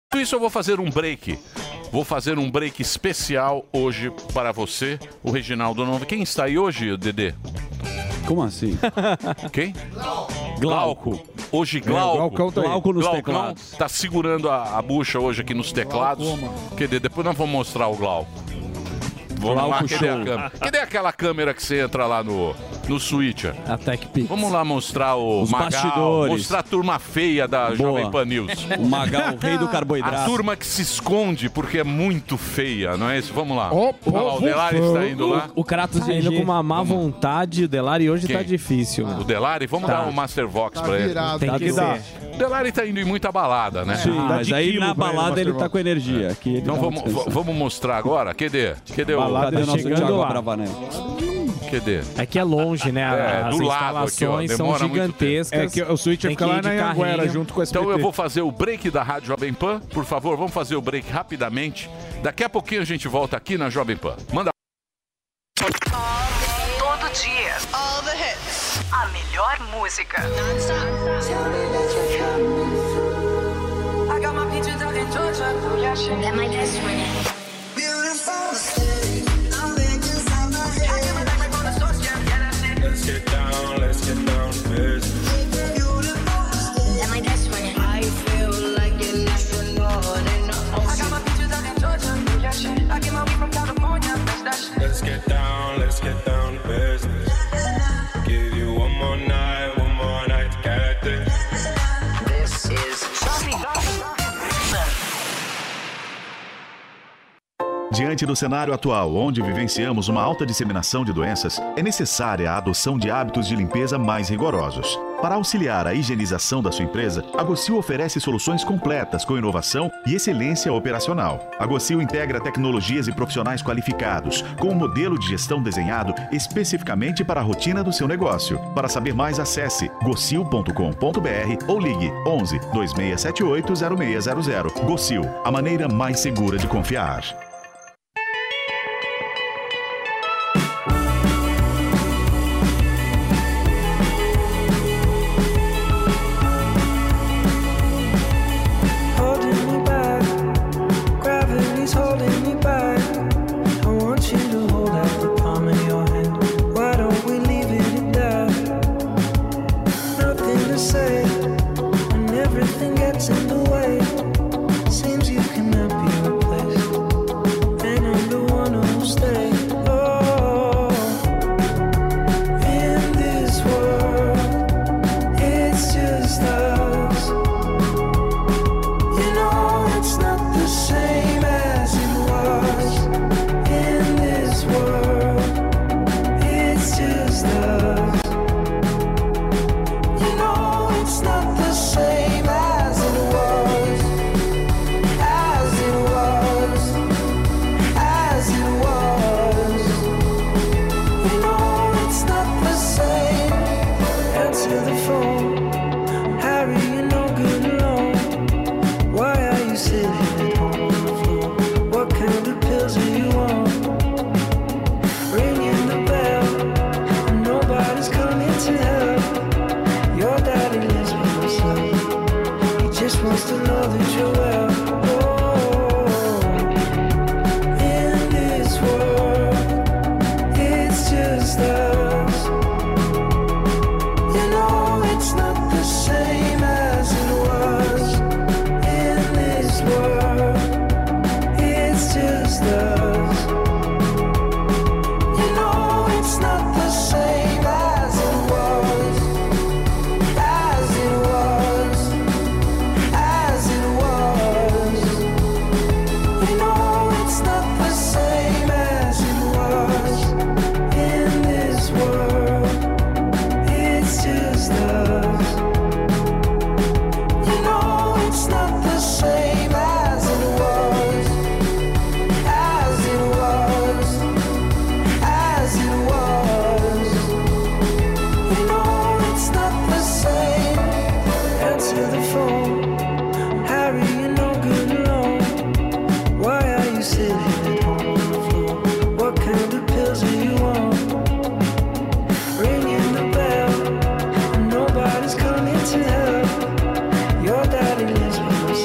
[SPEAKER 7] Tudo isso eu vou fazer um break. Vou fazer um break especial hoje para você, o Reginaldo Novo. Quem está aí hoje, Dedê?
[SPEAKER 6] Como assim?
[SPEAKER 7] Quem? Glauco. Hoje Glauco.
[SPEAKER 6] É, o Glaucão tá aí. Glauco nos teclados.
[SPEAKER 7] Tá segurando a, a bucha hoje aqui nos teclados. Quer dizer, depois nós vamos mostrar o Glauco. Vamos lá,
[SPEAKER 6] Glauco
[SPEAKER 7] cadê a
[SPEAKER 6] Show.
[SPEAKER 7] câmera? Cadê aquela câmera que você entra lá no, no Switch? A TechPix. Vamos lá mostrar o
[SPEAKER 6] Os
[SPEAKER 7] Magal,
[SPEAKER 6] bastidores.
[SPEAKER 7] mostrar a turma feia da
[SPEAKER 6] Boa.
[SPEAKER 7] Jovem Pan News.
[SPEAKER 6] O Magal, o rei do carboidrato.
[SPEAKER 7] A turma que se esconde porque é muito feia, não é isso? Vamos lá.
[SPEAKER 5] Ó,
[SPEAKER 7] Olha lá, o
[SPEAKER 5] povo
[SPEAKER 7] Delari está indo lá.
[SPEAKER 5] O, o Kratos
[SPEAKER 7] Tá
[SPEAKER 5] tá
[SPEAKER 7] indo
[SPEAKER 5] indo com uma má vontade, o Delari hoje tá difícil.
[SPEAKER 7] O Delari, vamos
[SPEAKER 5] Tá.
[SPEAKER 7] dar o Master Vox
[SPEAKER 5] Tá
[SPEAKER 7] pra ele.
[SPEAKER 5] virado, Ah, Tem que tá. dar.
[SPEAKER 7] O Delari tá indo em muita balada, né?
[SPEAKER 6] Sim, mas aí na balada ele tá com energia.
[SPEAKER 5] É.
[SPEAKER 6] Aqui ele
[SPEAKER 7] Então
[SPEAKER 6] tá
[SPEAKER 7] vamos, va-
[SPEAKER 6] descansando.
[SPEAKER 7] vamos mostrar agora? Cadê? Cadê
[SPEAKER 6] Balada
[SPEAKER 7] o...
[SPEAKER 6] é nosso Thiago Abravanel.
[SPEAKER 7] Cadê?
[SPEAKER 5] É que é longe, né?
[SPEAKER 7] É,
[SPEAKER 5] As
[SPEAKER 7] do lado aqui, ó,
[SPEAKER 5] instalações
[SPEAKER 7] demora
[SPEAKER 5] são
[SPEAKER 7] muito tempo.
[SPEAKER 5] gigantescas.
[SPEAKER 12] É que o Switch
[SPEAKER 5] Tem
[SPEAKER 12] fica
[SPEAKER 5] que
[SPEAKER 12] lá
[SPEAKER 5] ir de
[SPEAKER 12] na Anhanguera,
[SPEAKER 5] carrinho.
[SPEAKER 12] junto com a
[SPEAKER 7] Então eu vou fazer o break da Rádio Jovem Pan. Por favor, vamos fazer o break rapidamente. Daqui a pouquinho a gente volta aqui na Jovem Pan. Manda.
[SPEAKER 21] Todo dia. All the hits. A melhor música.
[SPEAKER 22] Let's get down, let's get down to business. Let's get down, let's get down to business. Give you one more night, one more night to get this. This is
[SPEAKER 23] Diante do cenário atual, onde vivenciamos uma alta disseminação de doenças, é necessária a adoção de hábitos de limpeza mais rigorosos. Para auxiliar a higienização da sua empresa, a Gocil oferece soluções completas com inovação e excelência operacional. A Gocil integra tecnologias e profissionais qualificados, com um modelo de gestão desenhado especificamente para a rotina do seu negócio. Para saber mais, acesse gocil.com.br ou ligue 11 2678 0600. Gocil, a maneira mais segura de confiar.
[SPEAKER 22] holding me back. Gravity's holding me back. I want you to hold out the palm of your hand. Why don't we leave it at that? Nothing to say when everything gets in the way. Seems you cannot be replaced. Oh, Oh,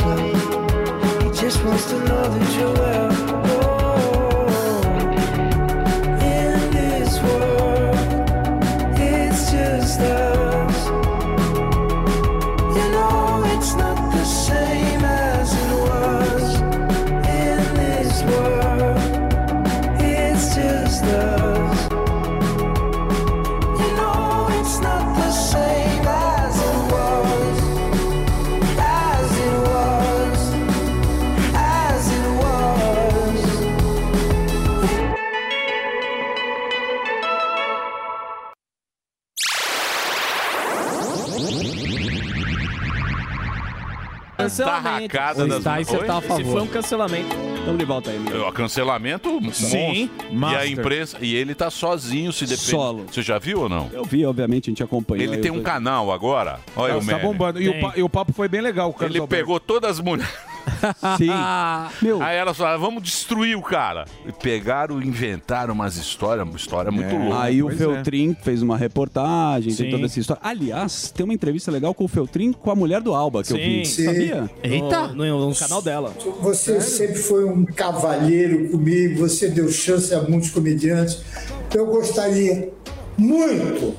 [SPEAKER 22] Oh,
[SPEAKER 9] cancelamento.
[SPEAKER 7] tarracada das
[SPEAKER 9] Está, isso eu
[SPEAKER 7] Oi?
[SPEAKER 9] tava a favor. Esse foi um cancelamento.
[SPEAKER 6] Estamos de volta aí.
[SPEAKER 7] Ó, Cancelamento, um
[SPEAKER 6] Sim,
[SPEAKER 7] monstro. E a
[SPEAKER 6] master.
[SPEAKER 7] imprensa. E ele tá sozinho, se depende.
[SPEAKER 6] Solo.
[SPEAKER 7] Você já viu ou não?
[SPEAKER 6] Eu vi, obviamente, a gente acompanhou.
[SPEAKER 7] Ele
[SPEAKER 6] aí
[SPEAKER 7] tem
[SPEAKER 6] o-
[SPEAKER 7] um canal agora. Olha o
[SPEAKER 6] Nossa, tá
[SPEAKER 7] meme.
[SPEAKER 6] bombando. E o pa-
[SPEAKER 12] E o papo foi bem legal. O
[SPEAKER 7] Ele pegou todas as mulheres.
[SPEAKER 6] Sim.
[SPEAKER 7] Aí elas falaram, vamos destruir o cara. E pegaram e inventaram umas histórias, uma história muito
[SPEAKER 6] É,
[SPEAKER 7] louca.
[SPEAKER 6] Aí o
[SPEAKER 7] Pois é.
[SPEAKER 6] Feltrin fez uma reportagem,
[SPEAKER 7] Sim.
[SPEAKER 6] tem toda essa história. Aliás, tem uma entrevista legal com o Feltrin com a mulher do Alba, que eu vi.
[SPEAKER 9] Sim.
[SPEAKER 6] Sabia?
[SPEAKER 9] Eita! No, no- no canal dela.
[SPEAKER 24] Você sempre foi um cavalheiro comigo, você deu chance a muitos comediantes. Eu gostaria muito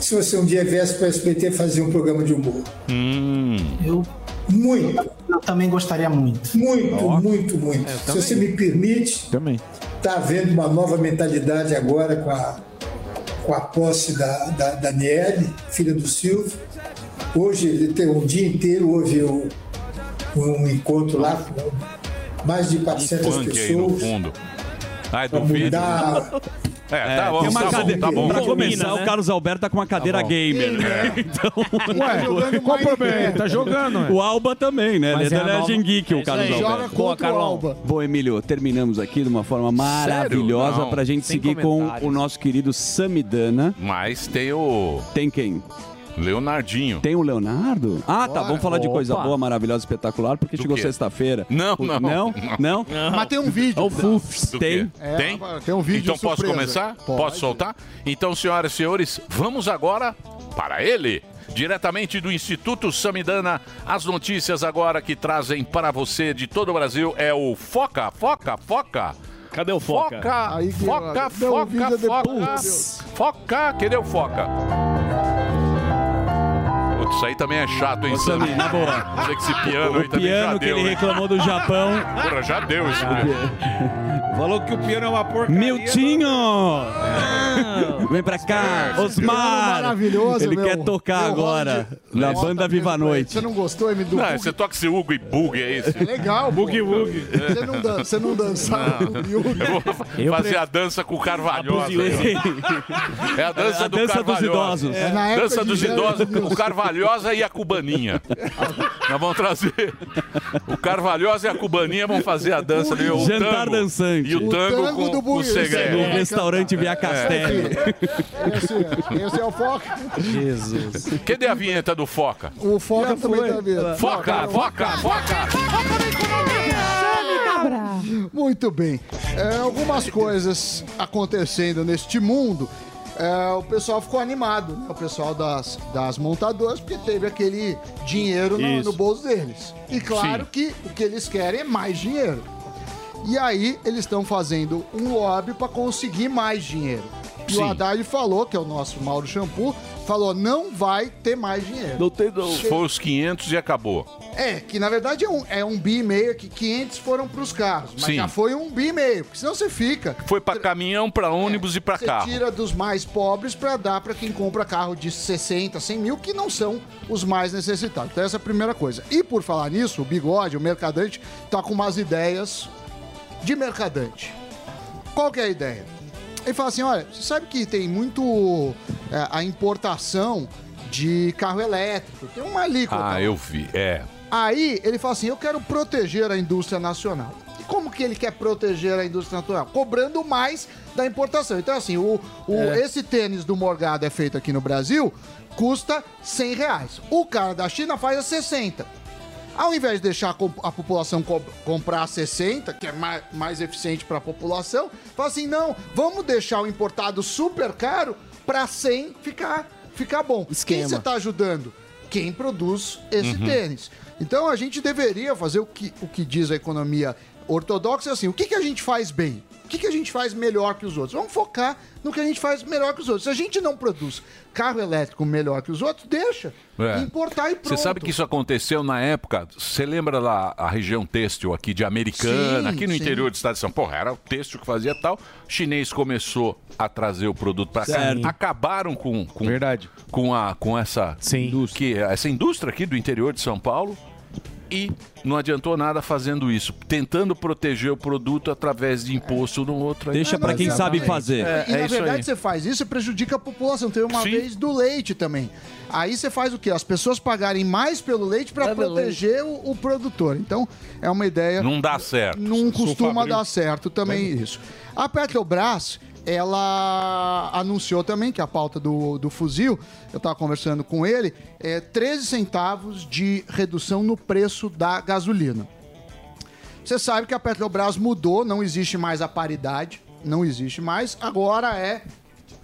[SPEAKER 24] se você um dia viesse para o SBT fazer um programa de humor. Eu muito. Eu também gostaria muito. Muito,
[SPEAKER 25] Ó.
[SPEAKER 24] muito, muito.
[SPEAKER 25] É, eu
[SPEAKER 24] se
[SPEAKER 25] também.
[SPEAKER 24] você me permite,
[SPEAKER 25] Também.
[SPEAKER 24] está havendo uma nova mentalidade agora com a, com a posse da, da Daniele, filha do Silvio. Hoje, ele tem- o dia inteiro, houve o- um encontro lá com mais de 400
[SPEAKER 7] Funk aí no
[SPEAKER 24] pessoas.
[SPEAKER 7] fundo. Ai,
[SPEAKER 24] Pra
[SPEAKER 7] do vídeo.
[SPEAKER 24] mudar-
[SPEAKER 7] É, tá
[SPEAKER 6] É,
[SPEAKER 7] bom,
[SPEAKER 6] tem uma
[SPEAKER 7] tá bom,
[SPEAKER 6] cadeira-
[SPEAKER 7] tá bom.
[SPEAKER 6] Pra começar, o Carlos Alberto tá com uma cadeira
[SPEAKER 7] bom.
[SPEAKER 6] gamer.
[SPEAKER 7] Sim,
[SPEAKER 6] né?
[SPEAKER 7] é.
[SPEAKER 6] Então,
[SPEAKER 7] Ué, jogando
[SPEAKER 6] qual o
[SPEAKER 7] Minecraft.
[SPEAKER 6] problema? Tá jogando.
[SPEAKER 7] é.
[SPEAKER 6] O Alba também, né?
[SPEAKER 7] Mas
[SPEAKER 6] Ele
[SPEAKER 7] é
[SPEAKER 6] é,
[SPEAKER 7] a nova-
[SPEAKER 6] legend geek,
[SPEAKER 7] É
[SPEAKER 6] o
[SPEAKER 7] isso
[SPEAKER 6] Carlos
[SPEAKER 7] aí.
[SPEAKER 6] Alberto.
[SPEAKER 7] Joga contra o Alba.
[SPEAKER 6] Bom, Emílio, terminamos aqui de uma forma maravilhosa
[SPEAKER 7] Não.
[SPEAKER 6] pra gente
[SPEAKER 7] Sem
[SPEAKER 6] seguir com
[SPEAKER 7] comentários.
[SPEAKER 6] o nosso querido Samidana.
[SPEAKER 7] Mas tem o.
[SPEAKER 6] Tem quem?
[SPEAKER 7] Leonardinho.
[SPEAKER 6] Tem o Leonardo? Ah, tá.
[SPEAKER 7] Bora.
[SPEAKER 6] Vamos falar de coisa
[SPEAKER 7] Opa.
[SPEAKER 6] boa, maravilhosa, espetacular, porque
[SPEAKER 7] Do
[SPEAKER 6] chegou
[SPEAKER 7] quê?
[SPEAKER 6] sexta-feira.
[SPEAKER 7] Não,
[SPEAKER 6] O-
[SPEAKER 7] não,
[SPEAKER 6] Não? Não? É
[SPEAKER 18] Mas tem um
[SPEAKER 7] É
[SPEAKER 18] vídeo.
[SPEAKER 6] O Fufs.
[SPEAKER 7] Do
[SPEAKER 6] Tem.
[SPEAKER 7] quê?
[SPEAKER 18] É,
[SPEAKER 7] tem?
[SPEAKER 18] tem um vídeo
[SPEAKER 7] Então posso
[SPEAKER 18] surpresa.
[SPEAKER 7] começar?
[SPEAKER 18] Pode.
[SPEAKER 7] Posso soltar? Então, senhoras e senhores, vamos agora para ele. Diretamente do Instituto Samidana, as notícias agora que trazem para você de todo o Brasil é o Foca, Foca, Foca.
[SPEAKER 9] Cadê o Foca?
[SPEAKER 7] Foca,
[SPEAKER 9] Aí que-
[SPEAKER 7] Foca,
[SPEAKER 9] deu um
[SPEAKER 7] Foca,
[SPEAKER 9] vídeo
[SPEAKER 7] Foca.
[SPEAKER 9] depois.
[SPEAKER 7] Foca, cadê o Foca? Putz, isso aí também é chato, hein, Sammy?
[SPEAKER 6] Sammy, na boa.
[SPEAKER 7] Sei que esse piano aí
[SPEAKER 6] o
[SPEAKER 7] também já
[SPEAKER 6] piano que
[SPEAKER 7] deu,
[SPEAKER 6] ele
[SPEAKER 7] hein?
[SPEAKER 6] reclamou do Japão.
[SPEAKER 7] Porra, já deu isso.
[SPEAKER 6] Falou que o piano é uma porcaria. Miltinho!
[SPEAKER 18] Ah.
[SPEAKER 6] Vem pra cá, Osmar!
[SPEAKER 18] maravilhoso,
[SPEAKER 6] Ele
[SPEAKER 18] meu-
[SPEAKER 6] quer tocar
[SPEAKER 18] meu
[SPEAKER 6] agora na
[SPEAKER 7] Nossa,
[SPEAKER 6] banda Viva a Noite.
[SPEAKER 18] tá Você não gostou, M do
[SPEAKER 7] Não, você toca esse Hugo e Bug, é isso?
[SPEAKER 18] É legal, pô.
[SPEAKER 7] Boogie Woogie.
[SPEAKER 18] Você não, dan você não dançava
[SPEAKER 7] Não.
[SPEAKER 18] o Yugi.
[SPEAKER 7] Eu vou fa- fazer a dança com o Carvalhosa. É a dança,
[SPEAKER 6] A
[SPEAKER 7] do
[SPEAKER 6] dança dos
[SPEAKER 7] Carvalhosa.
[SPEAKER 6] idosos. É, na época
[SPEAKER 7] dança
[SPEAKER 6] de
[SPEAKER 7] dos
[SPEAKER 6] Jean-
[SPEAKER 7] idosos, o Carvalhosa e a Cubaninha. Nós vamos trazer o Carvalhosa e a Cubaninha vão fazer a dança. né? O
[SPEAKER 6] Jantar
[SPEAKER 7] tango.
[SPEAKER 6] dançante.
[SPEAKER 7] E o tango,
[SPEAKER 6] O tango
[SPEAKER 7] com,
[SPEAKER 6] do
[SPEAKER 7] com o
[SPEAKER 6] Buiu.
[SPEAKER 7] segredo.
[SPEAKER 6] No restaurante Via Castelo.
[SPEAKER 18] É. Esse, esse é o foco.
[SPEAKER 7] Jesus. Cadê a vinheta do Foca?
[SPEAKER 18] O foco também tá vendo.
[SPEAKER 7] Foca, foca, foca!
[SPEAKER 18] Muito bem. É, algumas coisas acontecendo neste mundo. É, o pessoal ficou animado, né? O pessoal das, das montadoras, porque teve aquele dinheiro no,
[SPEAKER 26] Isso.
[SPEAKER 18] no bolso deles. E claro
[SPEAKER 26] Sim.
[SPEAKER 18] que o que eles querem é mais dinheiro. E aí eles estão fazendo um lobby para conseguir mais dinheiro. E o
[SPEAKER 7] Sim.
[SPEAKER 18] Haddad falou, que é o nosso Mauro Shampoo, falou: não vai ter mais dinheiro.
[SPEAKER 7] Foi os 500 e acabou.
[SPEAKER 18] É, que na verdade é um, é um bi e meio, que 500 foram pros carros, mas
[SPEAKER 7] Sim.
[SPEAKER 18] já foi um bi e meio, porque senão você fica.
[SPEAKER 7] Foi pra caminhão, pra ônibus e pra
[SPEAKER 18] Você
[SPEAKER 7] carro.
[SPEAKER 18] tira dos mais pobres pra dar pra quem compra carro de 60, 100 mil, que não são os mais necessitados. Então essa é a primeira coisa. E por falar nisso, o Bigode, o Mercadante, tá com umas ideias de mercadante. Qual que é a ideia? Ele fala assim, olha, você sabe que tem muito é, a importação de carro elétrico, tem uma alíquota. lá.
[SPEAKER 7] Ah, eu vi. É.
[SPEAKER 18] Aí ele fala assim: eu quero proteger a indústria nacional. E como que ele quer proteger a indústria nacional? Cobrando mais da importação. Então, assim, o, o-
[SPEAKER 25] É.
[SPEAKER 18] esse tênis do Morgado é feito aqui no Brasil, custa 100 reais. O cara da China faz a 60. Ao invés de deixar a, comp- a população co- comprar a 60, que é mais, mais eficiente para a população, fala assim: não, vamos deixar o importado super caro para 100 ficar, ficar bom. Quem você está ajudando? Quem produz esse
[SPEAKER 25] Uhum.
[SPEAKER 18] tênis tênis. Então a gente deveria fazer o que, o que diz a economia ortodoxa, assim, o que, que a gente faz bem? O que, que a gente faz melhor que os outros? Vamos focar no que a gente faz melhor que os outros. Se a gente não produz carro elétrico melhor que os outros, deixa
[SPEAKER 7] É.
[SPEAKER 18] importar e tá pronto.
[SPEAKER 7] Você sabe que isso aconteceu na época. Você lembra lá a região têxtil aqui de Americana,
[SPEAKER 18] Sim,
[SPEAKER 7] aqui no
[SPEAKER 18] sim.
[SPEAKER 7] interior do estado de São Paulo? Era o têxtil que fazia tal. Chinês começou a trazer o produto para cá.
[SPEAKER 6] Certo.
[SPEAKER 7] Acabaram com, com é verdade com a com essa indústria. essa indústria aqui do interior de São Paulo. e não adiantou nada fazendo isso, tentando proteger o produto através de imposto no outro. aí- É,
[SPEAKER 6] Deixa pra quem sabe fazer.
[SPEAKER 18] É, E na verdade você faz isso e prejudica a população. Teve uma vez do leite também. Aí você faz o quê? As pessoas pagarem mais pelo leite para proteger o, o produtor. Então é uma ideia.
[SPEAKER 7] Não dá certo.
[SPEAKER 18] Não costuma
[SPEAKER 7] Sulfabril.
[SPEAKER 18] dar certo também isso. A Petrobras, ela anunciou também que a pauta do, do fuzil, eu estava conversando com ele, é 13 centavos de redução no preço da gasolina. Você sabe que a Petrobras mudou, não existe mais a paridade, não existe mais, agora é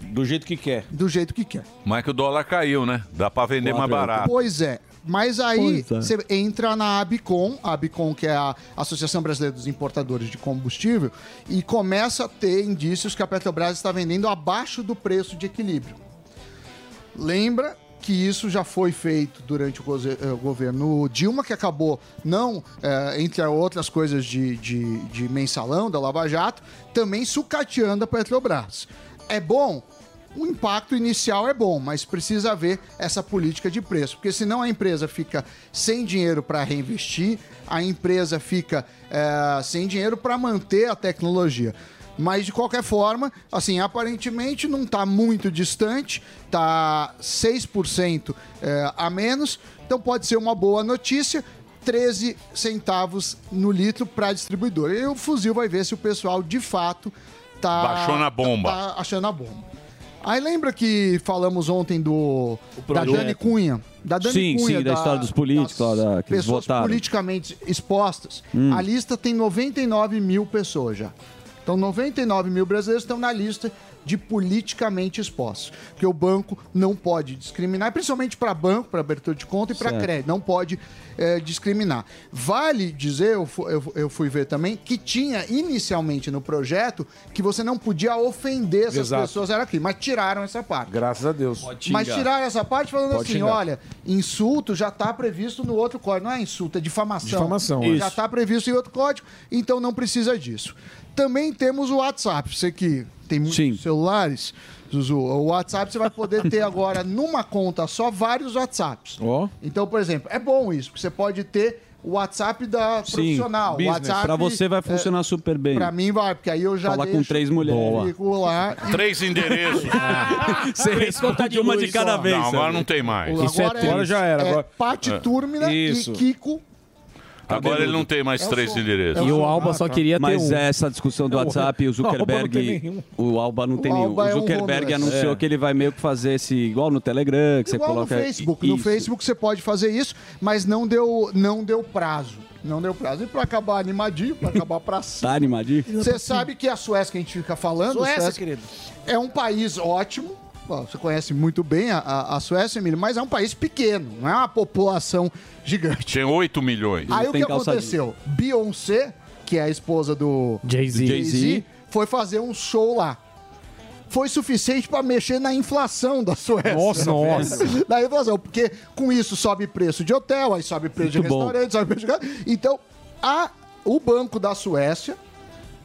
[SPEAKER 9] Do jeito que quer.
[SPEAKER 18] do jeito que quer.
[SPEAKER 7] Mas que o dólar caiu, né? Dá pra vender mais barato.
[SPEAKER 18] Pois é. Mas aí
[SPEAKER 7] Pois é.
[SPEAKER 18] você entra na Abicom, a Abicom que é a Associação Brasileira dos Importadores de Combustível, e começa a ter indícios que a Petrobras está vendendo abaixo do preço de equilíbrio. Lembra que isso já foi feito durante o goze- eh, o governo Dilma, que acabou não, eh, entre outras coisas de, de, de mensalão da Lava Jato, também sucateando a Petrobras. É bom? O impacto inicial é bom, mas precisa haver essa política de preço, porque senão a empresa fica sem dinheiro para reinvestir, a empresa fica eh, sem dinheiro para manter a tecnologia. Mas de qualquer forma, assim, aparentemente não tá muito distante, tá 6% é, a menos, então pode ser uma boa notícia. 13 centavos no litro para distribuidor. E o fuzil vai ver se o pessoal de fato tá.
[SPEAKER 7] Baixou na bomba.
[SPEAKER 18] Tá achando a bomba. Aí lembra que falamos ontem do. Da
[SPEAKER 6] projeto.
[SPEAKER 18] Dani Cunha. Da Dani
[SPEAKER 6] sim,
[SPEAKER 18] Cunha.
[SPEAKER 6] sim, da, história dos políticos, lá, da, que eles
[SPEAKER 18] pessoas
[SPEAKER 6] votaram.
[SPEAKER 18] politicamente expostas.
[SPEAKER 6] Hum.
[SPEAKER 18] A lista tem 99 mil pessoas já. Então, 99 mil brasileiros estão na lista de politicamente expostos. Porque o banco não pode discriminar, principalmente para banco, para abertura de conta e para
[SPEAKER 25] Certo.
[SPEAKER 18] crédito. Não pode eh, discriminar. Vale dizer, eu, fu- eu- eu fui ver também, que tinha inicialmente no projeto que você não podia ofender essas
[SPEAKER 12] Exato.
[SPEAKER 18] pessoas, era aqui, mas tiraram essa parte.
[SPEAKER 12] Graças a Deus.
[SPEAKER 18] Mas tiraram essa parte falando
[SPEAKER 12] Pode
[SPEAKER 18] assim,
[SPEAKER 12] xingar.
[SPEAKER 18] olha, insulto já está previsto no outro código. Não é insulto, é difamação.
[SPEAKER 12] Difamação,
[SPEAKER 18] Já
[SPEAKER 12] isso.
[SPEAKER 18] está previsto em outro código, então não precisa disso. Também temos o WhatsApp. Você que tem muitos celulares, Zuzu, o WhatsApp você vai poder ter agora, numa conta só, vários WhatsApps. Então, por exemplo, é bom isso, porque você pode ter o WhatsApp da
[SPEAKER 6] Sim,
[SPEAKER 18] profissional. o
[SPEAKER 6] business.
[SPEAKER 18] WhatsApp,
[SPEAKER 6] Pra você vai
[SPEAKER 18] é,
[SPEAKER 6] funcionar super bem.
[SPEAKER 18] Pra mim vai, porque aí eu já
[SPEAKER 6] Falar com
[SPEAKER 18] deixo-
[SPEAKER 6] três mulheres.
[SPEAKER 18] Fico lá
[SPEAKER 7] Três endereços.
[SPEAKER 6] Você responde uma de cada vez.
[SPEAKER 7] Não, agora
[SPEAKER 6] sabe?
[SPEAKER 7] não tem mais.
[SPEAKER 18] é- É Pati
[SPEAKER 7] É.
[SPEAKER 18] Turmina
[SPEAKER 7] Isso.
[SPEAKER 18] e Kiko. É
[SPEAKER 7] Agora ele não tem mais três endereços.
[SPEAKER 6] E É o Alba
[SPEAKER 18] tá?
[SPEAKER 6] só queria um.
[SPEAKER 7] Mas
[SPEAKER 6] Mas
[SPEAKER 7] é-
[SPEAKER 6] essa discussão do
[SPEAKER 7] Não,
[SPEAKER 6] WhatsApp, o
[SPEAKER 7] não, o Alba não tem
[SPEAKER 6] Zuckerberg.
[SPEAKER 7] nenhum.
[SPEAKER 6] O Alba não tem
[SPEAKER 18] O
[SPEAKER 6] nenhum.
[SPEAKER 18] Alba é
[SPEAKER 6] O
[SPEAKER 18] um
[SPEAKER 6] Zuckerberg
[SPEAKER 18] homeless.
[SPEAKER 6] anunciou
[SPEAKER 18] É.
[SPEAKER 6] que ele vai meio que fazer esse. Igual no Telegram, que você
[SPEAKER 18] Igual no
[SPEAKER 6] coloca.
[SPEAKER 18] Facebook. No
[SPEAKER 6] Isso.
[SPEAKER 18] Facebook você pode fazer isso, mas não deu, não deu prazo. Não deu prazo. E pra acabar animadinho, pra acabar pra cima.
[SPEAKER 6] Tá animadinho?
[SPEAKER 18] Você sabe que a Suécia que a gente fica falando.
[SPEAKER 6] Suécia, querido.
[SPEAKER 18] É um país ótimo. Bom, Você conhece muito bem a, a- a Suécia, Emílio, mas é um país pequeno, não é uma população gigante.
[SPEAKER 7] Tinha 8 milhões.
[SPEAKER 18] Aí o que aconteceu? Beyoncé, que é a esposa do
[SPEAKER 7] Jay-Z.
[SPEAKER 18] do foi fazer um show lá. Foi suficiente para mexer na inflação da Suécia.
[SPEAKER 12] Nossa, nossa.
[SPEAKER 18] na inflação, porque com isso sobe preço de hotel, aí sobe preço de
[SPEAKER 12] Muito bom.
[SPEAKER 18] restaurante, sobe preço de... Então, a, o Banco da Suécia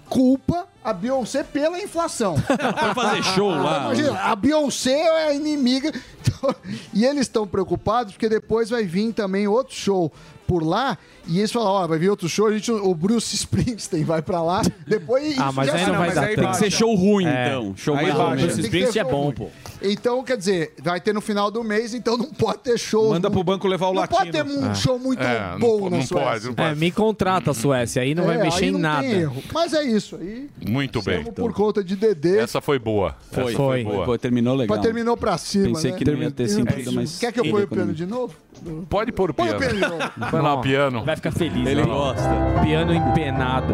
[SPEAKER 18] culpa a Beyoncé pela inflação.
[SPEAKER 6] Vai fazer show lá.
[SPEAKER 18] Imagina, a Beyoncé é a inimiga. Então, e eles estão preocupados porque depois vai vir também outro show por lá. E eles falam, ó, vai vir outro show, a gente, o Bruce Springsteen vai pra lá. Depois isso
[SPEAKER 5] Ah, mas
[SPEAKER 18] já
[SPEAKER 5] aí
[SPEAKER 18] sabe.
[SPEAKER 5] não vai dar
[SPEAKER 6] Tem que ser show ruim,
[SPEAKER 5] É.
[SPEAKER 6] então. Show
[SPEAKER 5] Aí
[SPEAKER 6] mais
[SPEAKER 5] baixa.
[SPEAKER 6] ou menos.
[SPEAKER 5] Bruce
[SPEAKER 18] Tem que
[SPEAKER 5] Springsteen
[SPEAKER 18] ser
[SPEAKER 5] é
[SPEAKER 18] show
[SPEAKER 5] bom,
[SPEAKER 18] ruim.
[SPEAKER 5] pô.
[SPEAKER 18] Então, quer dizer, vai ter no final do mês, então não pode ter show.
[SPEAKER 12] Manda pro banco levar o
[SPEAKER 18] Não
[SPEAKER 12] latino.
[SPEAKER 18] pode ter um
[SPEAKER 5] É.
[SPEAKER 18] show muito
[SPEAKER 5] É,
[SPEAKER 18] bom
[SPEAKER 5] não
[SPEAKER 18] na
[SPEAKER 5] pode,
[SPEAKER 18] Suécia.
[SPEAKER 5] não pode. É, me contrata, Suécia, aí não vai
[SPEAKER 18] É,
[SPEAKER 5] mexer
[SPEAKER 18] aí
[SPEAKER 5] em
[SPEAKER 18] não
[SPEAKER 5] nada.
[SPEAKER 18] Tem erro. Mas é isso aí.
[SPEAKER 7] Muito bem.
[SPEAKER 18] Por conta de DD.
[SPEAKER 7] Então, Essa foi boa. Essa
[SPEAKER 6] Foi, foi. Foi, terminou legal.
[SPEAKER 18] Mas terminou pra cima.
[SPEAKER 6] Pensei
[SPEAKER 18] né?
[SPEAKER 6] que não ia ter
[SPEAKER 18] Terminou pra
[SPEAKER 6] sentido,
[SPEAKER 18] cima.
[SPEAKER 6] mas-
[SPEAKER 18] Quer que eu ponha o piano de novo?
[SPEAKER 7] Pode pôr o
[SPEAKER 18] Põe o
[SPEAKER 7] piano.
[SPEAKER 18] piano de novo.
[SPEAKER 7] Vai lá, piano.
[SPEAKER 5] Vai ficar feliz.
[SPEAKER 7] Ele
[SPEAKER 5] olha lá. Piano empenado.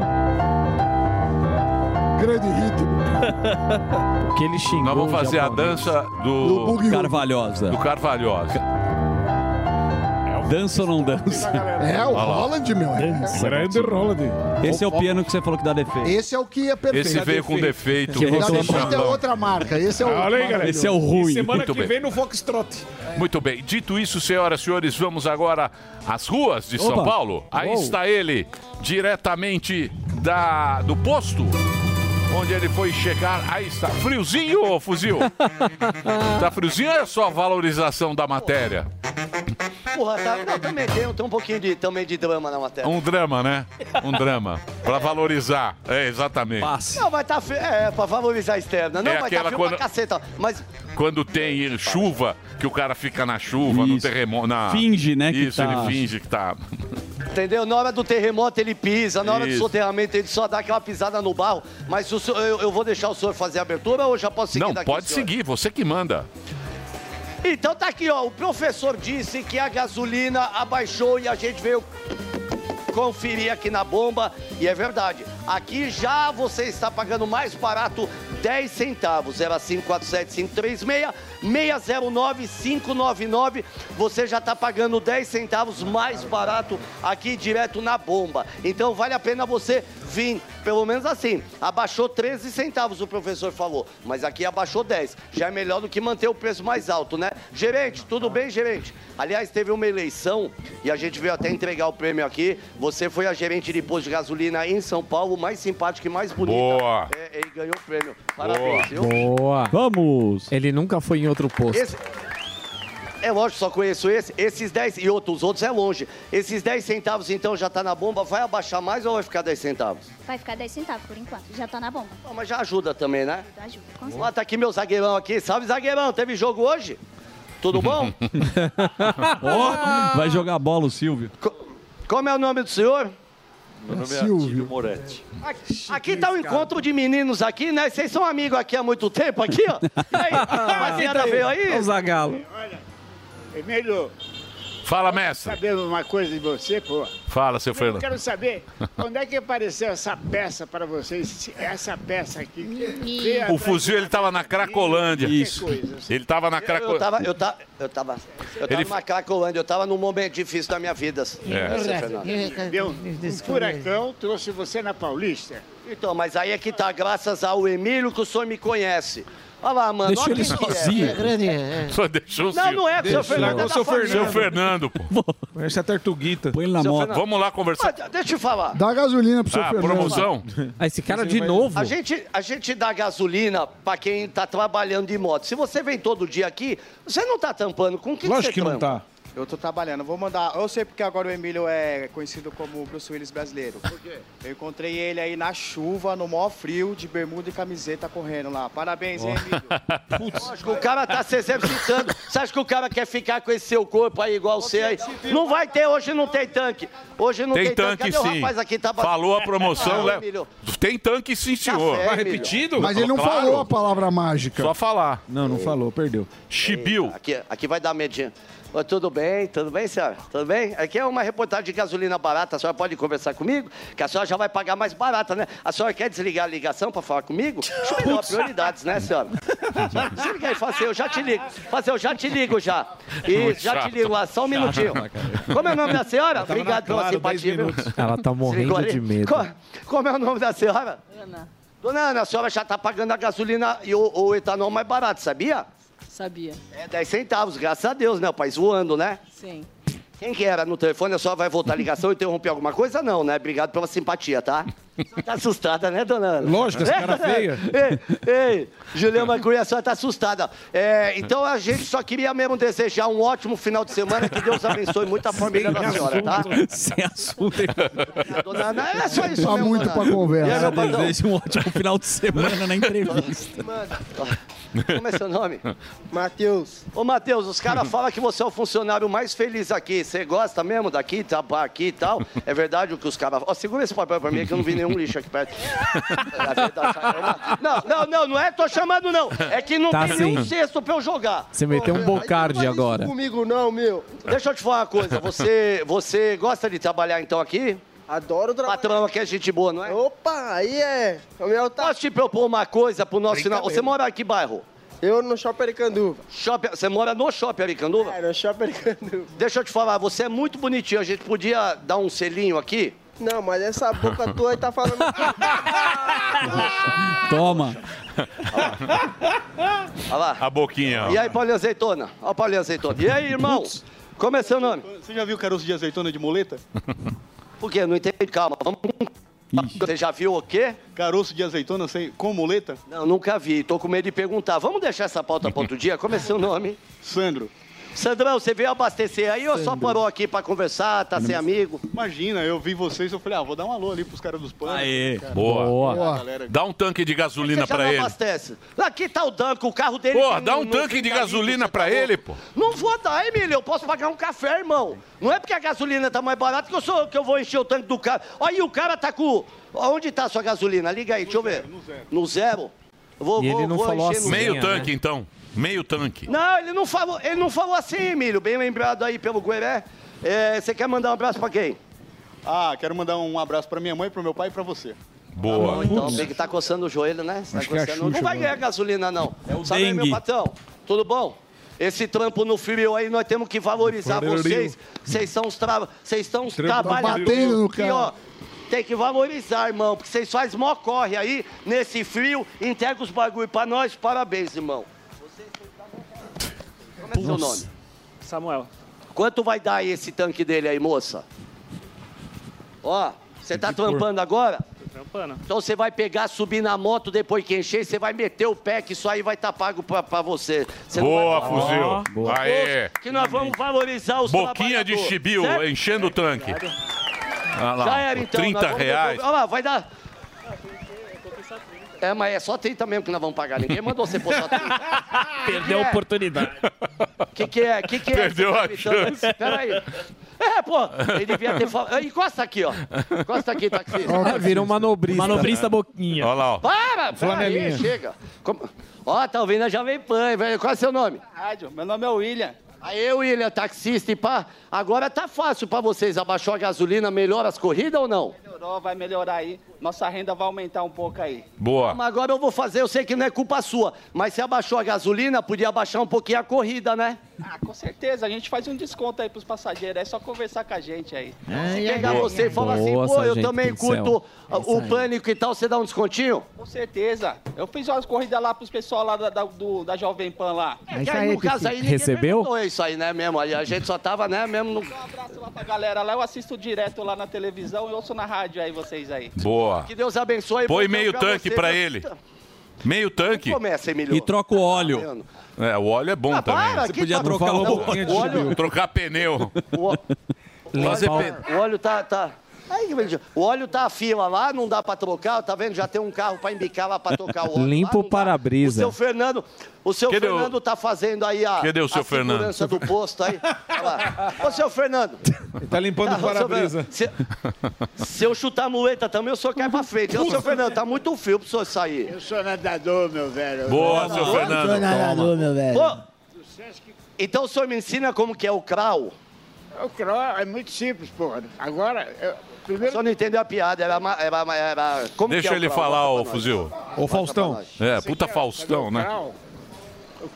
[SPEAKER 18] Grande
[SPEAKER 5] ritmo. que ele xingou.
[SPEAKER 7] Nós vamos
[SPEAKER 5] o
[SPEAKER 7] fazer a
[SPEAKER 5] japonês.
[SPEAKER 7] dança do,
[SPEAKER 6] Boogie Carvalhosa.
[SPEAKER 7] do Carvalhosa.
[SPEAKER 6] Dança ou não dança?
[SPEAKER 18] É, o Roland, meu. é.
[SPEAKER 6] Grande Roland. Esse é o piano que você falou que dá defeito.
[SPEAKER 18] Esse é o que é perfeito.
[SPEAKER 6] Esse veio com defeito.
[SPEAKER 18] Que
[SPEAKER 6] Que
[SPEAKER 18] da
[SPEAKER 6] reclama.
[SPEAKER 18] defeito é outra marca. Esse é o
[SPEAKER 7] Olha aí, galera. Esse é o ruim.
[SPEAKER 12] E semana
[SPEAKER 7] Muito
[SPEAKER 12] que
[SPEAKER 7] bem.
[SPEAKER 12] vem no Foxtrot.
[SPEAKER 7] Muito bem. Dito isso, senhoras e senhores, vamos agora às ruas de São
[SPEAKER 12] Opa.
[SPEAKER 7] Paulo. Aí
[SPEAKER 12] Uou.
[SPEAKER 7] está ele, diretamente da, do posto. onde ele foi checar. Aí está. Friozinho, ô fuzil? tá friozinho ou é só a valorização da matéria?
[SPEAKER 4] Porra, tá, não, também tem, tem um pouquinho de, também de drama na
[SPEAKER 6] É
[SPEAKER 4] matéria.
[SPEAKER 7] Um drama, né? Um drama. Pra valorizar. É, exatamente.
[SPEAKER 4] Não, vai tá feio. É, pra valorizar a externa. Não, vai
[SPEAKER 7] É
[SPEAKER 4] tá
[SPEAKER 7] aquela
[SPEAKER 4] feio
[SPEAKER 7] quando-
[SPEAKER 4] pra caceta. Mas
[SPEAKER 7] Quando tem chuva, que o cara fica na chuva, no terremoto. Na...
[SPEAKER 6] Finge, né, que
[SPEAKER 7] Isso,
[SPEAKER 6] tá-
[SPEAKER 7] ele finge que tá.
[SPEAKER 4] Entendeu? Na hora do terremoto ele pisa, na hora
[SPEAKER 7] Isso.
[SPEAKER 4] do soterramento ele só dá aquela pisada no barro. Mas o senhor- eu, eu vou deixar o senhor fazer a abertura ou eu já posso seguir
[SPEAKER 7] Não,
[SPEAKER 4] daqui,
[SPEAKER 7] pode
[SPEAKER 4] senhor?
[SPEAKER 7] seguir, você que manda.
[SPEAKER 4] Então tá aqui, ó. O professor disse que a gasolina abaixou e a gente veio conferir aqui na bomba. E é verdade. Aqui já você está pagando mais barato 10 centavos. 0547536 609599. Você já está pagando 10 centavos mais barato aqui direto na bomba. Então vale a pena você vir. Pelo menos assim, abaixou 13 centavos, o professor falou. Mas aqui abaixou 10. Já é melhor do que manter o preço mais alto, né? Gerente, tudo bem, gerente? Aliás, teve uma eleição e a gente veio até entregar o prêmio aqui. Você foi a gerente de posto de gasolina em São Paulo, mais simpática e mais bonita.
[SPEAKER 7] Boa.
[SPEAKER 4] É, e ganhou o prêmio. Parabéns, viu?
[SPEAKER 5] Boa. Vamos. Ele nunca foi em outro posto.
[SPEAKER 4] Esse- É lógico, só conheço esse. Esses 10 e outros, os outros é longe. Esses 10 centavos, então, já tá na bomba. Vai abaixar mais ou vai ficar 10 centavos?
[SPEAKER 25] Vai ficar 10 centavos por enquanto. Já tá na bomba.
[SPEAKER 4] Não, mas já ajuda também, né?
[SPEAKER 25] Ajuda, com
[SPEAKER 4] Vamos lá, tá aqui meu zagueirão aqui. Salve, zagueirão. Teve jogo hoje? Tudo bom?
[SPEAKER 6] Ó, vai jogar bola o Silvio.
[SPEAKER 4] Como é o nome do senhor?
[SPEAKER 10] Meu nome é
[SPEAKER 6] Silvio.
[SPEAKER 10] Atílio Moretti.
[SPEAKER 4] Aqui- Aqui tá o encontro de meninos aqui, né? Vocês são amigos aqui há muito tempo aqui, ó. E aí,
[SPEAKER 7] Ah,
[SPEAKER 4] rapaziada veio aí?
[SPEAKER 10] Zagalo. Olha, Emílio,
[SPEAKER 7] Fala, mestre.
[SPEAKER 10] sabendo uma coisa de você, pô.
[SPEAKER 7] Fala, seu
[SPEAKER 10] Eu
[SPEAKER 7] Fernando.
[SPEAKER 10] quero saber, onde é que apareceu essa peça pra vocês? Essa peça aqui. Veio
[SPEAKER 7] O
[SPEAKER 10] atrás-
[SPEAKER 7] fuzil, ele tava na Cracolândia.
[SPEAKER 10] Isso.
[SPEAKER 7] Ele tava na
[SPEAKER 4] assim. Eu
[SPEAKER 7] Cracolândia.
[SPEAKER 4] tava, eu tava, Tá, eu tava, eu tava
[SPEAKER 7] Ele-
[SPEAKER 4] numa cracolândia, eu tava num momento difícil da minha vida. assim.
[SPEAKER 7] É.
[SPEAKER 4] seu Fernando.
[SPEAKER 10] Deu um furacão, trouxe você na Paulista.
[SPEAKER 4] Então, mas aí é que tá, graças ao Emílio que o senhor me conhece. Olha lá, mano.
[SPEAKER 7] Deixou
[SPEAKER 4] olha
[SPEAKER 7] ele
[SPEAKER 4] quem que é.
[SPEAKER 7] sozinho.
[SPEAKER 4] É grande, é.
[SPEAKER 7] Só deixou o
[SPEAKER 4] Não,
[SPEAKER 7] Silvio.
[SPEAKER 4] não é, seu
[SPEAKER 7] Deixou.
[SPEAKER 4] Fernando, é da
[SPEAKER 7] Seu Fernando.
[SPEAKER 4] família.
[SPEAKER 7] Seu Fernando, pô.
[SPEAKER 12] Essa é Tortuguita.
[SPEAKER 6] Põe ele na
[SPEAKER 4] Seu
[SPEAKER 6] moto.
[SPEAKER 4] Fernando.
[SPEAKER 7] Vamos lá conversar.
[SPEAKER 4] Mas deixa eu falar.
[SPEAKER 18] Dá gasolina pro seu Fernando.
[SPEAKER 5] Ah, esse cara
[SPEAKER 4] Esse
[SPEAKER 5] de
[SPEAKER 4] vai-
[SPEAKER 5] novo.
[SPEAKER 4] A gente, a gente dá gasolina pra quem tá trabalhando de moto. Se você vem todo dia aqui, você não tá tampando. Com o que você trampa?
[SPEAKER 26] Eu tô trabalhando, vou mandar. Eu sei porque agora o Emílio é conhecido como o Bruce Willis brasileiro. Por quê? Eu encontrei ele aí na chuva, no maior frio, de bermuda e camiseta correndo lá. Parabéns, hein, Emílio?
[SPEAKER 4] Lógico, o cara tá se exercitando. Você acha que o cara quer ficar com esse seu corpo aí igual você aí? Não vai ter, hoje não tem tanque. Hoje não tem,
[SPEAKER 7] Tem tanque
[SPEAKER 4] Cadê o
[SPEAKER 7] sim.
[SPEAKER 4] rapaz aqui que tá
[SPEAKER 7] Falou a promoção,
[SPEAKER 4] Ah,
[SPEAKER 7] né?
[SPEAKER 4] Emílio.
[SPEAKER 7] Tem tanque sim, senhor.
[SPEAKER 4] Tá Mas repetido?
[SPEAKER 18] Mas ele não
[SPEAKER 7] Claro.
[SPEAKER 18] falou a palavra mágica.
[SPEAKER 7] Só falar.
[SPEAKER 18] Não, não falou, perdeu.
[SPEAKER 7] Chibiu.
[SPEAKER 4] Aqui, aqui vai dar medinho. Ô, tudo bem, tudo bem, senhora? Tudo bem? Aqui é uma reportagem de gasolina barata. A senhora pode conversar comigo? Que a senhora já vai pagar mais barata, né? A senhora quer desligar a ligação pra falar comigo? Acho que não há prioridades, né, senhora? Desliga aí, Faceu, eu já te ligo. Faceu, eu já te ligo já.
[SPEAKER 5] Muito
[SPEAKER 4] Isso, já te
[SPEAKER 5] chato.
[SPEAKER 4] ligo lá, só um minutinho.
[SPEAKER 5] Chato, cara.
[SPEAKER 4] Como é o nome da senhora?
[SPEAKER 5] Tava na
[SPEAKER 4] Obrigado pela
[SPEAKER 5] Claro, dez
[SPEAKER 4] simpatia. viu?
[SPEAKER 5] minutos. Ela tá morrendo
[SPEAKER 4] Desligou ali.
[SPEAKER 5] de medo.
[SPEAKER 4] Co- Como é o nome da senhora? Ana. Dona Ana, a senhora já tá pagando a gasolina e o, o etanol mais barato, sabia?
[SPEAKER 27] Sabia.
[SPEAKER 4] É 10 centavos, graças a Deus, né? O país voando, né?
[SPEAKER 27] Sim.
[SPEAKER 4] Quem que era no telefone? A senhora vai voltar a ligação e interromper alguma coisa? Não, né? Obrigado pela simpatia, tá? A senhora Tá assustada, né, dona Ana?
[SPEAKER 12] Lógico, essa
[SPEAKER 4] Né,
[SPEAKER 12] cara
[SPEAKER 4] dona Ana? Ei, ei, Juliana Cunha, a senhora tá assustada. É, então a gente só queria mesmo desejar um ótimo final de semana, que Deus abençoe muito a família da senhora, tá?
[SPEAKER 6] Sem assunto. Tá
[SPEAKER 4] Dona Ana, é só isso
[SPEAKER 10] Tá
[SPEAKER 18] Há
[SPEAKER 4] mesmo,
[SPEAKER 18] muito
[SPEAKER 4] dona
[SPEAKER 18] pra
[SPEAKER 4] Ana. E aí,
[SPEAKER 18] conversa.
[SPEAKER 4] meu patrão?
[SPEAKER 6] Desejo um ótimo final de semana na entrevista.
[SPEAKER 4] Como é seu nome? Matheus. Ô, Matheus, os caras falam que você é o funcionário mais feliz aqui. Você gosta mesmo daqui, tá pá, aqui e tal? É verdade o que os caras... Ó, segura esse papel pra mim que eu não vi nenhum lixo aqui perto. É verdade, é uma- Não, não, não, não é tô chamando, não. É que não
[SPEAKER 5] Tá
[SPEAKER 4] tem
[SPEAKER 5] sim.
[SPEAKER 4] nenhum cesto pra eu jogar.
[SPEAKER 5] Você meteu um bocarde agora.
[SPEAKER 4] Comigo não, meu. Deixa eu te falar uma coisa. Você, você gosta de trabalhar então aqui? Adoro trabalhar. Patrão aqui é gente boa, não é? Opa, aí é. Posso te propor uma coisa pro nosso final? Você mora aqui bairro? Eu no Shopping Aricanduva. Shopping, você mora no Shopping Aricanduva? É, no Shopping Aricanduva. Deixa eu te falar, você é muito bonitinho. A gente podia dar um selinho aqui?
[SPEAKER 26] Não, mas essa boca tua aí tá falando.
[SPEAKER 6] Toma.
[SPEAKER 4] Olha lá.
[SPEAKER 7] A boquinha. ó.
[SPEAKER 4] E aí, Paulinho Azeitona? Olha o Paulinho Azeitona. E aí, irmão? Como é seu nome?
[SPEAKER 26] Você já viu caroço de azeitona de muleta?
[SPEAKER 4] Por quê? Não entendi. Calma, vamos com Você já viu o quê? Caroço de azeitona sem, com muleta? Não, nunca vi. Tô com medo de perguntar. Vamos deixar essa pauta para outro dia? Como é seu nome? Sandro. Sandrão, você veio abastecer aí ou só parou aqui para conversar, tá sem amigo?
[SPEAKER 26] Imagina, eu vi vocês, eu falei, ah, vou dar um alô ali pros caras dos panos.
[SPEAKER 7] Aê, boa.
[SPEAKER 26] Boa.
[SPEAKER 7] Dá um tanque
[SPEAKER 4] É
[SPEAKER 7] de gasolina
[SPEAKER 26] Você já
[SPEAKER 7] pra
[SPEAKER 26] não
[SPEAKER 7] ele.
[SPEAKER 4] Abastece. Aqui tá o Danco, o carro dele.
[SPEAKER 7] Pô,
[SPEAKER 4] tem
[SPEAKER 7] dá um
[SPEAKER 4] não
[SPEAKER 7] tanque de
[SPEAKER 4] fica ali,
[SPEAKER 7] gasolina
[SPEAKER 4] você
[SPEAKER 7] pra
[SPEAKER 4] tá
[SPEAKER 7] ele,
[SPEAKER 4] louco? Não vou dar, Emílio. Eu posso pagar um café, irmão. Não é porque a gasolina tá mais barata que eu, sou, que eu vou encher o tanque do carro. Olha, e o cara tá com. Onde tá a sua gasolina? Liga aí, deixa eu ver. No zero. No zero? Eu Vou, vou- vou encher no
[SPEAKER 7] Meio
[SPEAKER 4] zero.
[SPEAKER 7] tanque, então. Meio tanque.
[SPEAKER 4] Não, ele não falou, ele não falou assim, Emílio. Bem lembrado aí pelo Gueré. É, Você quer mandar um abraço pra quem?
[SPEAKER 26] Ah, quero mandar um abraço pra minha mãe, pro meu pai e pra você.
[SPEAKER 4] Tá bom, então, vê que tá coçando o joelho, né? Você Tá
[SPEAKER 26] Acho que é a
[SPEAKER 4] coçando-
[SPEAKER 26] Xuxa,
[SPEAKER 4] não vai
[SPEAKER 26] mano.
[SPEAKER 4] ganhar gasolina, não. É o Sabe aí, meu
[SPEAKER 26] dengue.
[SPEAKER 4] patrão? Tudo bom? Esse trampo no frio aí, nós temos que valorizar
[SPEAKER 26] Frio.
[SPEAKER 4] vocês. Vocês são os tra... vocês estão os
[SPEAKER 26] Trampo tá
[SPEAKER 4] trabalhadores.
[SPEAKER 26] batendo no
[SPEAKER 4] E,
[SPEAKER 26] cara.
[SPEAKER 4] ó, tem que valorizar, irmão, porque vocês fazem mó corre aí, nesse frio, entrega os bagulho pra nós, parabéns, irmão. Como é seu nome?
[SPEAKER 26] Samuel.
[SPEAKER 4] Quanto vai dar aí esse tanque dele aí, moça? Ó, você tá trampando agora?
[SPEAKER 26] Trampana.
[SPEAKER 4] Então você vai pegar, subir na moto, depois que encher, você vai meter o pé, que isso aí vai estar pago pra, pra você. Você não
[SPEAKER 7] Boa,
[SPEAKER 4] vai-
[SPEAKER 7] fuzil.
[SPEAKER 4] Ó,
[SPEAKER 7] Boa. Aê.
[SPEAKER 4] Que nós vamos valorizar os
[SPEAKER 7] Boquinha de chibiu,
[SPEAKER 4] hein?
[SPEAKER 7] enchendo o tanque. Ah lá,
[SPEAKER 4] Já era então.
[SPEAKER 7] 30
[SPEAKER 4] nós vamos
[SPEAKER 7] reais.
[SPEAKER 4] devolver- Olha lá, vai dar. É, mas é só 30 mesmo que nós vamos pagar. Ninguém mandou você pôr só 30.
[SPEAKER 9] Perdeu a oportunidade.
[SPEAKER 4] O que, que é? O que, que é? Você
[SPEAKER 9] Perdeu
[SPEAKER 4] tá
[SPEAKER 9] a
[SPEAKER 4] gritando?
[SPEAKER 9] chance.
[SPEAKER 4] Peraí. É, pô, ele devia ter falado. Ei, Encosta aqui, ó. Encosta aqui, tá taxista.
[SPEAKER 5] Virou um manobrista.
[SPEAKER 9] Manobrista boquinha.
[SPEAKER 7] Olha lá, ó.
[SPEAKER 4] Para, peraí,
[SPEAKER 5] Flanelinha.
[SPEAKER 4] chega. Como- Ó, tá ouvindo a Jovem Pan, velho. Qual é seu nome? Rádio, meu nome é William. Aê, William, taxista e pá. Agora tá fácil pra vocês. Abaixou a gasolina, melhora as corridas ou não?
[SPEAKER 26] Melhorou, vai melhorar aí. Nossa renda vai aumentar um pouco aí.
[SPEAKER 4] Não, Mas agora eu vou fazer, eu sei que não é culpa sua, mas se abaixou a gasolina, podia abaixar um pouquinho a corrida, né?
[SPEAKER 26] Ah, com certeza, a gente faz um desconto aí pros passageiros, é só conversar com a gente É, aí.
[SPEAKER 4] Se pegar você e falar assim,
[SPEAKER 26] Boa,
[SPEAKER 4] pô, eu
[SPEAKER 26] sargento
[SPEAKER 4] também
[SPEAKER 26] pincel.
[SPEAKER 4] curto
[SPEAKER 26] É isso
[SPEAKER 4] o
[SPEAKER 26] aí.
[SPEAKER 4] pânico e tal, você dá um descontinho?
[SPEAKER 26] Com certeza. Eu fiz umas corridas lá pros pessoal lá da, da, do- da Jovem Pan lá.
[SPEAKER 4] É que aí, no caso aí, ninguém
[SPEAKER 5] Recebeu?
[SPEAKER 4] perguntou isso aí, né, mesmo? Aí A gente só tava, né, mesmo no...
[SPEAKER 26] Lá pra galera lá, eu assisto direto lá na televisão e ouço na rádio aí vocês aí.
[SPEAKER 7] Boa.
[SPEAKER 4] Que Deus abençoe.
[SPEAKER 7] Põe
[SPEAKER 4] bom
[SPEAKER 7] meio
[SPEAKER 4] dia
[SPEAKER 7] tanque
[SPEAKER 4] você,
[SPEAKER 7] pra
[SPEAKER 4] meu-
[SPEAKER 7] ele. Meio tanque.
[SPEAKER 4] Começa, Emilio.
[SPEAKER 7] E troca o óleo. É, o óleo é bom também.
[SPEAKER 4] para,
[SPEAKER 7] Você
[SPEAKER 4] que
[SPEAKER 7] podia
[SPEAKER 4] tá-
[SPEAKER 7] trocar
[SPEAKER 4] não,
[SPEAKER 7] o
[SPEAKER 4] o óleo-
[SPEAKER 7] óleo. Trocar pneu. Fazer pe-
[SPEAKER 4] O óleo tá. tá... Aí, que beleza. o óleo tá a fila lá, não dá pra trocar, tá vendo? Já tem um carro pra embicar lá pra trocar o óleo. é
[SPEAKER 5] Limpa o
[SPEAKER 4] O seu
[SPEAKER 5] para-brisa.
[SPEAKER 4] Fernando, o seu
[SPEAKER 5] Que deu?
[SPEAKER 4] Fernando tá fazendo aí a,
[SPEAKER 5] Que deu,
[SPEAKER 4] a
[SPEAKER 5] seu Fernando?
[SPEAKER 4] segurança do posto aí. Olha lá. Ô, seu Fernando. Ele
[SPEAKER 12] tá limpando o para-brisa.
[SPEAKER 4] Se, se eu chutar a muleta também, eu só caio pra frente. Ô, seu Fernando, tá muito frio pro senhor sair.
[SPEAKER 28] Eu sou nadador, meu velho.
[SPEAKER 4] Boa,
[SPEAKER 28] Eu
[SPEAKER 4] seu
[SPEAKER 28] sou
[SPEAKER 4] Fernando.
[SPEAKER 28] nadador, meu velho.
[SPEAKER 4] Pô, então o senhor me ensina como que é o crawl?
[SPEAKER 28] O crawl é muito simples, porra. Agora, eu, primeiro...
[SPEAKER 4] Só não entendeu a piada, era... ma- era, ma- era- como que
[SPEAKER 7] Deixa
[SPEAKER 4] é o
[SPEAKER 7] ele
[SPEAKER 4] crawl?
[SPEAKER 7] falar,
[SPEAKER 4] Bota
[SPEAKER 7] ô
[SPEAKER 4] pra nós.
[SPEAKER 7] fuzil.
[SPEAKER 4] Ô, Faustão.
[SPEAKER 7] É, puta Faustão, né?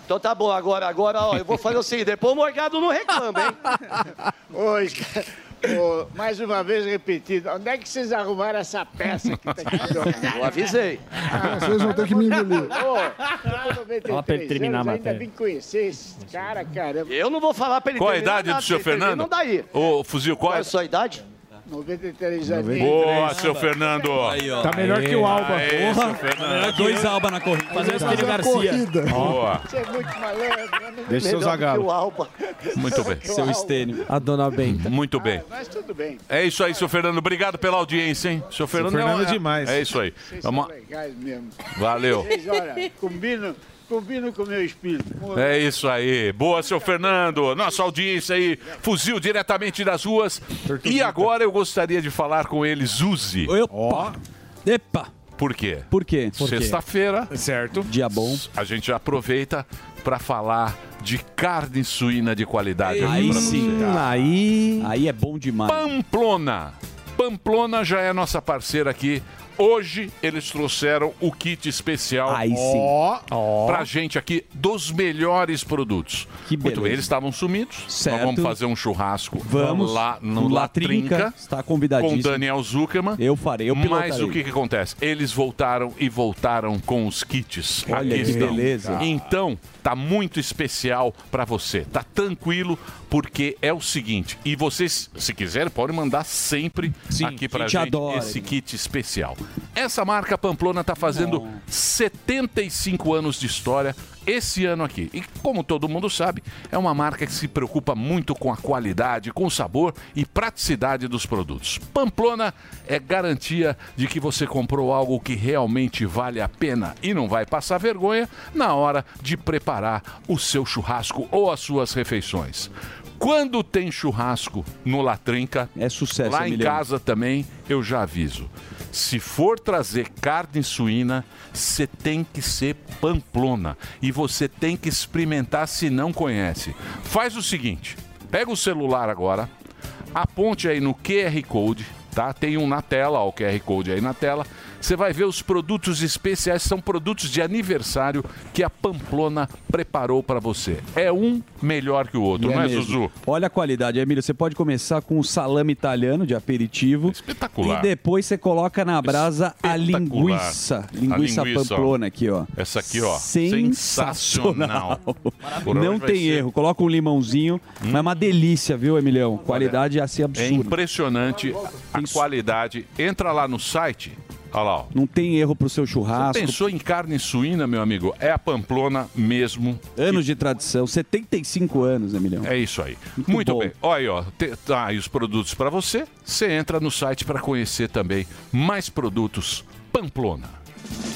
[SPEAKER 4] Então tá bom, agora, agora, ó, eu vou fazer o seguinte, depois o Morgado não reclama, hein?
[SPEAKER 28] Oi, cara. Ô, mais uma vez repetido, onde é que vocês arrumaram essa peça que tá aqui?
[SPEAKER 4] Eu avisei.
[SPEAKER 2] vocês vão ter que me engolir.
[SPEAKER 28] Fala
[SPEAKER 4] pra ele terminar a
[SPEAKER 28] ainda
[SPEAKER 4] matéria.
[SPEAKER 28] vim conhecer esse cara, caramba.
[SPEAKER 4] Eu não vou falar pra ele
[SPEAKER 7] Qual a
[SPEAKER 4] terminar
[SPEAKER 7] idade
[SPEAKER 4] nada,
[SPEAKER 7] do seu
[SPEAKER 4] se ele terminar,
[SPEAKER 7] Fernando?
[SPEAKER 4] Não tá daí.
[SPEAKER 7] Ô, fuzil, qual
[SPEAKER 4] Qual é a sua idade?
[SPEAKER 28] 93 anos. é
[SPEAKER 7] Boa, seu Fernando.
[SPEAKER 28] Tá melhor que o Alba.
[SPEAKER 7] Aê,
[SPEAKER 28] Porra.
[SPEAKER 7] seu Fernando.
[SPEAKER 28] Melhor que Dois eu. Alba na corrida. Fazendo Mas aquele é Garcia. corrida.
[SPEAKER 7] Boa.
[SPEAKER 28] Você é muito malandro.
[SPEAKER 7] Deixa seu
[SPEAKER 28] Melhor
[SPEAKER 7] Zagallo.
[SPEAKER 28] que o
[SPEAKER 4] Alba.
[SPEAKER 7] Muito bem.
[SPEAKER 28] Seu Estênio.
[SPEAKER 7] A dona Benta. Muito bem.
[SPEAKER 28] Mas tudo bem.
[SPEAKER 7] É isso aí, seu Fernando. Obrigado pela audiência, hein? Seu Fernando,
[SPEAKER 12] Fernando
[SPEAKER 7] é,
[SPEAKER 12] é demais.
[SPEAKER 7] É isso aí.
[SPEAKER 28] Vocês
[SPEAKER 7] É uma-
[SPEAKER 28] são legais mesmo.
[SPEAKER 7] Valeu.
[SPEAKER 28] Vocês, olha, combinam, combinam com o meu espírito. Com-
[SPEAKER 7] É isso aí. Boa, seu Fernando. Nossa audiência aí, fuzil diretamente das ruas. E agora eu gostaria de falar com ele, Zuzi. Opa. Epa. Por quê?
[SPEAKER 6] Por quê? Por quê?
[SPEAKER 7] Sexta-feira.
[SPEAKER 12] Certo.
[SPEAKER 7] Dia bom. A gente aproveita para falar de carne suína de qualidade. aqui
[SPEAKER 6] Aí
[SPEAKER 7] pra
[SPEAKER 6] sim.
[SPEAKER 7] você.
[SPEAKER 6] Aí. Aí é bom demais.
[SPEAKER 7] Pamplona. Pamplona já é nossa parceira aqui Hoje eles trouxeram o kit especial
[SPEAKER 23] Aí sim.
[SPEAKER 7] ó,
[SPEAKER 23] Ó.
[SPEAKER 7] pra gente aqui dos melhores produtos. Que Muito
[SPEAKER 6] beleza.
[SPEAKER 7] bem, eles estavam sumidos.
[SPEAKER 6] Certo.
[SPEAKER 7] Nós vamos fazer um churrasco
[SPEAKER 6] Vamos.
[SPEAKER 7] lá no
[SPEAKER 6] La
[SPEAKER 7] La Trinca.
[SPEAKER 6] Trinca. Está convidadíssimo.
[SPEAKER 7] Com Daniel Zuckerman.
[SPEAKER 6] Eu farei, eu
[SPEAKER 7] Mas
[SPEAKER 6] pilotarei.
[SPEAKER 7] o que, que acontece? Eles voltaram e voltaram com os kits.
[SPEAKER 6] Olha
[SPEAKER 7] Aqui
[SPEAKER 6] que
[SPEAKER 7] estão.
[SPEAKER 6] beleza.
[SPEAKER 7] Então, tá muito especial pra você. Tá tranquilo, porque é o seguinte. E vocês, se quiserem, podem mandar sempre aqui pra
[SPEAKER 6] gente
[SPEAKER 7] gente
[SPEAKER 6] adora,
[SPEAKER 7] esse
[SPEAKER 6] né?
[SPEAKER 7] kit especial. Essa marca Pamplona tá fazendo 75 anos de história esse ano aqui. E como todo mundo sabe, é uma marca que se preocupa muito com a qualidade, com o sabor e praticidade dos produtos. Pamplona é garantia de que você comprou algo que realmente vale a pena e não vai passar vergonha na hora de preparar o seu churrasco ou as suas refeições. Quando tem churrasco no Latrinca,
[SPEAKER 6] é sucesso,
[SPEAKER 7] Lá em
[SPEAKER 6] Emiliano.
[SPEAKER 7] casa casa também, eu já aviso. Se for trazer carne suína, você tem que ser pamplona e você tem que experimentar se não conhece. Faz o seguinte, pega o celular agora, aponte aí no QR Code, tá? Tem um na tela, ó, o QR Code aí na tela. Você vai ver os produtos especiais, são produtos de aniversário que a Pamplona preparou para você. É um melhor que o outro,
[SPEAKER 6] E
[SPEAKER 7] não é,
[SPEAKER 6] mesmo.
[SPEAKER 7] Zuzu?
[SPEAKER 6] Olha a qualidade, Emílio. Você pode começar com o salame italiano de aperitivo.
[SPEAKER 7] Espetacular.
[SPEAKER 6] E depois você coloca na brasa a linguiça. Linguiça,
[SPEAKER 7] A linguiça, ó.
[SPEAKER 6] pamplona aqui, ó.
[SPEAKER 7] Essa aqui, ó.
[SPEAKER 6] Sensacional.
[SPEAKER 7] Maravilhoso.
[SPEAKER 6] Não
[SPEAKER 7] Hoje vai
[SPEAKER 6] tem
[SPEAKER 7] ser- Hum.
[SPEAKER 6] erro. Coloca um limãozinho. Mas é uma delícia, viu, Emilhão? Qualidade assim
[SPEAKER 7] É
[SPEAKER 6] absurda.
[SPEAKER 7] impressionante a qualidade. Entra lá no site. Olha lá, ó.
[SPEAKER 6] Não tem erro pro seu churrasco.
[SPEAKER 7] Pensou em carne suína, meu amigo? É a Pamplona mesmo.
[SPEAKER 6] Anos de tradição, 75 anos, Emilhão.
[SPEAKER 7] É isso aí. Muito
[SPEAKER 6] bom.
[SPEAKER 7] bem. Olha aí, ó. Te- Tá aí os produtos para você. Você entra no site para conhecer também mais produtos Pamplona.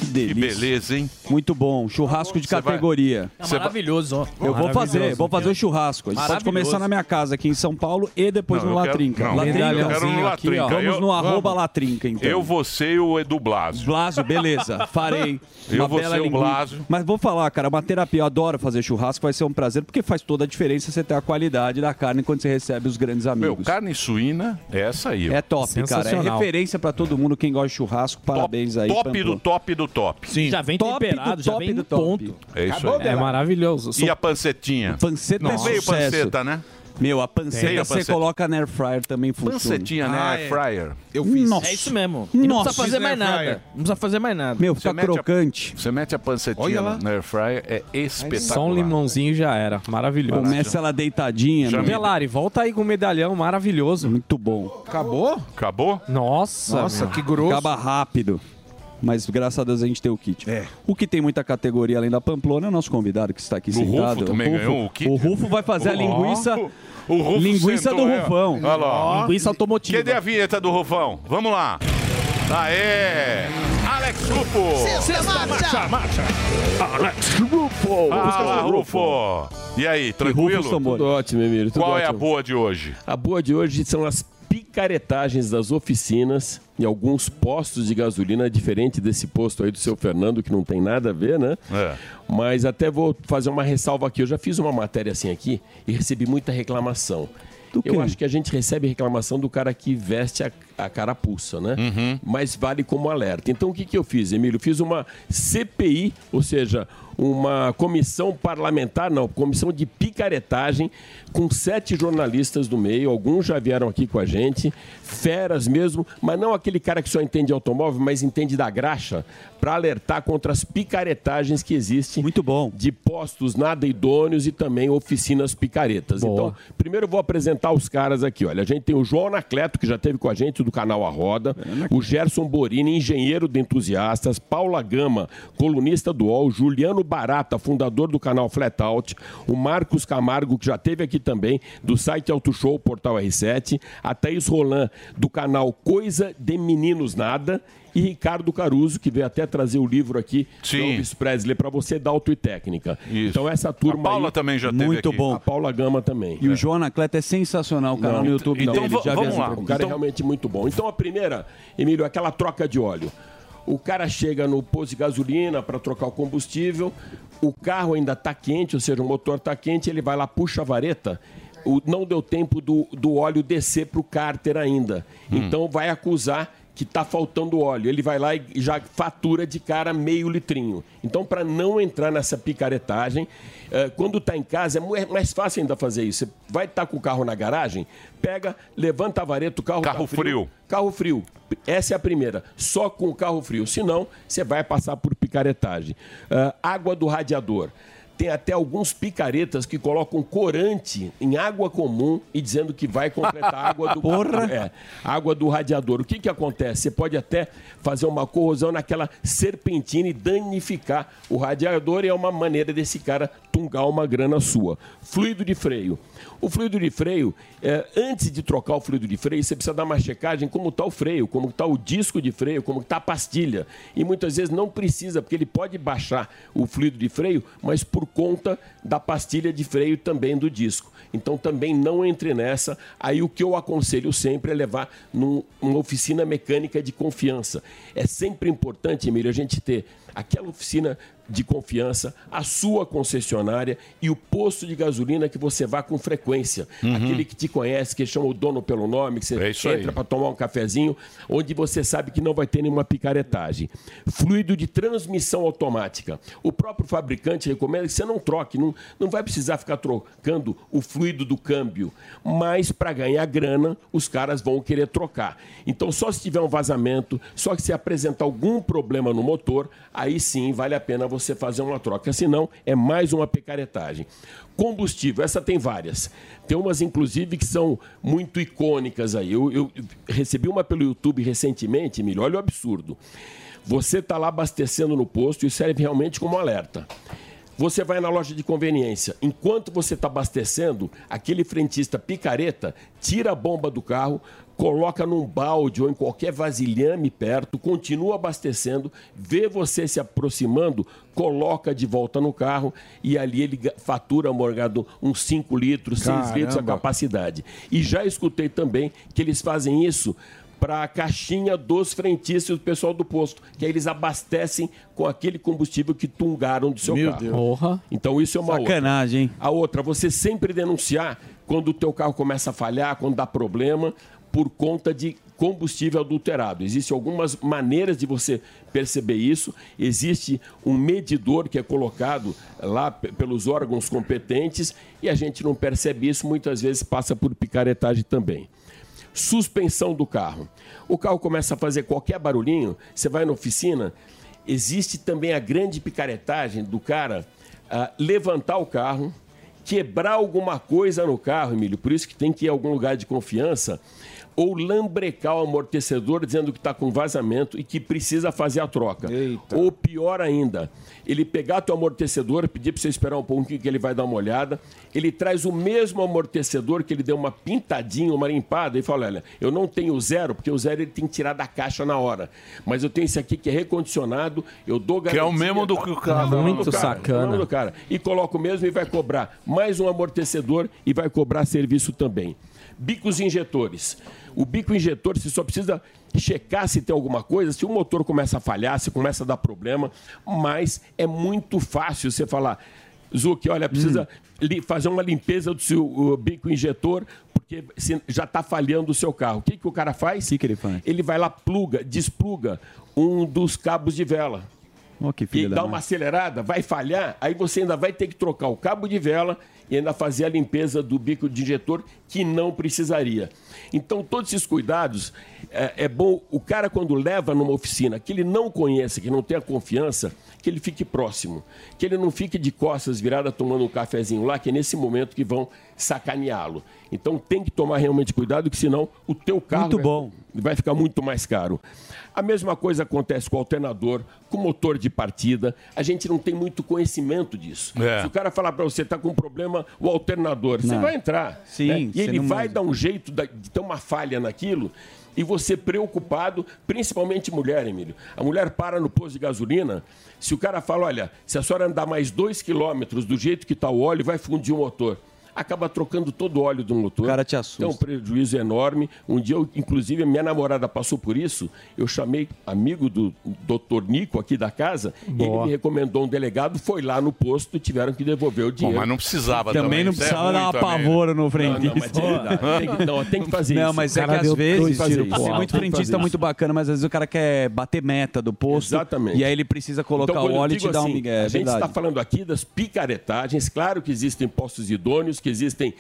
[SPEAKER 6] Que delícia.
[SPEAKER 7] beleza, hein?
[SPEAKER 6] Muito bom. Churrasco de
[SPEAKER 7] Você vai-
[SPEAKER 6] categoria.
[SPEAKER 7] Você vai-
[SPEAKER 9] Maravilhoso, ó.
[SPEAKER 6] Eu vou fazer, vou fazer o churrasco. A gente pode
[SPEAKER 9] Maravilhoso.
[SPEAKER 6] começar na minha casa aqui em São Paulo e depois
[SPEAKER 7] Não,
[SPEAKER 6] no
[SPEAKER 7] eu quero-
[SPEAKER 6] Latrinca.
[SPEAKER 7] não, eu quero no
[SPEAKER 6] Latrincazinho aqui, ó.
[SPEAKER 7] Latrinca.
[SPEAKER 6] Vamos
[SPEAKER 7] Eu-
[SPEAKER 6] no arroba
[SPEAKER 7] vamos.
[SPEAKER 6] Latrinca, então.
[SPEAKER 7] Eu, você e o Edu Blasio.
[SPEAKER 6] Blasio, beleza, farei.
[SPEAKER 7] Eu,
[SPEAKER 6] Uma
[SPEAKER 7] você
[SPEAKER 6] bela
[SPEAKER 7] e o
[SPEAKER 6] linguiça.
[SPEAKER 7] Blasio.
[SPEAKER 6] Mas vou falar, cara, uma terapia. Eu adoro fazer churrasco, vai ser um prazer, porque faz toda a diferença você ter a qualidade da carne quando você recebe os grandes amigos. Meu,
[SPEAKER 7] carne suína é essa aí. ó.
[SPEAKER 6] É top, cara. É referência pra todo mundo quem gosta de churrasco. Parabéns aí.
[SPEAKER 7] Top
[SPEAKER 6] Pamplona.
[SPEAKER 7] do top do top.
[SPEAKER 6] Sim. Já vem Top temperado, do já top vem do no top. ponto.
[SPEAKER 7] É isso
[SPEAKER 6] Acabou,
[SPEAKER 7] aí.
[SPEAKER 6] Bela. É
[SPEAKER 5] maravilhoso.
[SPEAKER 7] E a pancetinha?
[SPEAKER 6] Panceta
[SPEAKER 7] Não
[SPEAKER 6] é
[SPEAKER 7] veio
[SPEAKER 6] sucesso.
[SPEAKER 7] panceta, né?
[SPEAKER 6] Meu, a panceta
[SPEAKER 7] Veio a
[SPEAKER 6] você
[SPEAKER 7] panceta.
[SPEAKER 6] coloca na air fryer também funciona.
[SPEAKER 7] Pancetinha, né?
[SPEAKER 6] Ah,
[SPEAKER 7] Air fryer.
[SPEAKER 6] Eu fiz.
[SPEAKER 9] É isso mesmo.
[SPEAKER 6] E
[SPEAKER 9] E
[SPEAKER 6] não
[SPEAKER 9] não
[SPEAKER 6] Nossa,
[SPEAKER 9] precisa fazer
[SPEAKER 6] isso
[SPEAKER 9] mais
[SPEAKER 6] não é
[SPEAKER 9] nada.
[SPEAKER 6] fryer.
[SPEAKER 9] Não precisa fazer mais nada.
[SPEAKER 6] Meu,
[SPEAKER 7] Você
[SPEAKER 6] fica
[SPEAKER 7] mete a-
[SPEAKER 6] crocante.
[SPEAKER 7] você mete a
[SPEAKER 6] Olha
[SPEAKER 7] pancetinha
[SPEAKER 6] lá.
[SPEAKER 7] no air fryer, é espetacular.
[SPEAKER 5] Só um limãozinho já era. Maravilhoso.
[SPEAKER 6] Começa ela deitadinha. né?
[SPEAKER 7] Já
[SPEAKER 5] Já
[SPEAKER 7] me-
[SPEAKER 5] Delari, volta aí com o medalhão maravilhoso.
[SPEAKER 6] Muito bom.
[SPEAKER 5] Acabou?
[SPEAKER 7] Acabou?
[SPEAKER 5] Nossa, meu.
[SPEAKER 6] Acaba rápido. Mas graças a Deus a gente tem o kit.
[SPEAKER 14] É.
[SPEAKER 6] O que tem muita categoria além da Pamplona é o nosso convidado que está aqui
[SPEAKER 7] O
[SPEAKER 6] sentado.
[SPEAKER 7] Rufo também ganhou o kit.
[SPEAKER 6] Rufo vai fazer a
[SPEAKER 7] Ó.
[SPEAKER 6] linguiça.
[SPEAKER 7] O Rufo
[SPEAKER 6] linguiça
[SPEAKER 7] sentou,
[SPEAKER 6] do
[SPEAKER 7] é, ó.
[SPEAKER 6] Rufão.
[SPEAKER 7] Olha lá. ó.
[SPEAKER 9] automotiva.
[SPEAKER 7] Cadê a vinheta do Rufão? Vamos lá. Aê! Alex Rufo!
[SPEAKER 22] Sexta marcha.
[SPEAKER 7] marcha! Alex
[SPEAKER 14] Rufo!
[SPEAKER 7] Fala, Rufo! E aí, tranquilo?
[SPEAKER 14] Tudo ótimo, Emílio. tudo
[SPEAKER 7] Qual é a
[SPEAKER 14] ótimo.
[SPEAKER 7] boa de hoje?
[SPEAKER 14] A boa de hoje são as picaretagens das oficinas e alguns postos de gasolina, diferente desse posto aí do seu Fernando, que não tem nada a ver, né?
[SPEAKER 7] É.
[SPEAKER 14] Mas até vou fazer uma ressalva aqui. Eu já fiz uma matéria assim aqui e recebi muita reclamação. Eu acho que a gente recebe reclamação do cara que veste a, a carapuça, né?
[SPEAKER 6] Uhum.
[SPEAKER 14] Mas vale como alerta. Então o que, que eu fiz, Emílio? Fiz uma CPI, ou seja, uma comissão parlamentar, não, comissão de picaretagem, com sete jornalistas do meio, alguns já vieram aqui com a gente, feras mesmo, mas não aquele cara que só entende automóvel, mas entende da graxa, para alertar contra as picaretagens que existem.
[SPEAKER 6] Muito bom.
[SPEAKER 14] De postos nada idôneos e também oficinas picaretas. Então, primeiro eu vou apresentar os caras aqui. Olha, a gente tem o João Anacleto, que já esteve com a gente do canal A Roda,
[SPEAKER 7] É,
[SPEAKER 14] o Gerson Borini, engenheiro de entusiastas, Paula Gama, colunista do UOL, Juliano Barata, fundador do canal Flatout, o Marcos Camargo, que já esteve aqui também, do site Auto Show, Portal R7, a Thaís Roland, do canal Coisa de Meninos Nada, e Ricardo Caruso, que veio até trazer o livro aqui do Elvis Presley para você dar auto e técnica. Então essa turma
[SPEAKER 7] A Paula
[SPEAKER 14] aí-
[SPEAKER 7] também já teve Muito aqui. bom.
[SPEAKER 14] A Paula Gama também.
[SPEAKER 6] E o João Anacleto é sensacional, o canal
[SPEAKER 14] Não,
[SPEAKER 6] no YouTube
[SPEAKER 14] então
[SPEAKER 6] dele.
[SPEAKER 14] va-
[SPEAKER 6] já vi
[SPEAKER 14] vamos
[SPEAKER 6] essa
[SPEAKER 14] lá. O
[SPEAKER 6] entrevista.
[SPEAKER 14] cara é realmente muito bom. Então a primeira, Emílio, é aquela troca de óleo. O cara chega no posto de gasolina para trocar o combustível, o carro ainda está quente, ou seja, o motor está quente, ele vai lá, puxa a vareta. Hum. o- não deu tempo do, do óleo descer para o cárter ainda. Então vai acusar que está faltando óleo. Ele vai lá e já fatura de cara meio litrinho. Então, para não entrar nessa picaretagem, eh, quando está em casa, é mu- é mais fácil ainda fazer isso. Você vai estar com o carro na garagem, pega, levanta a vareta, o carro Carro
[SPEAKER 7] frio.
[SPEAKER 14] Carro frio. Essa é a primeira. Só com o carro frio. Senão, você vai passar por picaretagem. Ah, água do radiador. Tem até alguns picaretas que colocam corante em água comum e dizendo que vai completar a água do
[SPEAKER 6] Porra!
[SPEAKER 14] É, água do radiador. O que, que acontece? Você pode até fazer uma corrosão naquela serpentina e danificar o radiador e é uma maneira desse cara tungar uma grana sua. Fluido de freio. O fluido de freio, é, antes de trocar o fluido de freio, você precisa dar uma checagem como está o freio, como está o disco de freio, como está a pastilha. E muitas vezes não precisa, porque ele pode baixar o fluido de freio, mas por conta da pastilha de freio também do disco. Então também não entre nessa. Aí o que eu aconselho sempre é levar num- numa oficina mecânica de confiança. É sempre importante, Emílio, a gente ter aquela oficina de confiança, a sua concessionária e o posto de gasolina que você vá com frequência.
[SPEAKER 7] Uhum.
[SPEAKER 14] Aquele que te conhece, que chama o dono pelo nome, que você
[SPEAKER 7] É isso aí.
[SPEAKER 14] entra para tomar um cafezinho, onde você sabe que não vai ter nenhuma picaretagem. Fluido de transmissão automática. O próprio fabricante recomenda que você não troque, não, não vai precisar ficar trocando o fluido do câmbio. Mas para ganhar grana, os caras vão querer trocar. Então, só se tiver um vazamento, só que se apresentar algum problema no motor, aí sim vale a pena você fazer uma troca. Senão, é mais uma picaretagem. Combustível, essa tem várias. Tem umas, inclusive, que são muito icônicas aí. Eu, eu recebi uma pelo YouTube recentemente, Emílio, olha o absurdo. Você está lá abastecendo no posto e serve realmente como alerta. Você vai na loja de conveniência. Enquanto você está abastecendo, aquele frentista picareta tira a bomba do carro, coloca num balde ou em qualquer vasilhame perto, continua abastecendo, vê você se aproximando, coloca de volta no carro e ali ele ga- fatura, Morgado, uns 5 litros, 6 litros a
[SPEAKER 7] Caramba.
[SPEAKER 14] capacidade. E já escutei também que eles fazem isso para a caixinha dos frentistas e do pessoal do posto, que aí eles abastecem com aquele combustível que tungaram do seu
[SPEAKER 6] Meu
[SPEAKER 14] carro.
[SPEAKER 6] Deus. Porra.
[SPEAKER 14] Então isso é uma
[SPEAKER 6] Sacanagem,
[SPEAKER 14] outra. A outra, você sempre denunciar quando o teu carro começa a falhar, quando dá problema, por conta de combustível adulterado. Existem algumas maneiras de você perceber isso. Existe um medidor que é colocado lá pe- pelos órgãos competentes e a gente não percebe isso, muitas vezes passa por picaretagem também suspensão do carro. O carro começa a fazer qualquer barulhinho, você vai na oficina, existe também a grande picaretagem do cara ah, levantar o carro, quebrar alguma coisa no carro, Emílio, por isso que tem que ir a algum lugar de confiança, ou lambrecar o amortecedor dizendo que está com vazamento e que precisa fazer a troca. Ou pior ainda, ele pegar teu amortecedor, pedir para você esperar um pouquinho que ele vai dar uma olhada, ele traz o mesmo amortecedor que ele deu uma pintadinha, uma limpada e fala, olha, eu não tenho zero, porque o zero ele tem que tirar da caixa na hora, mas eu tenho esse aqui que é recondicionado, eu dou Tá,
[SPEAKER 7] Que é o mesmo do que o cara- Muito
[SPEAKER 14] do cara,
[SPEAKER 7] sacana.
[SPEAKER 14] o mesmo do cara. tá, E coloca o mesmo e vai cobrar mais um amortecedor e vai cobrar serviço também. Bicos injetores. O bico injetor, você só precisa checar se tem alguma coisa, se o motor começa a falhar, se começa a dar problema, mas é muito fácil você falar, Zuc, olha, precisa li- fazer uma limpeza do seu uh, bico injetor, porque se- já está falhando o seu carro. O que, que o cara faz? O que, ele faz? Ele vai lá, pluga, despluga um dos cabos de vela
[SPEAKER 6] Ó, que
[SPEAKER 14] e
[SPEAKER 6] filha
[SPEAKER 14] dá
[SPEAKER 6] da
[SPEAKER 14] uma
[SPEAKER 6] mãe.
[SPEAKER 14] acelerada, vai falhar, aí você ainda vai ter que trocar o cabo de vela e ainda fazer a limpeza do bico de injetor que não precisaria. Então, todos esses cuidados é, é bom o cara quando leva numa oficina que ele não conhece, que não tenha confiança, que ele fique próximo, que ele não fique de costas virada tomando um cafezinho lá, que é nesse momento que vão sacaneá-lo. Então, tem que tomar realmente cuidado, que senão o teu carro é
[SPEAKER 6] Muito
[SPEAKER 14] vai-
[SPEAKER 6] bom.
[SPEAKER 14] vai ficar muito mais caro. A mesma coisa acontece com o alternador, com o motor de partida. A gente não tem muito conhecimento disso.
[SPEAKER 7] É.
[SPEAKER 14] Se o cara falar para você, tá com problema o alternador, você
[SPEAKER 7] Não.
[SPEAKER 14] vai entrar.
[SPEAKER 7] Sim,
[SPEAKER 14] né? E
[SPEAKER 7] você
[SPEAKER 14] ele
[SPEAKER 7] não
[SPEAKER 14] vai
[SPEAKER 7] manja.
[SPEAKER 14] dar um jeito da- de ter uma falha naquilo e você preocupado, principalmente mulher, Emílio. A mulher para no posto de gasolina, tá se o cara fala, olha, se a senhora andar mais dois quilômetros do jeito que está o óleo, vai fundir o motor. acaba trocando todo o óleo do motor. O cara te assusta. Então, um prejuízo enorme. Um dia, eu, inclusive, a minha namorada passou por isso. Eu chamei amigo do doutor Nico aqui da casa. Ele
[SPEAKER 7] Boa.
[SPEAKER 14] me recomendou um delegado, foi lá no posto e tiveram que devolver o dinheiro.
[SPEAKER 7] mas não precisava
[SPEAKER 6] Também também, não isso é precisava dar ruim uma também, né? pavora no
[SPEAKER 14] Não, não,
[SPEAKER 6] frentista.
[SPEAKER 14] mas é verdade. tem que- não, tem que fazer
[SPEAKER 6] não,
[SPEAKER 14] isso.
[SPEAKER 6] mas
[SPEAKER 14] Cara,
[SPEAKER 6] é que às
[SPEAKER 14] deu dois
[SPEAKER 6] vezes,
[SPEAKER 14] tiros
[SPEAKER 6] Ciro, tem
[SPEAKER 14] pro alto.
[SPEAKER 6] muito
[SPEAKER 14] Tem que
[SPEAKER 6] frentista
[SPEAKER 14] fazer
[SPEAKER 6] muito bacana, mas às vezes o cara quer bater meta do posto.
[SPEAKER 14] Exatamente.
[SPEAKER 6] E aí ele precisa colocar
[SPEAKER 14] Então, quando
[SPEAKER 6] o
[SPEAKER 14] eu
[SPEAKER 6] óleo e
[SPEAKER 14] digo
[SPEAKER 6] te dar um
[SPEAKER 14] assim,
[SPEAKER 6] migué. É
[SPEAKER 14] A gente
[SPEAKER 6] verdade.
[SPEAKER 14] está falando aqui das picaretagens. Claro que existem postos idôneos, que existem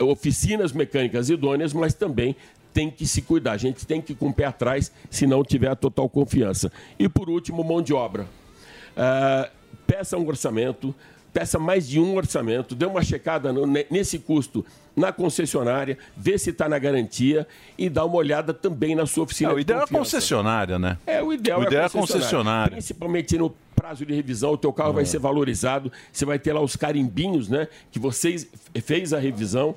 [SPEAKER 14] oficinas mecânicas idôneas, mas também tem que se cuidar. A gente tem que ir com o pé atrás se não tiver a total confiança. E por último, mão de obra. Ah, peça um orçamento, peça mais de um orçamento, dê uma checada no- ne- nesse custo na concessionária, vê se está na garantia e dá uma olhada também na sua oficina.
[SPEAKER 7] É, o
[SPEAKER 14] de
[SPEAKER 7] ideal é a
[SPEAKER 14] confiança.
[SPEAKER 7] concessionária, né?
[SPEAKER 14] É, o ideal,
[SPEAKER 7] O ideal é
[SPEAKER 14] a
[SPEAKER 7] a concessionária. É.
[SPEAKER 14] Principalmente no prazo de revisão, o teu carro vai ser valorizado, você vai ter lá os carimbinhos, né? Que vocês f- fez a revisão.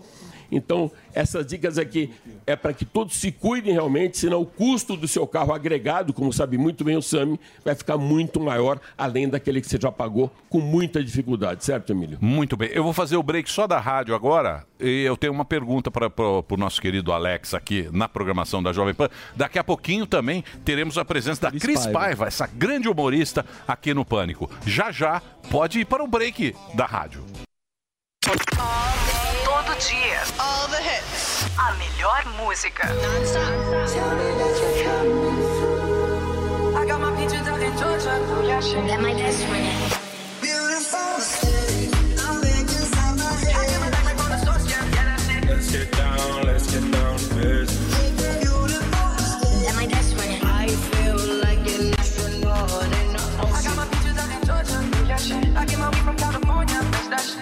[SPEAKER 14] Então, essas dicas aqui é para que todos se cuidem realmente, senão o custo do seu carro agregado, como sabe muito bem o Sami, vai ficar muito maior, além daquele que você já pagou com muita dificuldade, certo, Emílio?
[SPEAKER 7] Muito bem. Eu vou fazer o break só da rádio agora e eu tenho uma pergunta para o nosso querido Alex aqui na programação da Jovem Pan. Daqui a pouquinho também teremos a presença da Cris
[SPEAKER 6] Paiva.
[SPEAKER 7] Paiva, essa grande humorista aqui no Pânico. Já já pode ir para o break da rádio.
[SPEAKER 29] Todo dia. All the hits. A melhor música.
[SPEAKER 2] Let's get down, let's get down to business.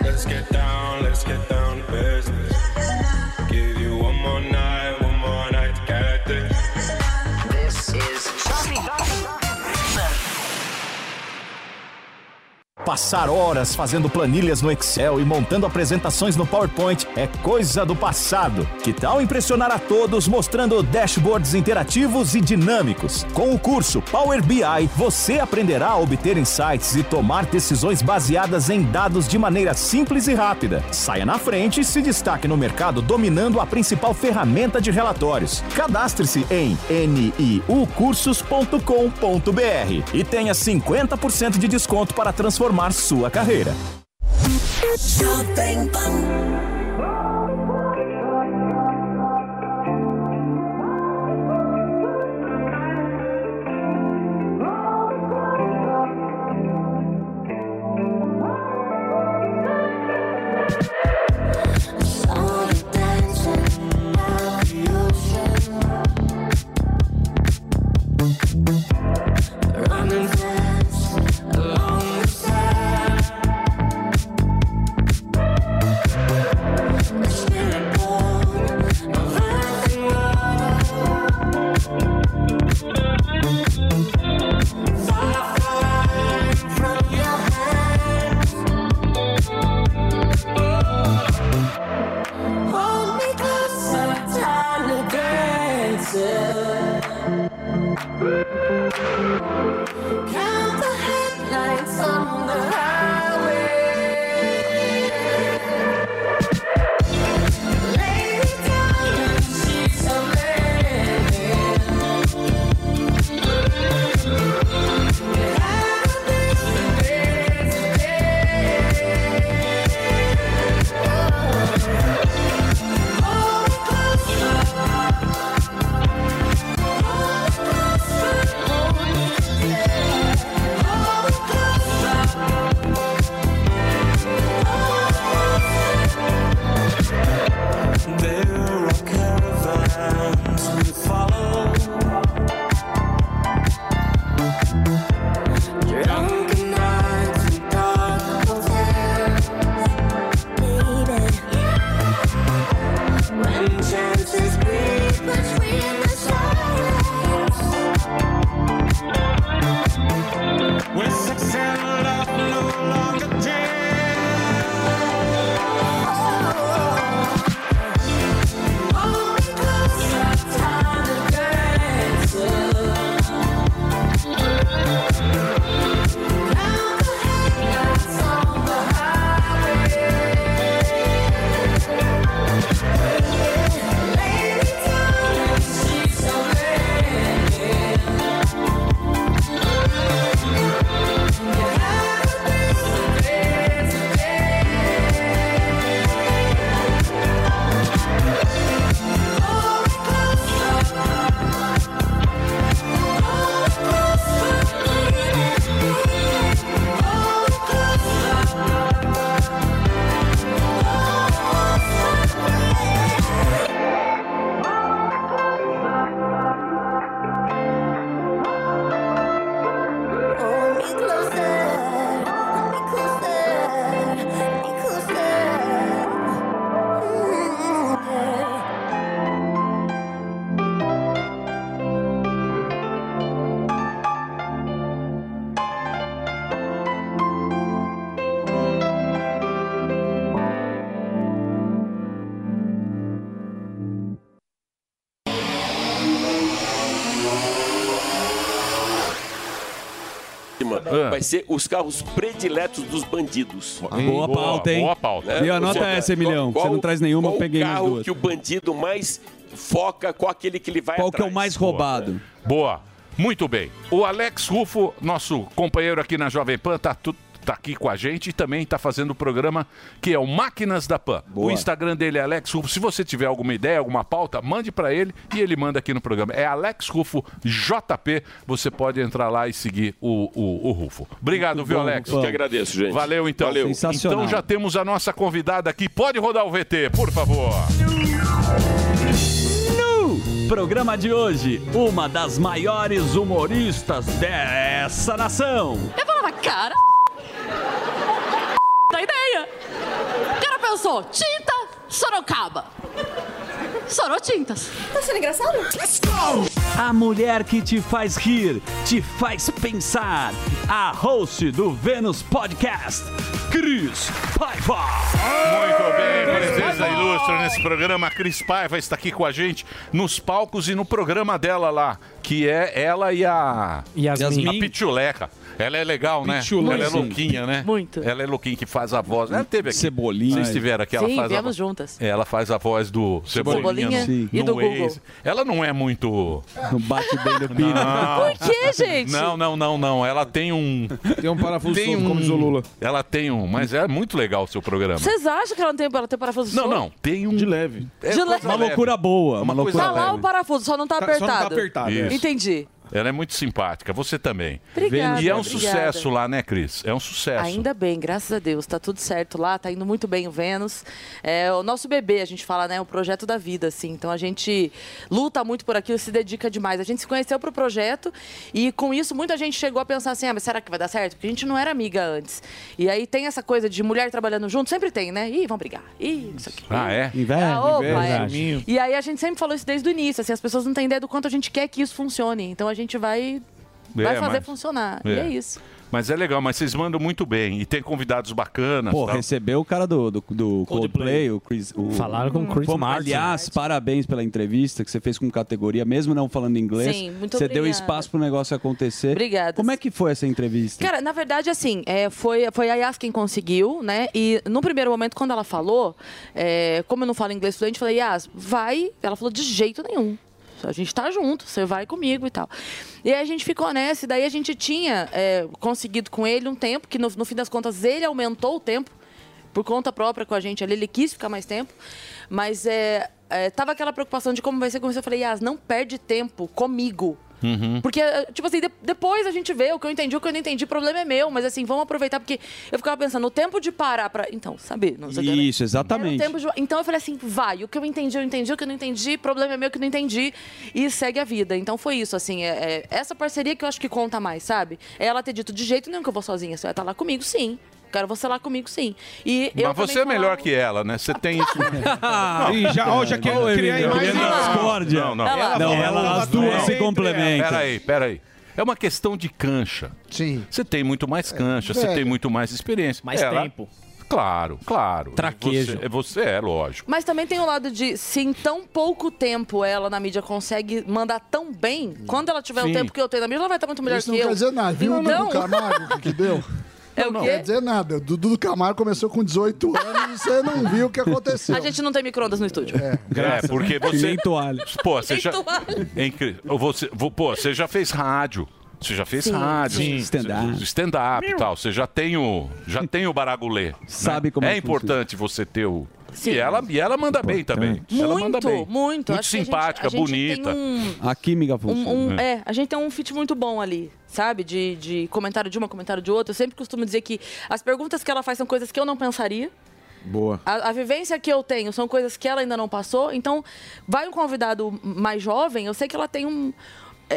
[SPEAKER 2] Let's get down, let's get down to business. Give you one more night, one more night to get this. This is.
[SPEAKER 17] Passar horas fazendo planilhas no Excel e montando apresentações no PowerPoint é coisa do passado. Que tal impressionar a todos mostrando dashboards interativos e dinâmicos? Com o curso Power BI, você aprenderá a obter insights e tomar decisões baseadas em dados de maneira simples e rápida. Saia na frente e se destaque no mercado dominando a principal ferramenta de relatórios. Cadastre-se em niucursos.com.br e tenha 50% de desconto para transformar sua carreira.
[SPEAKER 22] Along the side.
[SPEAKER 7] Ah.
[SPEAKER 19] vai ser os carros prediletos dos bandidos.
[SPEAKER 6] Ah,
[SPEAKER 19] Né?
[SPEAKER 6] Boa Boa, pauta, hein? boa pauta. E anota essa, Emilhão, que você não traz nenhuma,
[SPEAKER 19] qual
[SPEAKER 6] eu peguei
[SPEAKER 19] o
[SPEAKER 6] nas
[SPEAKER 19] carro
[SPEAKER 6] duas.
[SPEAKER 19] que o bandido mais foca, qual aquele que ele vai
[SPEAKER 7] Qual que é
[SPEAKER 19] atrás.
[SPEAKER 7] o mais roubado? Boa. Muito bem. O Alex Rufo, nosso companheiro aqui na Jovem Pan, tá, tu- tá aqui com a gente e também tá fazendo o programa que é o Máquinas da Pan. O Instagram dele é Alex Rufo. Se você tiver alguma ideia, alguma pauta, mande para ele e ele manda aqui no programa. É Alex Rufo JP. Você pode entrar lá e seguir o, o, o Rufo. Obrigado,
[SPEAKER 19] Muito
[SPEAKER 7] viu,
[SPEAKER 19] bom,
[SPEAKER 7] Alex?
[SPEAKER 19] Rufão. Eu que agradeço, gente.
[SPEAKER 7] Valeu, então.
[SPEAKER 19] Valeu.
[SPEAKER 7] Então
[SPEAKER 19] Sensacional.
[SPEAKER 7] já temos a nossa convidada aqui. Pode rodar o VT, por favor.
[SPEAKER 6] No programa de hoje, uma das maiores humoristas dessa nação.
[SPEAKER 30] Eu falava, cara, da ideia. O cara pensou, tinta, Sorocaba. Sorotintas. Tá sendo engraçado? Let's go!
[SPEAKER 6] A mulher que te faz rir, te faz pensar. A host do Vênus Podcast, Cris Paiva.
[SPEAKER 7] Muito bem, presença ilustre nesse programa. A Cris Paiva está aqui com a gente nos palcos e no programa dela lá, que é ela e a.
[SPEAKER 5] Yasmin.
[SPEAKER 7] A Pichuleca. Ela é legal, né?
[SPEAKER 5] Pichuleca.
[SPEAKER 7] Ela é
[SPEAKER 5] Muito.
[SPEAKER 7] louquinha, né?
[SPEAKER 31] Muito.
[SPEAKER 7] Ela é louquinha que faz a voz. Ela teve aqui.
[SPEAKER 6] Cebolinha.
[SPEAKER 7] Vocês tiveram aqui, ela
[SPEAKER 31] Sim,
[SPEAKER 7] faz a
[SPEAKER 31] viemos
[SPEAKER 7] voz.
[SPEAKER 31] juntas.
[SPEAKER 7] Ela faz a voz do Cebolinha,
[SPEAKER 31] Cebolinha
[SPEAKER 7] no-
[SPEAKER 31] e do
[SPEAKER 7] no
[SPEAKER 31] Google.
[SPEAKER 7] Waze. Ela não é muito.
[SPEAKER 6] Não bate bem no
[SPEAKER 7] pino.
[SPEAKER 31] Por quê, gente?
[SPEAKER 7] Não, não, não, não. Ela tem um. Tem um parafuso
[SPEAKER 31] solto, como diz o
[SPEAKER 7] Lula. Ela tem um, mas é muito legal o seu programa.
[SPEAKER 31] Vocês acham que ela não tem, ela tem parafuso
[SPEAKER 7] Não,
[SPEAKER 31] solto?
[SPEAKER 7] não. Tem um. De leve.
[SPEAKER 31] De leve.
[SPEAKER 6] Uma loucura boa, uma loucura
[SPEAKER 31] Tá lá
[SPEAKER 7] leve.
[SPEAKER 31] o parafuso, só não tá
[SPEAKER 7] Tá- só não
[SPEAKER 31] apertado.
[SPEAKER 7] tá apertado, é. Isso.
[SPEAKER 31] Entendi.
[SPEAKER 7] Ela é muito simpática, você também.
[SPEAKER 31] Obrigada,
[SPEAKER 7] E é um
[SPEAKER 31] obrigada.
[SPEAKER 7] sucesso lá, né, Cris? É um sucesso.
[SPEAKER 31] Ainda bem, graças a Deus, tá tudo certo lá, tá indo muito bem o Vênus. É o nosso bebê, a gente fala, né, é um projeto da vida, assim. Então a gente luta muito por aquilo, se dedica demais. A gente se conheceu pro projeto e com isso muita gente chegou a pensar assim, ah, mas será que vai dar certo? Porque a gente não era amiga antes. E aí tem essa coisa de mulher trabalhando junto, sempre tem, né? Ih, vão brigar. Ih, não sei o quê.
[SPEAKER 7] Ah, é?
[SPEAKER 6] Inveja,
[SPEAKER 31] Ah, opa, é.
[SPEAKER 6] inveja.
[SPEAKER 31] E aí a gente sempre falou isso desde o início, assim, as pessoas não têm ideia do quanto a gente quer que isso funcione. Então a gente vai, vai
[SPEAKER 7] É,
[SPEAKER 31] fazer
[SPEAKER 7] mas-
[SPEAKER 31] funcionar. E
[SPEAKER 7] É.
[SPEAKER 31] é isso.
[SPEAKER 7] Mas é legal, mas vocês mandam muito bem. E tem convidados bacanas.
[SPEAKER 6] Pô,
[SPEAKER 7] tal.
[SPEAKER 6] recebeu o cara do, do, do Coldplay, o Chris. O...
[SPEAKER 5] Falaram com o Chris
[SPEAKER 6] Como,
[SPEAKER 5] Martin.
[SPEAKER 6] Aliás, parabéns pela entrevista que você fez com categoria, mesmo não falando inglês.
[SPEAKER 31] Sim, muito
[SPEAKER 6] Você deu
[SPEAKER 31] obrigada.
[SPEAKER 6] espaço pro negócio acontecer.
[SPEAKER 31] Obrigada.
[SPEAKER 6] Como é que foi essa entrevista?
[SPEAKER 31] Cara, na verdade, assim, é, foi, foi a Yas quem conseguiu, né? E no primeiro momento, quando ela falou, é, como eu não falo inglês fluente, eu falei, Yas, vai. Ela falou, de jeito nenhum. A gente tá junto, você vai comigo e tal. E aí a gente ficou nessa, e daí a gente tinha é, conseguido com ele um tempo, que no, no fim das contas ele aumentou o tempo, por conta própria com a gente ali, ele quis ficar mais tempo, mas é, é, tava aquela preocupação de como vai ser, como eu falei, Yas, não perde tempo comigo.
[SPEAKER 7] Uhum.
[SPEAKER 31] Porque, tipo assim, de- depois a gente vê o que eu entendi, o que eu não entendi, o problema é meu, mas assim, vamos aproveitar, porque eu ficava pensando, o tempo de parar pra. Então, saber, não sei o que, né?
[SPEAKER 6] Isso, exatamente.
[SPEAKER 31] Tempo de- Então eu falei assim, vai, o que eu entendi, eu entendi, o que eu não entendi, problema é meu que eu não entendi, e segue a vida. Então foi isso, assim, é- é essa parceria que eu acho que conta mais, sabe? É ela ter dito, de jeito nenhum que eu vou sozinha, você vai estar lá comigo, sim. Quero você lá comigo, sim. E eu
[SPEAKER 7] Mas você é
[SPEAKER 31] também
[SPEAKER 7] melhor que ela, né? Você tem isso.
[SPEAKER 6] Ih, já- ó, já quer
[SPEAKER 7] Não,
[SPEAKER 6] criar
[SPEAKER 7] Emílio,
[SPEAKER 6] imagem.
[SPEAKER 7] não,
[SPEAKER 6] Ela- discórdia.
[SPEAKER 7] Não, não.
[SPEAKER 6] Ela- Não, ela- as duas se complementam.
[SPEAKER 7] Peraí, peraí. É uma questão de cancha.
[SPEAKER 18] Sim.
[SPEAKER 7] Você tem muito mais cancha, você
[SPEAKER 31] velho.
[SPEAKER 7] tem muito mais experiência.
[SPEAKER 31] Mais
[SPEAKER 7] Ela-
[SPEAKER 31] tempo.
[SPEAKER 7] Claro, claro. Traquejo. Você, você é, lógico.
[SPEAKER 31] Mas também tem o lado de, se em tão pouco tempo ela na mídia consegue mandar tão bem, quando ela tiver
[SPEAKER 18] Sim.
[SPEAKER 31] o tempo que eu tenho na mídia, ela vai estar muito melhor que
[SPEAKER 18] Isso não
[SPEAKER 31] eu.
[SPEAKER 18] quer dizer nada, viu, Dudu
[SPEAKER 31] Então,
[SPEAKER 18] Camargo, que deu?
[SPEAKER 31] É o
[SPEAKER 18] não
[SPEAKER 31] quê?
[SPEAKER 18] quer dizer nada. O Dudu Camargo começou com 18 anos e você não viu o que aconteceu.
[SPEAKER 31] a gente não tem micro-ondas no estúdio.
[SPEAKER 7] É, porque você.
[SPEAKER 6] Nem toalha.
[SPEAKER 7] Pô, você já.
[SPEAKER 31] toalha.
[SPEAKER 7] É incrível. Você, vo- pô, você já fez rádio. Você já fez
[SPEAKER 6] Sim.
[SPEAKER 7] rádio.
[SPEAKER 6] Sim.
[SPEAKER 7] você-
[SPEAKER 6] Stand-up.
[SPEAKER 7] Stand-up e tal. Você já tem o. Já tem o baragulê.
[SPEAKER 6] Sabe como
[SPEAKER 7] é.
[SPEAKER 6] é
[SPEAKER 7] É
[SPEAKER 6] que
[SPEAKER 7] importante você ter o.
[SPEAKER 31] Sim.
[SPEAKER 7] E ela, e ela manda bem também. ela manda
[SPEAKER 31] Muito,
[SPEAKER 7] bem.
[SPEAKER 31] muito.
[SPEAKER 7] Muito
[SPEAKER 31] Acho que a gente-
[SPEAKER 7] simpática,
[SPEAKER 31] a gente
[SPEAKER 7] bonita. né?
[SPEAKER 31] tem um-
[SPEAKER 6] A química funciona.
[SPEAKER 31] Um- um- é, a gente tem um fit muito bom ali, sabe? De, de comentário de uma, comentário de outra. Eu sempre costumo dizer que as perguntas que ela faz são coisas que eu não pensaria.
[SPEAKER 6] Boa.
[SPEAKER 31] A, a vivência que eu tenho são coisas que ela ainda não passou. Então, vai um convidado mais jovem, eu sei que ela tem um.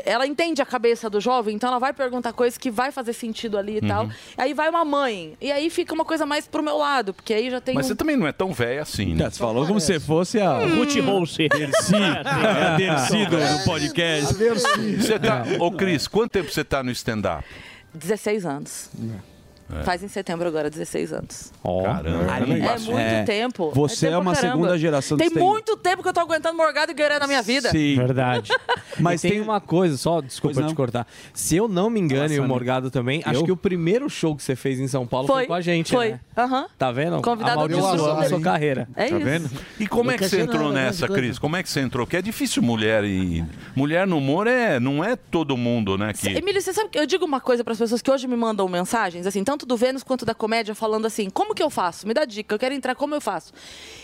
[SPEAKER 31] Ela entende a cabeça do jovem, então ela vai perguntar coisas que vai fazer sentido ali e
[SPEAKER 7] Uhum.
[SPEAKER 31] tal. Aí vai uma mãe. E aí fica uma coisa mais pro meu lado, porque aí já tem.
[SPEAKER 7] Mas
[SPEAKER 31] um- Hum.
[SPEAKER 7] você
[SPEAKER 6] tá-
[SPEAKER 7] também não é tão velha assim, né?
[SPEAKER 6] Você falou como se fosse a.
[SPEAKER 31] Ruth
[SPEAKER 6] Holse. Dercy. É a Dercy do, do podcast. É.
[SPEAKER 7] Você tá... Ô, Cris, quanto tempo você tá no stand-up?
[SPEAKER 31] 16 anos.
[SPEAKER 7] É.
[SPEAKER 31] Faz em setembro agora, 16 anos.
[SPEAKER 6] Caramba.
[SPEAKER 31] é muito tempo.
[SPEAKER 6] Você é,
[SPEAKER 31] tempo
[SPEAKER 6] uma
[SPEAKER 31] pra caramba.
[SPEAKER 6] segunda geração
[SPEAKER 31] Tem
[SPEAKER 6] do stand-
[SPEAKER 31] muito tempo que eu tô aguentando Morgado e Guerreiro na minha vida.
[SPEAKER 6] Sim.
[SPEAKER 5] Verdade. Mas tem, uma coisa, só, desculpa
[SPEAKER 6] não. né?
[SPEAKER 5] te cortar. Se eu não me engano, e o Morgado também, acho
[SPEAKER 6] Eu?
[SPEAKER 5] que o primeiro show que você fez em São Paulo foi, com a gente,
[SPEAKER 31] Foi.
[SPEAKER 5] né?
[SPEAKER 31] Aham.
[SPEAKER 5] Tá vendo?
[SPEAKER 31] Convidado
[SPEAKER 5] Amaldiçoamos
[SPEAKER 31] de
[SPEAKER 5] a sua
[SPEAKER 31] hein?
[SPEAKER 5] carreira.
[SPEAKER 31] É
[SPEAKER 7] tá
[SPEAKER 31] isso.
[SPEAKER 7] vendo? E como é que você entrou nessa, Cris? Como é que você entrou? Porque é difícil mulher e. Mulher no humor é... não é todo mundo, né? Que...
[SPEAKER 31] Emílio, você sabe que eu digo uma coisa para as pessoas que hoje me mandam mensagens, assim, tanto do Vênus quanto da comédia, falando assim: como que eu faço? Me dá dica, eu quero entrar, como eu faço?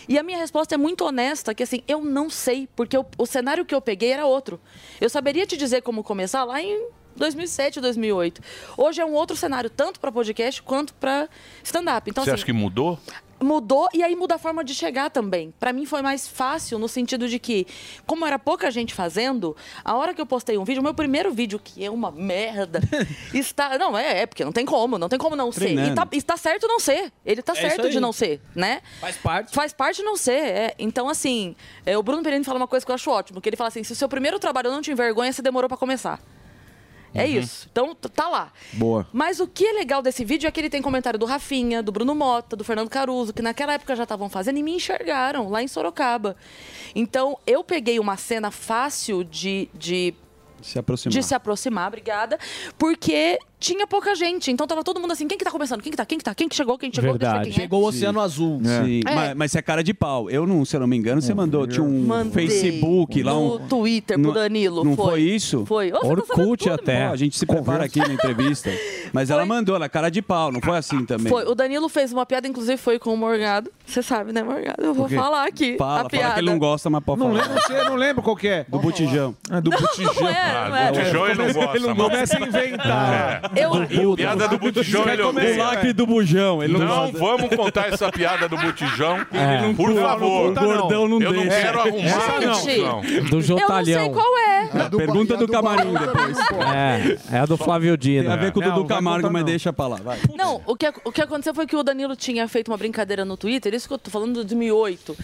[SPEAKER 31] E a minha resposta é muito honesta, que assim, eu não sei, porque eu- o cenário que eu peguei era outro. Eu saberia te dizer como começar lá em 2007, 2008. Hoje é um outro cenário, tanto para podcast quanto para stand-up. Então,
[SPEAKER 7] você
[SPEAKER 31] assim,
[SPEAKER 7] acha que mudou?
[SPEAKER 31] mudou e aí muda a forma de chegar também. Pra mim foi mais fácil no sentido de que, como era pouca gente fazendo, a hora que eu postei um vídeo, o meu primeiro vídeo, que é uma merda, está. Não, é, é porque não tem como, não tem como não ser.
[SPEAKER 21] Treinando.
[SPEAKER 31] E tá, e tá certo não ser. Ele tá
[SPEAKER 21] É isso
[SPEAKER 31] certo
[SPEAKER 21] aí.
[SPEAKER 31] de não ser, né? Faz parte. Faz parte não ser. é. Então, assim, é, o Bruno Perini fala uma coisa que eu acho ótimo, que ele fala assim: se o seu primeiro trabalho não te envergonha, você demorou pra começar. É
[SPEAKER 6] Uhum.
[SPEAKER 31] isso. Então, t- tá lá.
[SPEAKER 6] Boa.
[SPEAKER 31] Mas o que é legal desse vídeo é que ele tem comentário do Rafinha, do Bruno Mota, do Fernando Caruso, que naquela época já estavam fazendo e me enxergaram lá em Sorocaba. Então, eu peguei uma cena fácil de, de,
[SPEAKER 6] Se aproximar.
[SPEAKER 31] de se aproximar, obrigada, porque tinha pouca gente. Então, tava todo mundo assim, quem que tá começando? Quem que tá? Quem que tá? Quem que chegou? Quem chegou? Deixa eu ver quem é.
[SPEAKER 5] Azul. É.
[SPEAKER 6] Sim.
[SPEAKER 31] É.
[SPEAKER 6] Mas, mas é cara de pau. Eu não, se eu não me engano, você mandou. Tinha um
[SPEAKER 31] Mandei.
[SPEAKER 6] Facebook lá.
[SPEAKER 31] No
[SPEAKER 6] Um,
[SPEAKER 31] Twitter pro
[SPEAKER 6] Não-
[SPEAKER 31] Danilo.
[SPEAKER 6] Não foi, isso?
[SPEAKER 31] Foi. Ô, você tá
[SPEAKER 6] Orkut até. a gente se prepara aqui na entrevista. Mas ela mandou, ela é cara de pau. Não foi assim também.
[SPEAKER 31] Foi. O Danilo fez uma piada, inclusive foi com o Morgado. Você sabe, né, Morgado? Eu vou
[SPEAKER 6] Por quê?
[SPEAKER 31] falar aqui.
[SPEAKER 6] Fala,
[SPEAKER 31] a
[SPEAKER 6] fala
[SPEAKER 31] piada.
[SPEAKER 6] que ele não gosta, mas pode
[SPEAKER 12] Não
[SPEAKER 6] falar.
[SPEAKER 12] lembro, não sei, não lembro qual que é.
[SPEAKER 6] Do botijão.
[SPEAKER 12] Ah, do botijão.
[SPEAKER 31] Não é, não é.
[SPEAKER 7] Ah, Botijão ele não gosta.
[SPEAKER 12] Ele não
[SPEAKER 7] mano.
[SPEAKER 12] começa a inventar.
[SPEAKER 31] Eu-
[SPEAKER 7] Do- Piada do botijão ele odeia.
[SPEAKER 6] Lacre do bujão. Ele não,
[SPEAKER 7] Não
[SPEAKER 6] gosta.
[SPEAKER 7] vamos contar essa piada do botijão.
[SPEAKER 6] É. Não
[SPEAKER 7] Por
[SPEAKER 6] conta, não
[SPEAKER 7] favor.
[SPEAKER 6] conta, não. O gordão não
[SPEAKER 7] Eu não
[SPEAKER 6] deixa.
[SPEAKER 7] quero arrumar
[SPEAKER 6] Essa é não.
[SPEAKER 7] confusão.
[SPEAKER 5] Do
[SPEAKER 31] Eu não sei
[SPEAKER 5] Jotalhão.
[SPEAKER 31] qual é.
[SPEAKER 6] Pergunta do Camarim depois.
[SPEAKER 5] É, é a do Flávio Dino.
[SPEAKER 6] Tem a ver com o
[SPEAKER 5] Não,
[SPEAKER 6] Dudu
[SPEAKER 5] vai
[SPEAKER 6] Camargo,
[SPEAKER 5] contar,
[SPEAKER 6] mas
[SPEAKER 5] não.
[SPEAKER 6] deixa pra lá. Vai.
[SPEAKER 31] Não, o que, ac- o que aconteceu foi que o Danilo tinha feito uma brincadeira no Twitter, isso que eu tô falando de 2008.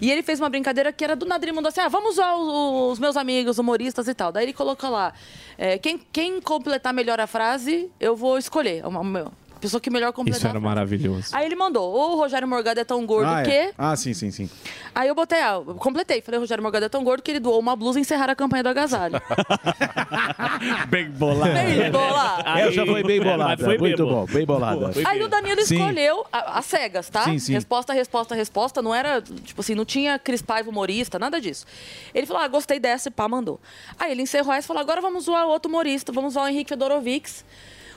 [SPEAKER 31] E ele fez uma brincadeira que era do nada, ele mandou assim, ah, vamos usar os, os meus amigos humoristas e tal. Daí ele colocou lá, é, quem, quem completar melhor a frase, eu vou escolher. É Uma, uma pessoa que melhor completar.
[SPEAKER 5] Isso era maravilhoso.
[SPEAKER 31] Aí ele mandou, ou o Rogério Morgado é tão gordo
[SPEAKER 12] ah, é.
[SPEAKER 31] que...
[SPEAKER 12] Ah, sim, sim, sim.
[SPEAKER 31] Aí eu botei, ah, eu completei. Falei, o Rogério Morgado é tão gordo que ele doou uma blusa e encerraram a campanha do agasalho.
[SPEAKER 12] Bem bolado.
[SPEAKER 31] Bem bolada.
[SPEAKER 12] Ela já foi bem
[SPEAKER 21] Mas
[SPEAKER 12] bolada.
[SPEAKER 21] foi
[SPEAKER 12] Muito
[SPEAKER 21] mesmo.
[SPEAKER 12] bom, bem bolada.
[SPEAKER 31] Aí o Danilo
[SPEAKER 12] Sim.
[SPEAKER 31] escolheu a- as cegas, tá?
[SPEAKER 12] Sim, sim.
[SPEAKER 31] Resposta, resposta, resposta. Não era, tipo assim, não tinha Cris Paiva humorista, nada disso. Ele falou, ah, gostei dessa e pá, mandou. Aí ele encerrou essa e falou, agora vamos zoar outro humorista, vamos zoar o Henrique Fedorovics.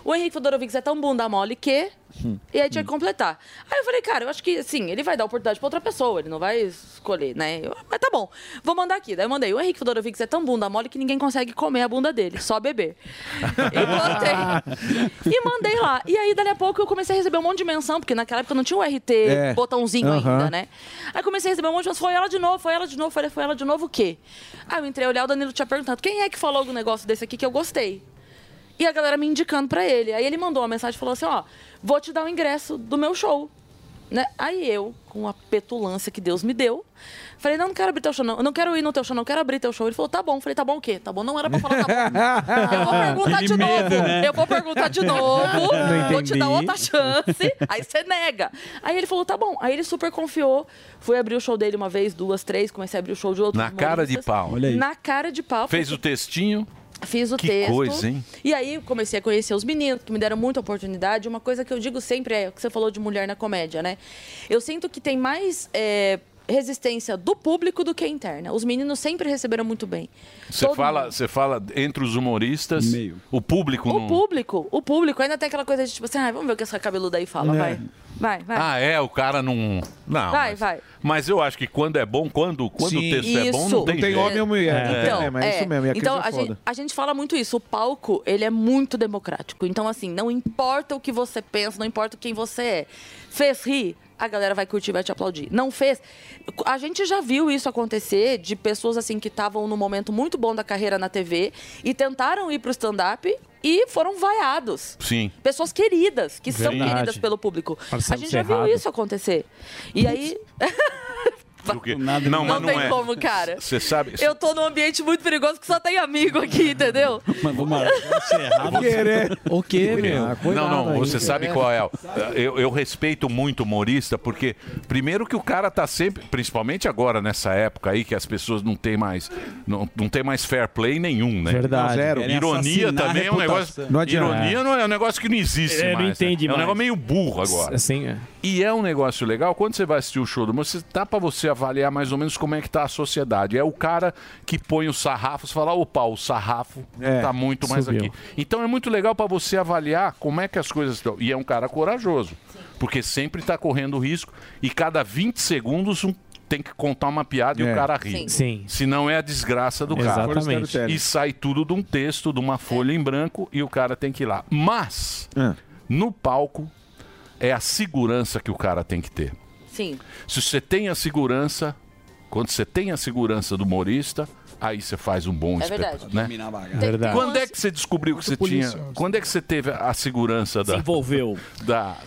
[SPEAKER 31] O Henrique Fedorovics é tão bunda mole que...
[SPEAKER 12] Hum.
[SPEAKER 31] E aí tinha que completar. Aí eu falei, cara, eu acho que, assim, ele vai dar oportunidade pra outra pessoa, ele não vai escolher, né? Eu, mas tá bom, vou mandar aqui. Daí eu mandei, o Henrique Fedorovics é tão bunda mole que ninguém consegue comer a bunda dele, só beber. E mandei lá. E aí, dali a pouco, eu comecei a receber um monte de menção, porque naquela época não tinha o RT
[SPEAKER 21] É.
[SPEAKER 31] botãozinho
[SPEAKER 21] Aham.
[SPEAKER 31] ainda, né? Aí comecei a receber um monte de menção. Foi ela de novo, foi ela de novo, foi ela, foi ela de novo o quê? Aí eu entrei a olhar, o Danilo tinha perguntado, quem é que falou do negócio desse aqui que eu gostei? E a galera me indicando pra ele. Aí ele mandou uma mensagem e falou assim, ó, vou te dar o ingresso do meu show. Né? Aí eu, com a petulância que Deus me deu, falei, não, não quero abrir teu show, não. Eu não quero ir no teu show, não. Eu quero abrir teu show. Ele falou, tá bom. Eu falei, tá bom o quê? Tá bom, não era pra falar Ah, Eu vou perguntar de novo.
[SPEAKER 9] né?
[SPEAKER 31] Eu vou perguntar de novo.
[SPEAKER 21] né? Não
[SPEAKER 31] Vou te dar
[SPEAKER 21] entendi.
[SPEAKER 31] outra chance. Aí você nega. Aí ele falou, tá bom. Aí ele super confiou. Fui abrir o show dele uma vez, duas, três. Comecei a abrir o show de outro.
[SPEAKER 7] Na cara de pau. Olha aí.
[SPEAKER 31] Na cara de pau.
[SPEAKER 7] Fez o textinho.
[SPEAKER 31] Fiz o
[SPEAKER 7] Que
[SPEAKER 31] texto.
[SPEAKER 7] coisa, hein?
[SPEAKER 31] E aí comecei a conhecer os meninos, que me deram muita oportunidade. Uma coisa que eu digo sempre é o que você falou de mulher na comédia, né? Eu sinto que tem mais é, resistência do público do que interna. Os meninos sempre receberam muito bem.
[SPEAKER 7] Você fala, você fala entre os humoristas, o público
[SPEAKER 31] O
[SPEAKER 7] não.
[SPEAKER 31] público, o público ainda tem aquela coisa de tipo assim, ah, vamos ver o que essa cabeluda aí fala,
[SPEAKER 7] É.
[SPEAKER 31] vai. Vai, vai.
[SPEAKER 7] Ah, é, o cara não. Não.
[SPEAKER 31] vai,
[SPEAKER 7] mas,
[SPEAKER 31] vai.
[SPEAKER 7] mas eu acho que quando é bom, quando, quando o
[SPEAKER 12] Sim.
[SPEAKER 7] texto é bom, não
[SPEAKER 12] Isso.
[SPEAKER 7] tem,
[SPEAKER 12] Não tem
[SPEAKER 7] jeito.
[SPEAKER 12] homem ou mulher, né?
[SPEAKER 7] É.
[SPEAKER 12] Então, É, mas é isso mesmo, e a
[SPEAKER 31] então,
[SPEAKER 12] Cris é
[SPEAKER 31] a
[SPEAKER 12] foda.
[SPEAKER 31] gente, a gente fala muito isso. O palco, ele é muito democrático. Então, assim, não importa o que você pensa, não importa quem você é. Fez rir, a galera vai curtir, vai te aplaudir. Não fez. A gente já viu isso acontecer de pessoas, assim, que estavam num momento muito bom da carreira na TV e tentaram ir pro stand-up e foram vaiados.
[SPEAKER 7] Sim.
[SPEAKER 31] Pessoas queridas, que são
[SPEAKER 7] Verdade. tá
[SPEAKER 31] queridas pelo público.
[SPEAKER 7] Marcelo
[SPEAKER 31] a gente já
[SPEAKER 7] Serrado.
[SPEAKER 31] viu isso acontecer. E aí.
[SPEAKER 7] do que. Não, mas
[SPEAKER 31] não,
[SPEAKER 7] não
[SPEAKER 31] tem
[SPEAKER 7] é.
[SPEAKER 31] como, cara.
[SPEAKER 7] Você sabe.
[SPEAKER 31] Eu tô num ambiente muito perigoso que só tem amigo aqui, entendeu?
[SPEAKER 6] Mas vamos lá.
[SPEAKER 7] errado.
[SPEAKER 12] né?
[SPEAKER 5] Querer. O quê, meu?
[SPEAKER 7] Não, não,
[SPEAKER 5] aí.
[SPEAKER 7] você sabe
[SPEAKER 31] né?
[SPEAKER 7] qual é. Eu, eu respeito muito humorista, porque primeiro que o cara tá sempre, principalmente agora nessa época aí, que as pessoas não têm mais, não, não tem mais fair play nenhum, né?
[SPEAKER 12] Verdade. Zero.
[SPEAKER 7] Ironia
[SPEAKER 12] Querem
[SPEAKER 7] também é um
[SPEAKER 12] assassinar a
[SPEAKER 7] negócio.
[SPEAKER 12] reputação. Não adianta.
[SPEAKER 7] ironia não é um negócio que não existe
[SPEAKER 12] É, não
[SPEAKER 7] mais. né?
[SPEAKER 12] entende
[SPEAKER 7] É um
[SPEAKER 12] mais.
[SPEAKER 7] negócio meio burro agora.
[SPEAKER 5] Assim, é.
[SPEAKER 7] E é um negócio legal, quando você vai assistir o show do humor, você dá pra você avaliar mais ou menos como é que tá a sociedade. É o cara que põe o sarrafo, você fala, opa, o sarrafo
[SPEAKER 12] É,
[SPEAKER 7] tá muito mais
[SPEAKER 12] subiu.
[SPEAKER 7] aqui. Então é muito legal pra você avaliar como é que as coisas estão. E é um cara corajoso, porque sempre tá correndo risco e cada 20 segundos um tem que contar uma piada e
[SPEAKER 12] É.
[SPEAKER 7] o cara ri.
[SPEAKER 12] Sim. Sim.
[SPEAKER 7] Senão é a desgraça do cara.
[SPEAKER 12] Exatamente.
[SPEAKER 7] E sai tudo de um texto, de uma folha em branco e o cara tem que ir lá. Mas,
[SPEAKER 6] É.
[SPEAKER 7] no palco, é a segurança que o cara tem que ter.
[SPEAKER 31] Sim.
[SPEAKER 7] Se você tem a segurança, quando você tem a segurança do humorista, aí você faz um bom
[SPEAKER 31] É
[SPEAKER 7] espetáculo.
[SPEAKER 31] verdade.
[SPEAKER 7] Né?
[SPEAKER 31] Dominar a
[SPEAKER 6] bagaça.
[SPEAKER 31] Verdade.
[SPEAKER 7] Quando é que você descobriu que você tinha.
[SPEAKER 31] polícia.
[SPEAKER 7] Quando é que você teve a segurança da.
[SPEAKER 9] Desenvolveu.
[SPEAKER 7] Da.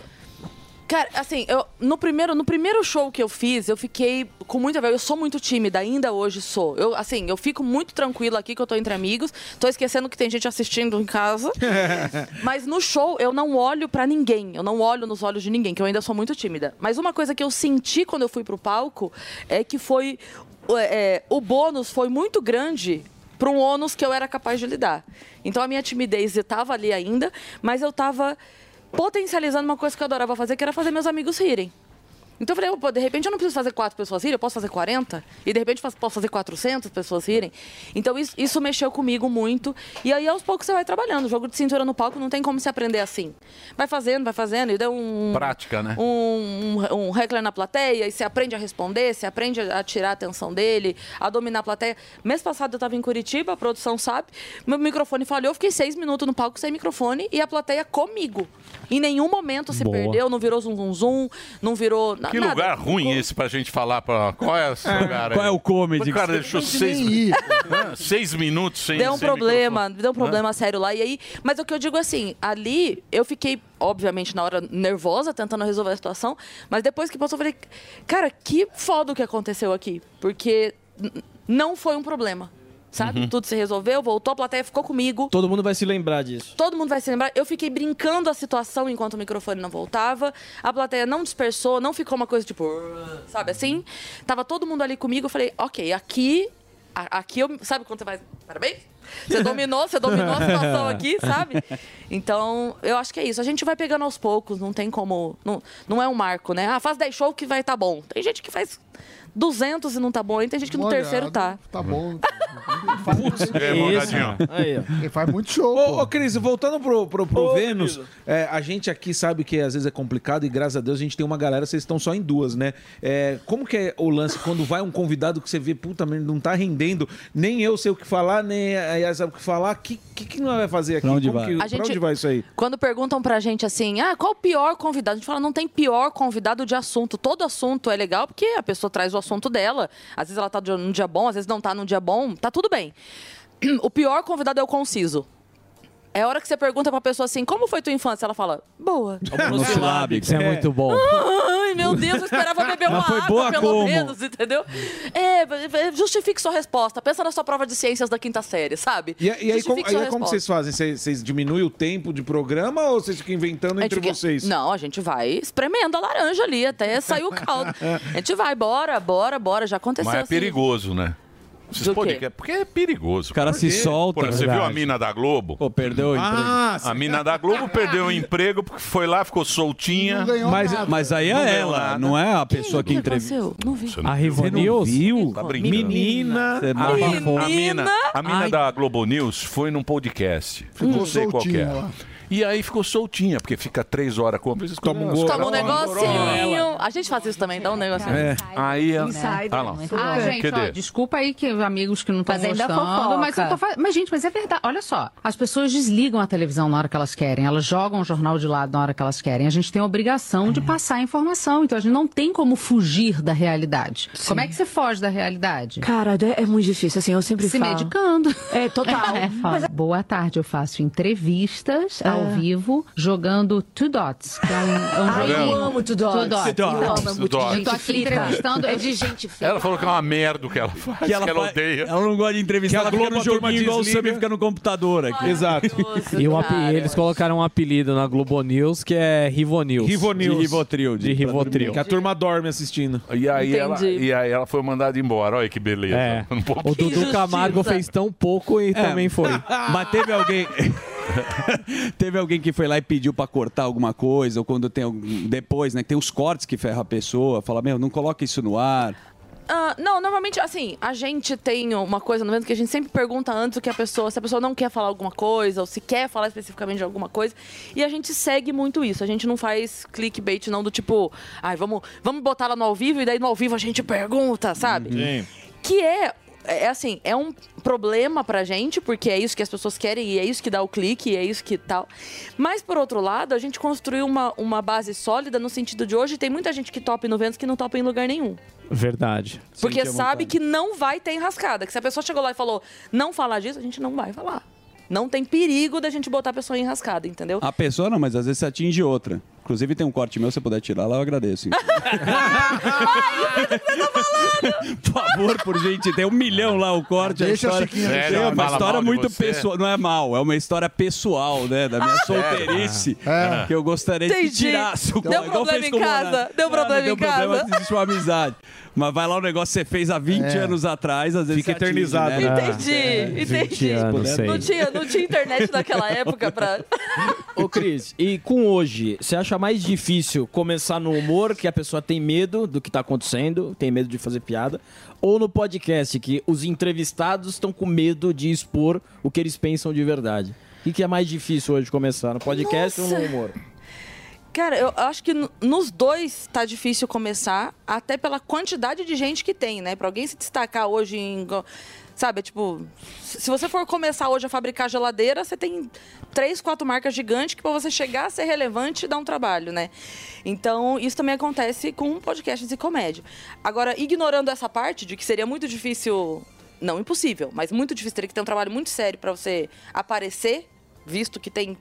[SPEAKER 31] Cara, assim, eu, no, primeiro, no primeiro show que eu fiz, eu fiquei com muita vergonha. Eu sou muito tímida, ainda hoje sou. Eu, assim, eu fico muito tranquila aqui que eu tô entre amigos. Tô esquecendo que tem gente assistindo em casa. Mas no show eu não olho pra ninguém, eu não olho nos olhos de ninguém, que eu ainda sou muito tímida. Mas uma coisa que eu senti quando eu fui pro palco é que foi é, é, o bônus foi muito grande para um ônus que eu era capaz de lidar. Então a minha timidez estava ali ainda, mas eu estava potencializando uma coisa que eu adorava fazer, que era fazer meus amigos rirem. Então eu falei, pô, de repente eu não preciso fazer quatro pessoas rirem, eu posso fazer 40? E de repente eu posso fazer 400 pessoas rirem? Então isso, isso mexeu comigo muito. E aí aos poucos você vai trabalhando. Jogo de cintura no palco não tem como se aprender assim. Vai fazendo, vai fazendo, e deu um.
[SPEAKER 7] Prática, né?
[SPEAKER 31] Um, um, um heckler na plateia, e você aprende a responder, você aprende a tirar a atenção dele, a dominar a plateia. Mês passado eu estava em Curitiba, a produção sabe, meu microfone falhou, eu fiquei seis minutos no palco sem microfone e a plateia comigo. Em nenhum momento se
[SPEAKER 7] Boa.
[SPEAKER 31] perdeu, não virou zum zum zum, não virou na-
[SPEAKER 7] Que
[SPEAKER 31] nada.
[SPEAKER 7] lugar ruim esse pra gente falar pra. Qual é esse
[SPEAKER 6] É,
[SPEAKER 7] lugar?
[SPEAKER 6] qual
[SPEAKER 7] aí?
[SPEAKER 6] é o comedy
[SPEAKER 7] Cara,
[SPEAKER 6] que
[SPEAKER 7] deixou
[SPEAKER 6] você-
[SPEAKER 7] seis,
[SPEAKER 6] Nem ir.
[SPEAKER 7] Hã? seis minutos sem.
[SPEAKER 31] deu um
[SPEAKER 7] sem
[SPEAKER 31] problema,
[SPEAKER 7] microfone.
[SPEAKER 31] deu um problema
[SPEAKER 7] Hã?
[SPEAKER 31] sério lá. E aí, mas o que eu digo assim, ali eu fiquei, obviamente, na hora nervosa, tentando resolver a situação, mas depois que passou, eu falei, cara, que foda o que aconteceu aqui. Porque n- não foi um problema. Sabe?
[SPEAKER 9] Uhum.
[SPEAKER 31] Tudo se resolveu, voltou, a plateia ficou comigo.
[SPEAKER 9] Todo mundo vai se lembrar disso.
[SPEAKER 31] Todo mundo vai se lembrar. Eu fiquei brincando a situação enquanto o microfone não voltava. A plateia não dispersou, não ficou uma coisa tipo, "Ugh", sabe assim? Tava todo mundo ali comigo. Eu falei, ok, aqui. a- Aqui eu. Sabe quando você vai. Parabéns? Você dominou, você dominou a situação aqui, sabe? Então, eu acho que é isso. A gente vai pegando aos poucos, não tem como. Não, não é um marco, né? Ah, faz 10 shows que vai tá bom. Tem gente que faz 200 e não tá bom, e tem gente que no
[SPEAKER 18] Molhado,
[SPEAKER 31] terceiro tá.
[SPEAKER 18] Tá bom.
[SPEAKER 7] É, Morgadinho.
[SPEAKER 18] Ele faz muito show.
[SPEAKER 12] Ô, ô, Cris, voltando pro, pro, pro Vênus, é, a gente aqui sabe que às vezes é complicado e graças a Deus a gente tem uma galera, vocês estão só em duas, né? É, como que é o lance quando vai um convidado que você vê, puta, mas não tá rendendo, nem eu sei o que falar, nem a Yas sabe o que falar, o que, que, que nós vai fazer aqui?
[SPEAKER 6] Pra onde
[SPEAKER 12] Como
[SPEAKER 6] vai?
[SPEAKER 12] que-
[SPEAKER 6] A
[SPEAKER 12] pra
[SPEAKER 31] gente-
[SPEAKER 12] onde vai isso aí?
[SPEAKER 31] Quando perguntam pra gente assim, ah, qual o pior convidado? A gente fala, não tem pior convidado de assunto. Todo assunto é legal porque a pessoa traz o assunto dela. Às vezes ela tá num dia bom, às vezes não tá num dia bom, tá tudo bem. O pior convidado é o conciso. É a hora que você pergunta pra pessoa assim, como foi tua infância? Ela fala, boa.
[SPEAKER 6] Monossilábico. Isso é muito bom.
[SPEAKER 31] Ai, meu Deus, eu esperava beber uma
[SPEAKER 6] Mas foi
[SPEAKER 31] água,
[SPEAKER 6] boa
[SPEAKER 31] pelo
[SPEAKER 6] como?
[SPEAKER 31] menos, entendeu? É, justifique sua resposta. Pensa na sua prova de ciências da quinta série, sabe?
[SPEAKER 12] E, e aí, como,
[SPEAKER 31] Justifique
[SPEAKER 12] aí é como que vocês fazem? Vocês, vocês diminuem o tempo de programa ou vocês ficam inventando
[SPEAKER 31] A
[SPEAKER 12] entre
[SPEAKER 31] gente que-
[SPEAKER 12] vocês?
[SPEAKER 31] Não, a gente vai espremendo a laranja ali até sair o caldo. A gente vai, bora, bora, bora. Já aconteceu
[SPEAKER 7] Mas é
[SPEAKER 31] assim.
[SPEAKER 7] perigoso, né? Esses
[SPEAKER 31] Do quê?
[SPEAKER 7] podcast, porque é perigoso. O
[SPEAKER 6] cara se solta,
[SPEAKER 7] Você
[SPEAKER 6] verdade.
[SPEAKER 7] viu a mina da Globo? Pô,
[SPEAKER 6] perdeu o
[SPEAKER 7] ah,
[SPEAKER 6] emprego.
[SPEAKER 7] A mina da Globo perdeu o emprego porque foi lá, ficou soltinha.
[SPEAKER 6] Mas, mas aí é
[SPEAKER 7] Não ganhou
[SPEAKER 6] ela,
[SPEAKER 7] nada.
[SPEAKER 6] não é a pessoa que, entrevista.
[SPEAKER 31] Não vi.
[SPEAKER 6] A Rivanils?
[SPEAKER 7] viu?
[SPEAKER 6] Tá brincando.
[SPEAKER 7] Menina,
[SPEAKER 6] Você
[SPEAKER 7] a
[SPEAKER 6] mama
[SPEAKER 7] menina, a
[SPEAKER 6] fome.
[SPEAKER 7] mina, a mina
[SPEAKER 6] Ai.
[SPEAKER 7] da Globo News foi num podcast.
[SPEAKER 6] Ficou
[SPEAKER 7] não sei qual que
[SPEAKER 6] soltinha
[SPEAKER 7] era.
[SPEAKER 6] lá.
[SPEAKER 7] E aí ficou soltinha, porque fica três horas com Toma
[SPEAKER 12] um
[SPEAKER 31] Toma um negocinho. A gente faz isso também, dá um negocinho.
[SPEAKER 7] É. Aí ela.
[SPEAKER 21] Insider,
[SPEAKER 7] Ah, lá.
[SPEAKER 21] né? Ah, gente, ó,
[SPEAKER 7] Cadê?
[SPEAKER 21] desculpa aí que amigos que não estão
[SPEAKER 20] Mas ainda é
[SPEAKER 21] gostando,
[SPEAKER 20] fofoca.
[SPEAKER 21] mas eu tô fazendo. Mas gente, mas é verdade. Olha só, as pessoas desligam a televisão na hora que elas querem, elas jogam o jornal de lado na hora que elas querem. A gente tem a obrigação
[SPEAKER 6] Uhum.
[SPEAKER 21] de passar a informação, então a gente não tem como fugir da realidade. Como é que você foge da realidade?
[SPEAKER 32] Cara, é, é muito difícil, assim, eu sempre
[SPEAKER 21] Se
[SPEAKER 32] falo.
[SPEAKER 21] medicando.
[SPEAKER 32] É, total.
[SPEAKER 21] É, fala.
[SPEAKER 32] Mas
[SPEAKER 21] boa tarde. Eu faço entrevistas ao
[SPEAKER 24] Ah.
[SPEAKER 21] vivo jogando Two Dots. Que é um, é um
[SPEAKER 24] Ai,
[SPEAKER 21] joguinho.
[SPEAKER 24] eu amo Two Dots.
[SPEAKER 21] Two Dots.
[SPEAKER 24] Two Dots.
[SPEAKER 21] Eu amo,
[SPEAKER 24] Nossa,
[SPEAKER 21] é muito
[SPEAKER 24] Two Dots.
[SPEAKER 21] Eu tô aqui
[SPEAKER 24] Frita.
[SPEAKER 21] entrevistando, é de gente feia.
[SPEAKER 7] Ela falou que é uma merda o que ela faz, que
[SPEAKER 20] ela
[SPEAKER 7] ela,
[SPEAKER 20] fa-
[SPEAKER 7] odeia.
[SPEAKER 20] Ela não gosta de entrevistar,
[SPEAKER 7] Que a
[SPEAKER 20] ela fica
[SPEAKER 7] Globo
[SPEAKER 20] no joguinho
[SPEAKER 7] turma
[SPEAKER 20] igual o
[SPEAKER 7] desliga.
[SPEAKER 20] Sami fica no computador aqui.
[SPEAKER 12] Exato.
[SPEAKER 5] E um ape- eles colocaram um apelido na Globo News que é Rivonews.
[SPEAKER 20] Rivonews.
[SPEAKER 5] De Rivotril. De Rivotril.
[SPEAKER 12] Que a turma dorme assistindo.
[SPEAKER 7] E aí, ela,
[SPEAKER 5] Entendi.
[SPEAKER 7] e aí ela foi mandada embora. Olha que beleza.
[SPEAKER 5] É.
[SPEAKER 7] Um pouquinho.
[SPEAKER 5] O Dudu Camargo fez tão pouco e
[SPEAKER 20] É,
[SPEAKER 5] também foi.
[SPEAKER 20] Mas teve alguém. teve alguém que foi lá e pediu pra cortar alguma coisa, ou quando tem algum- depois, né? que Tem os cortes que ferra a pessoa, fala, meu, não coloca isso no ar.
[SPEAKER 31] Ah, não, normalmente, assim, a gente tem uma coisa no evento que a gente sempre pergunta antes o que a pessoa, se a pessoa não quer falar alguma coisa, ou se quer falar especificamente de alguma coisa. E a gente segue muito isso. A gente não faz clickbait, não, do tipo, ai, vamos, vamos botar ela no ao vivo e daí no ao vivo a gente pergunta, sabe? Que é. É assim, é um problema pra gente, porque é isso que as pessoas querem e é isso que dá o clique, e é isso que tal. Mas, por outro lado, a gente construiu uma, uma base sólida no sentido de hoje tem muita gente que topa em eventos que não topa em lugar nenhum.
[SPEAKER 5] Verdade.
[SPEAKER 31] Porque sabe que não vai ter enrascada. Que se a pessoa chegou lá e falou, não falar disso, a gente não vai falar. Não tem perigo da gente botar a pessoa em enrascada, entendeu?
[SPEAKER 20] A pessoa não, mas às vezes você atinge outra. Inclusive tem um corte meu, se você puder tirar lá, eu agradeço. Por favor, por gente, tem um milhão lá o corte. a
[SPEAKER 7] Deixa a
[SPEAKER 20] história...
[SPEAKER 7] Chiquinha
[SPEAKER 20] é,
[SPEAKER 7] no chão.
[SPEAKER 20] uma
[SPEAKER 7] Fala mal
[SPEAKER 20] história
[SPEAKER 7] de
[SPEAKER 20] muito
[SPEAKER 7] você.
[SPEAKER 20] pessoal. Não é mal, é uma história pessoal, né? Da minha
[SPEAKER 7] Ah.
[SPEAKER 20] solteirice. né,
[SPEAKER 7] É.
[SPEAKER 20] Que eu gostaria de
[SPEAKER 31] Entendi.
[SPEAKER 20] tirar.
[SPEAKER 31] Deu problema em casa? Deu problema
[SPEAKER 20] deu
[SPEAKER 31] em
[SPEAKER 20] problema,
[SPEAKER 31] casa?
[SPEAKER 20] existe uma amizade. Mas vai lá um negócio que você fez há 20
[SPEAKER 12] É.
[SPEAKER 20] anos atrás, às vezes
[SPEAKER 12] Fica
[SPEAKER 20] você atinge,
[SPEAKER 12] eternizado,
[SPEAKER 20] né?
[SPEAKER 12] né?
[SPEAKER 31] Entendi, entendi.
[SPEAKER 5] 20 é, anos, sei.
[SPEAKER 31] não, tinha, não tinha internet naquela época pra.
[SPEAKER 9] Ô, Cris, e com hoje, você acha mais difícil começar no humor, que a pessoa tem medo do que tá acontecendo, tem medo de fazer piada, ou no podcast, que os entrevistados estão com medo de expor o que eles pensam de verdade? O que que é mais difícil hoje começar, no podcast ou
[SPEAKER 31] Nossa.
[SPEAKER 9] no humor?
[SPEAKER 31] Cara, eu acho que no- nos dois tá difícil começar, até pela quantidade de gente que tem, né? Pra alguém se destacar hoje em. go- Sabe, é tipo, se se você for começar hoje a fabricar geladeira, você tem três, quatro marcas gigantes que pra você chegar a ser relevante dá um trabalho, né? Então, isso também acontece com podcasts e comédia. Agora, ignorando essa parte de que seria muito difícil, não impossível, mas muito difícil, teria que ter um trabalho muito sério pra você aparecer, visto que tem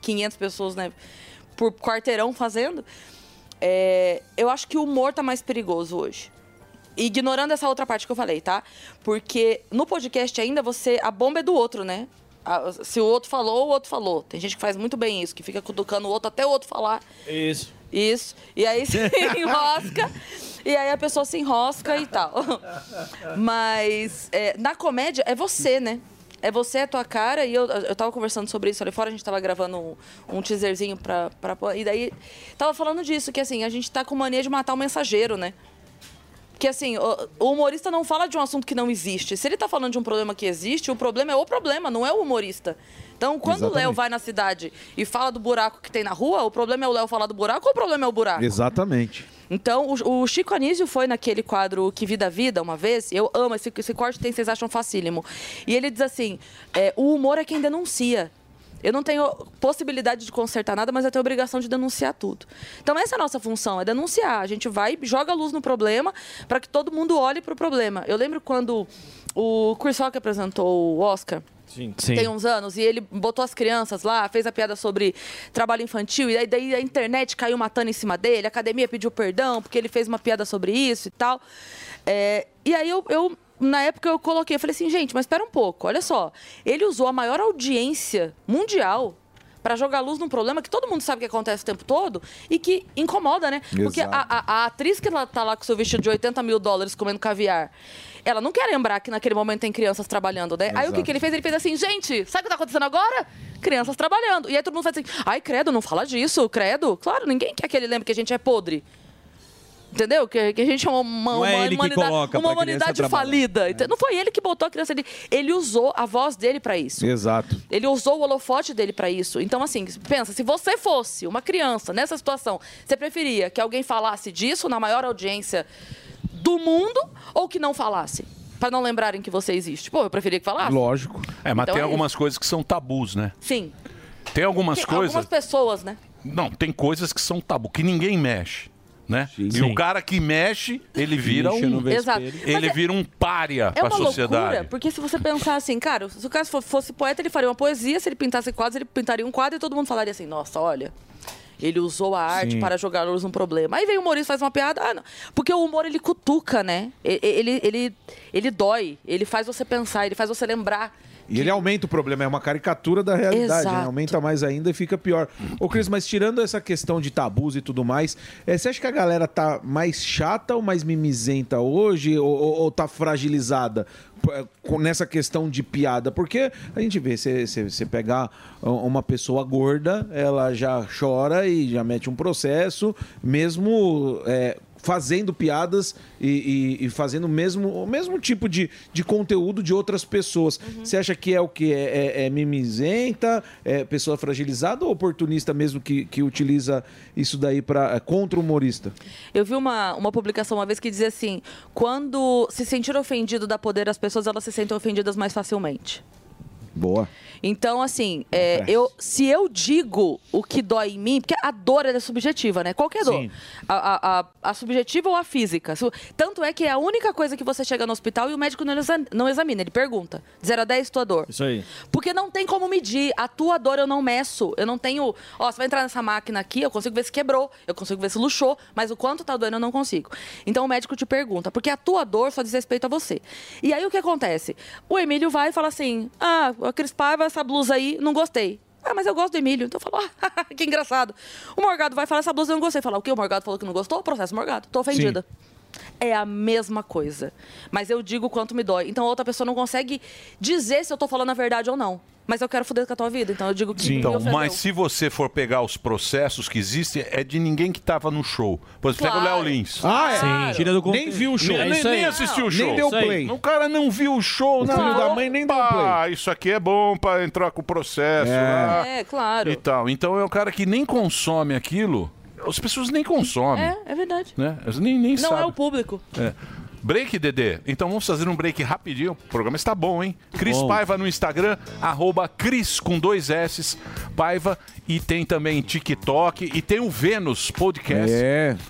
[SPEAKER 31] 500 pessoas, né, por quarteirão fazendo. É, eu acho que o humor tá mais perigoso hoje. Ignorando essa outra parte que eu falei, tá? Porque no podcast ainda você. A bomba é do outro, né? A- se o outro falou, o outro falou. Tem gente que faz muito bem isso, que fica cutucando o outro até o outro falar.
[SPEAKER 9] Isso.
[SPEAKER 31] Isso. E aí se enrosca. E aí a pessoa se enrosca e tal. Mas é, na comédia é você, né? É você, é a tua cara. E eu, eu tava conversando sobre isso ali fora, a gente tava gravando um, um teaserzinho pra, pra. pôr, E daí tava falando disso, que assim, a gente tá com mania de matar o mensageiro, né? Porque assim, o, o humorista não fala de um assunto que não existe. Se ele tá falando de um problema que existe, o problema é o problema, não é o humorista. Então, quando o Léo
[SPEAKER 12] Exatamente.
[SPEAKER 31] vai na cidade e fala do buraco que tem na rua, o problema é o Léo falar do buraco ou o problema é o buraco?
[SPEAKER 12] Exatamente.
[SPEAKER 31] Então, o, o Chico Anísio foi naquele quadro Que Vida Vida, uma vez. Eu amo esse, esse corte, tem, vocês acham facílimo. E ele diz assim: é, o humor é quem denuncia. Eu não tenho possibilidade de consertar nada, mas eu tenho obrigação de denunciar tudo. Então, essa é a nossa função, é denunciar. A gente vai, joga a luz no problema para que todo mundo olhe para o problema. Eu lembro quando o Chris Rock apresentou o Oscar.
[SPEAKER 9] Sim.
[SPEAKER 31] Tem uns anos, e ele botou as crianças lá, fez a piada sobre trabalho infantil, e aí daí a internet caiu matando em cima dele, a academia pediu perdão, porque ele fez uma piada sobre isso e tal. É, e aí eu, eu, na época, eu coloquei, eu falei assim, gente, mas espera um pouco, olha só. Ele usou a maior audiência mundial para jogar luz num problema que todo mundo sabe que acontece o tempo todo e que incomoda, né? Porque a,
[SPEAKER 32] Exato.
[SPEAKER 31] a- a atriz que ela tá lá com seu vestido de 80 mil dólares comendo caviar, ela não quer lembrar que naquele momento tem crianças trabalhando, né? Aí o que,
[SPEAKER 32] Exato.
[SPEAKER 31] que ele fez? Ele fez assim, gente, sabe o que tá acontecendo agora? Crianças trabalhando. E aí todo mundo faz assim, ai, credo, não fala disso, credo. Claro, ninguém quer que ele lembre que a gente é podre. Entendeu? Que, que a gente é uma, uma,
[SPEAKER 20] Não é ele que
[SPEAKER 31] humanidade,
[SPEAKER 20] coloca
[SPEAKER 31] uma
[SPEAKER 20] pra criança
[SPEAKER 31] humanidade
[SPEAKER 20] trabalhar. É.
[SPEAKER 31] falida. Então, Não foi ele que botou a criança ali. Ele usou a voz dele para isso.
[SPEAKER 12] Exato.
[SPEAKER 31] Ele usou o holofote dele pra isso. Então, assim, pensa, se você fosse uma criança nessa situação, você preferia que alguém falasse disso na maior audiência do mundo ou que não falasse? Pra não lembrarem que você existe. Pô, eu preferia que falasse.
[SPEAKER 12] Lógico.
[SPEAKER 7] É, mas
[SPEAKER 31] Então
[SPEAKER 7] tem
[SPEAKER 31] é
[SPEAKER 7] algumas coisas que são tabus, né?
[SPEAKER 31] Sim.
[SPEAKER 7] Tem algumas
[SPEAKER 31] Porque
[SPEAKER 7] coisas.
[SPEAKER 31] Algumas pessoas, né?
[SPEAKER 7] Não, tem coisas que são tabu, que ninguém mexe. Né? E
[SPEAKER 19] Sim.
[SPEAKER 7] o cara que mexe, ele vira
[SPEAKER 19] Mexe no
[SPEAKER 7] um.
[SPEAKER 19] vespeiro. Exato.
[SPEAKER 7] Ele
[SPEAKER 31] Mas é-
[SPEAKER 7] vira um pária
[SPEAKER 31] É
[SPEAKER 7] pra
[SPEAKER 31] uma
[SPEAKER 7] sociedade.
[SPEAKER 31] loucura, porque se você pensar assim, cara, se o cara fo- fosse poeta, ele faria uma poesia, se ele pintasse quadros, ele pintaria um quadro e todo mundo falaria assim, nossa, olha, ele usou a arte
[SPEAKER 24] Sim.
[SPEAKER 31] para jogar luz num problema. Aí vem o humorista, faz uma piada, ah, não. porque o humor, ele cutuca, né? E- e- Ele, ele, ele dói, ele faz você pensar, ele faz você lembrar.
[SPEAKER 12] E ele aumenta o problema, é uma caricatura da realidade, né?
[SPEAKER 31] Exato.
[SPEAKER 12] aumenta mais ainda e fica pior. Ô, Cris, mas tirando essa questão de tabus e tudo mais, eh, você acha que a galera tá mais chata ou mais mimizenta hoje? Ou, ou, ou tá fragilizada p- eh, com- nessa questão de piada? Porque a gente vê, você- você você pegar ah, uma pessoa gorda, ela já chora e já mete um processo, mesmo. eh, fazendo piadas e, e- e fazendo o mesmo, o mesmo tipo de, de conteúdo de outras pessoas. Você acha que é o que? É, é, é mimizenta, é pessoa fragilizada ou oportunista mesmo que, que utiliza isso daí pra, é, contra o humorista?
[SPEAKER 31] Eu vi uma, uma publicação uma vez que dizia assim: quando se sentir ofendido dá poder às pessoas, elas se sentem ofendidas mais facilmente.
[SPEAKER 12] Boa.
[SPEAKER 31] Então, assim, é,
[SPEAKER 12] Confesso.
[SPEAKER 31] eu, se eu digo o que dói em mim, porque a dor ela é subjetiva, né? Qualquer dor.
[SPEAKER 25] Sim.
[SPEAKER 31] A, a- a- a subjetiva ou a física. Su- Tanto é que é a única coisa que você chega no hospital e o médico não, exa- não examina, ele pergunta. De 0 a 10, tua dor.
[SPEAKER 9] Isso aí.
[SPEAKER 31] Porque não tem como medir. A tua dor eu não meço. Eu não tenho. Ó, você vai entrar nessa máquina aqui, eu consigo ver se quebrou, eu consigo ver se luxou, mas o quanto tá doendo eu não consigo. Então o médico te pergunta, porque a tua dor só diz respeito a você. E aí o que acontece? O Emílio vai e fala assim: ah, a Cris Paiva, essa blusa aí, não gostei. Ah, mas eu gosto do Emílio. Então eu falo, ah, que engraçado. O Morgado vai falar, essa blusa eu não gostei. Falar, o que? O Morgado falou que não gostou? Processo Morgado. Tô ofendida. É a mesma coisa. Mas eu digo quanto me dói. Então a outra pessoa não consegue dizer se eu tô falando a verdade ou não. Mas eu quero foder com a tua vida, então eu digo que me
[SPEAKER 7] Então,
[SPEAKER 31] ofendeu.
[SPEAKER 7] mas se você for pegar os processos que existem, é de ninguém que estava no show. Por exemplo, pega o
[SPEAKER 31] Claro.
[SPEAKER 7] Léo Lins.
[SPEAKER 12] Ah, é. Sim. Tira do contexto. Nem viu o show.
[SPEAKER 7] Nem,
[SPEAKER 12] É isso aí.
[SPEAKER 7] nem assistiu o
[SPEAKER 12] Nem
[SPEAKER 7] show.
[SPEAKER 12] deu
[SPEAKER 7] Isso aí.
[SPEAKER 12] play.
[SPEAKER 7] O cara não viu o show.
[SPEAKER 12] O filho da mãe nem deu play.
[SPEAKER 7] Ah, isso aqui é bom para entrar com o processo. né?
[SPEAKER 31] É, claro.
[SPEAKER 7] E tal. Então é o cara que nem consome aquilo. As pessoas nem consomem.
[SPEAKER 31] É, é verdade.
[SPEAKER 7] Né? Elas nem, nem
[SPEAKER 31] não
[SPEAKER 7] sabem.
[SPEAKER 31] é o público.
[SPEAKER 7] É. Break, Dedê. Então vamos fazer um break rapidinho. O programa está bom, hein? Cris
[SPEAKER 31] Bom.
[SPEAKER 7] Paiva no Instagram, arroba Cris com dois S, Paiva. E tem também TikTok e tem o Vênus Podcast,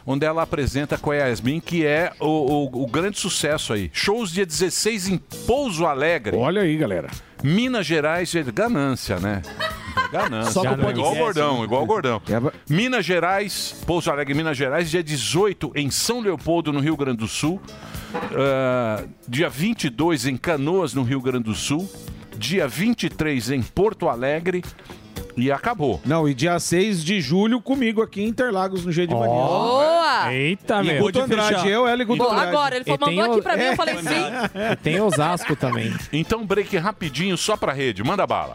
[SPEAKER 7] onde ela apresenta com a Yasmin, que é o, o- o grande sucesso aí. Shows dia 16 em Pouso Alegre. Olha aí, galera. Minas Gerais, é ganância, né? É Ganância.
[SPEAKER 12] Só com
[SPEAKER 7] né?
[SPEAKER 12] podcast,
[SPEAKER 7] igual o gordão,
[SPEAKER 12] né?
[SPEAKER 7] igual o gordão. Minas Gerais, Pouso Alegre, Minas Gerais, dia 18 em São Leopoldo, no Rio Grande do Sul. Ah, dia 22 em Canoas, no Rio Grande do Sul. Dia 23 em Porto Alegre. E acabou.
[SPEAKER 12] Não, e dia 6 de julho comigo aqui em Interlagos, no G de Mania.
[SPEAKER 31] Boa!
[SPEAKER 5] Eita,
[SPEAKER 12] E
[SPEAKER 5] meu.
[SPEAKER 12] Guto Andrade, eu, ela e Guto
[SPEAKER 31] Bom,
[SPEAKER 12] Andrade.
[SPEAKER 31] agora, ele
[SPEAKER 5] E
[SPEAKER 31] falou,
[SPEAKER 5] tem
[SPEAKER 31] mandou
[SPEAKER 5] o-
[SPEAKER 31] aqui pra mim,
[SPEAKER 5] É.
[SPEAKER 31] eu falei sim.
[SPEAKER 5] E tem Osasco também.
[SPEAKER 7] Então, break rapidinho só pra rede. Manda bala.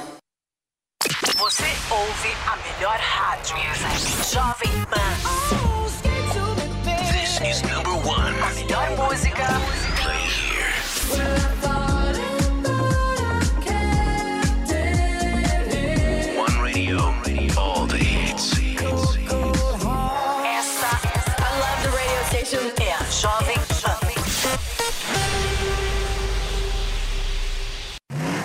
[SPEAKER 2] Você ouve a melhor rádio. Jovem Pan. This is number one. A melhor música. Play here. One radio. All the hits. Essa, I love the radio station. É a Jovem Pan.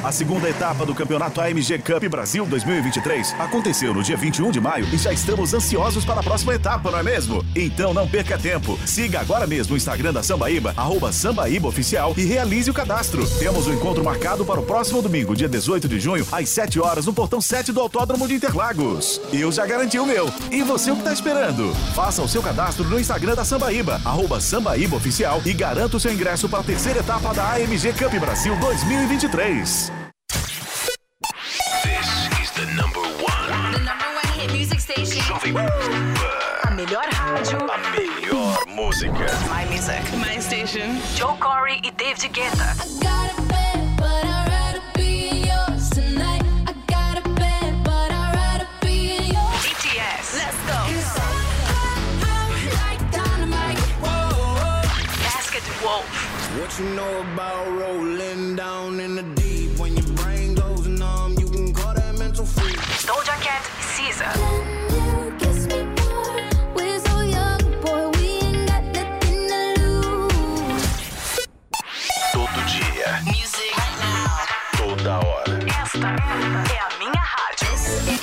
[SPEAKER 23] A segunda etapa do Campeonato AMG Cup Brasil 2023 aconteceu no dia 21 de maio e já estamos ansiosos para a próxima etapa, não é mesmo? Então não perca tempo. Siga agora mesmo o Instagram da Sambaíba, arroba Sambaíba Oficial e realize o cadastro. Temos o encontro marcado para o próximo domingo, dia 18 de junho, às 7 horas, no portão 7 do Autódromo de Interlagos. Eu já garanti o meu. E você o que está esperando? Faça o seu cadastro no Instagram da Sambaíba, arroba Sambaíba Oficial e garanta o seu ingresso para a terceira etapa da AMG Cup Brasil 2023.
[SPEAKER 2] This is the number one. The number one hit music station. Jovem Pan. A melhor rádio. A melhor música. My music. My station. Joe Corey e David Guetta. BTS. Let's go.
[SPEAKER 22] What you know about rolling down in the deep? When your brain goes numb, you can call that mental freak.
[SPEAKER 2] Doja Cat, Caesar.
[SPEAKER 23] Todo dia,
[SPEAKER 2] Music right now.
[SPEAKER 23] toda hora.
[SPEAKER 2] Esta é a minha rádio. This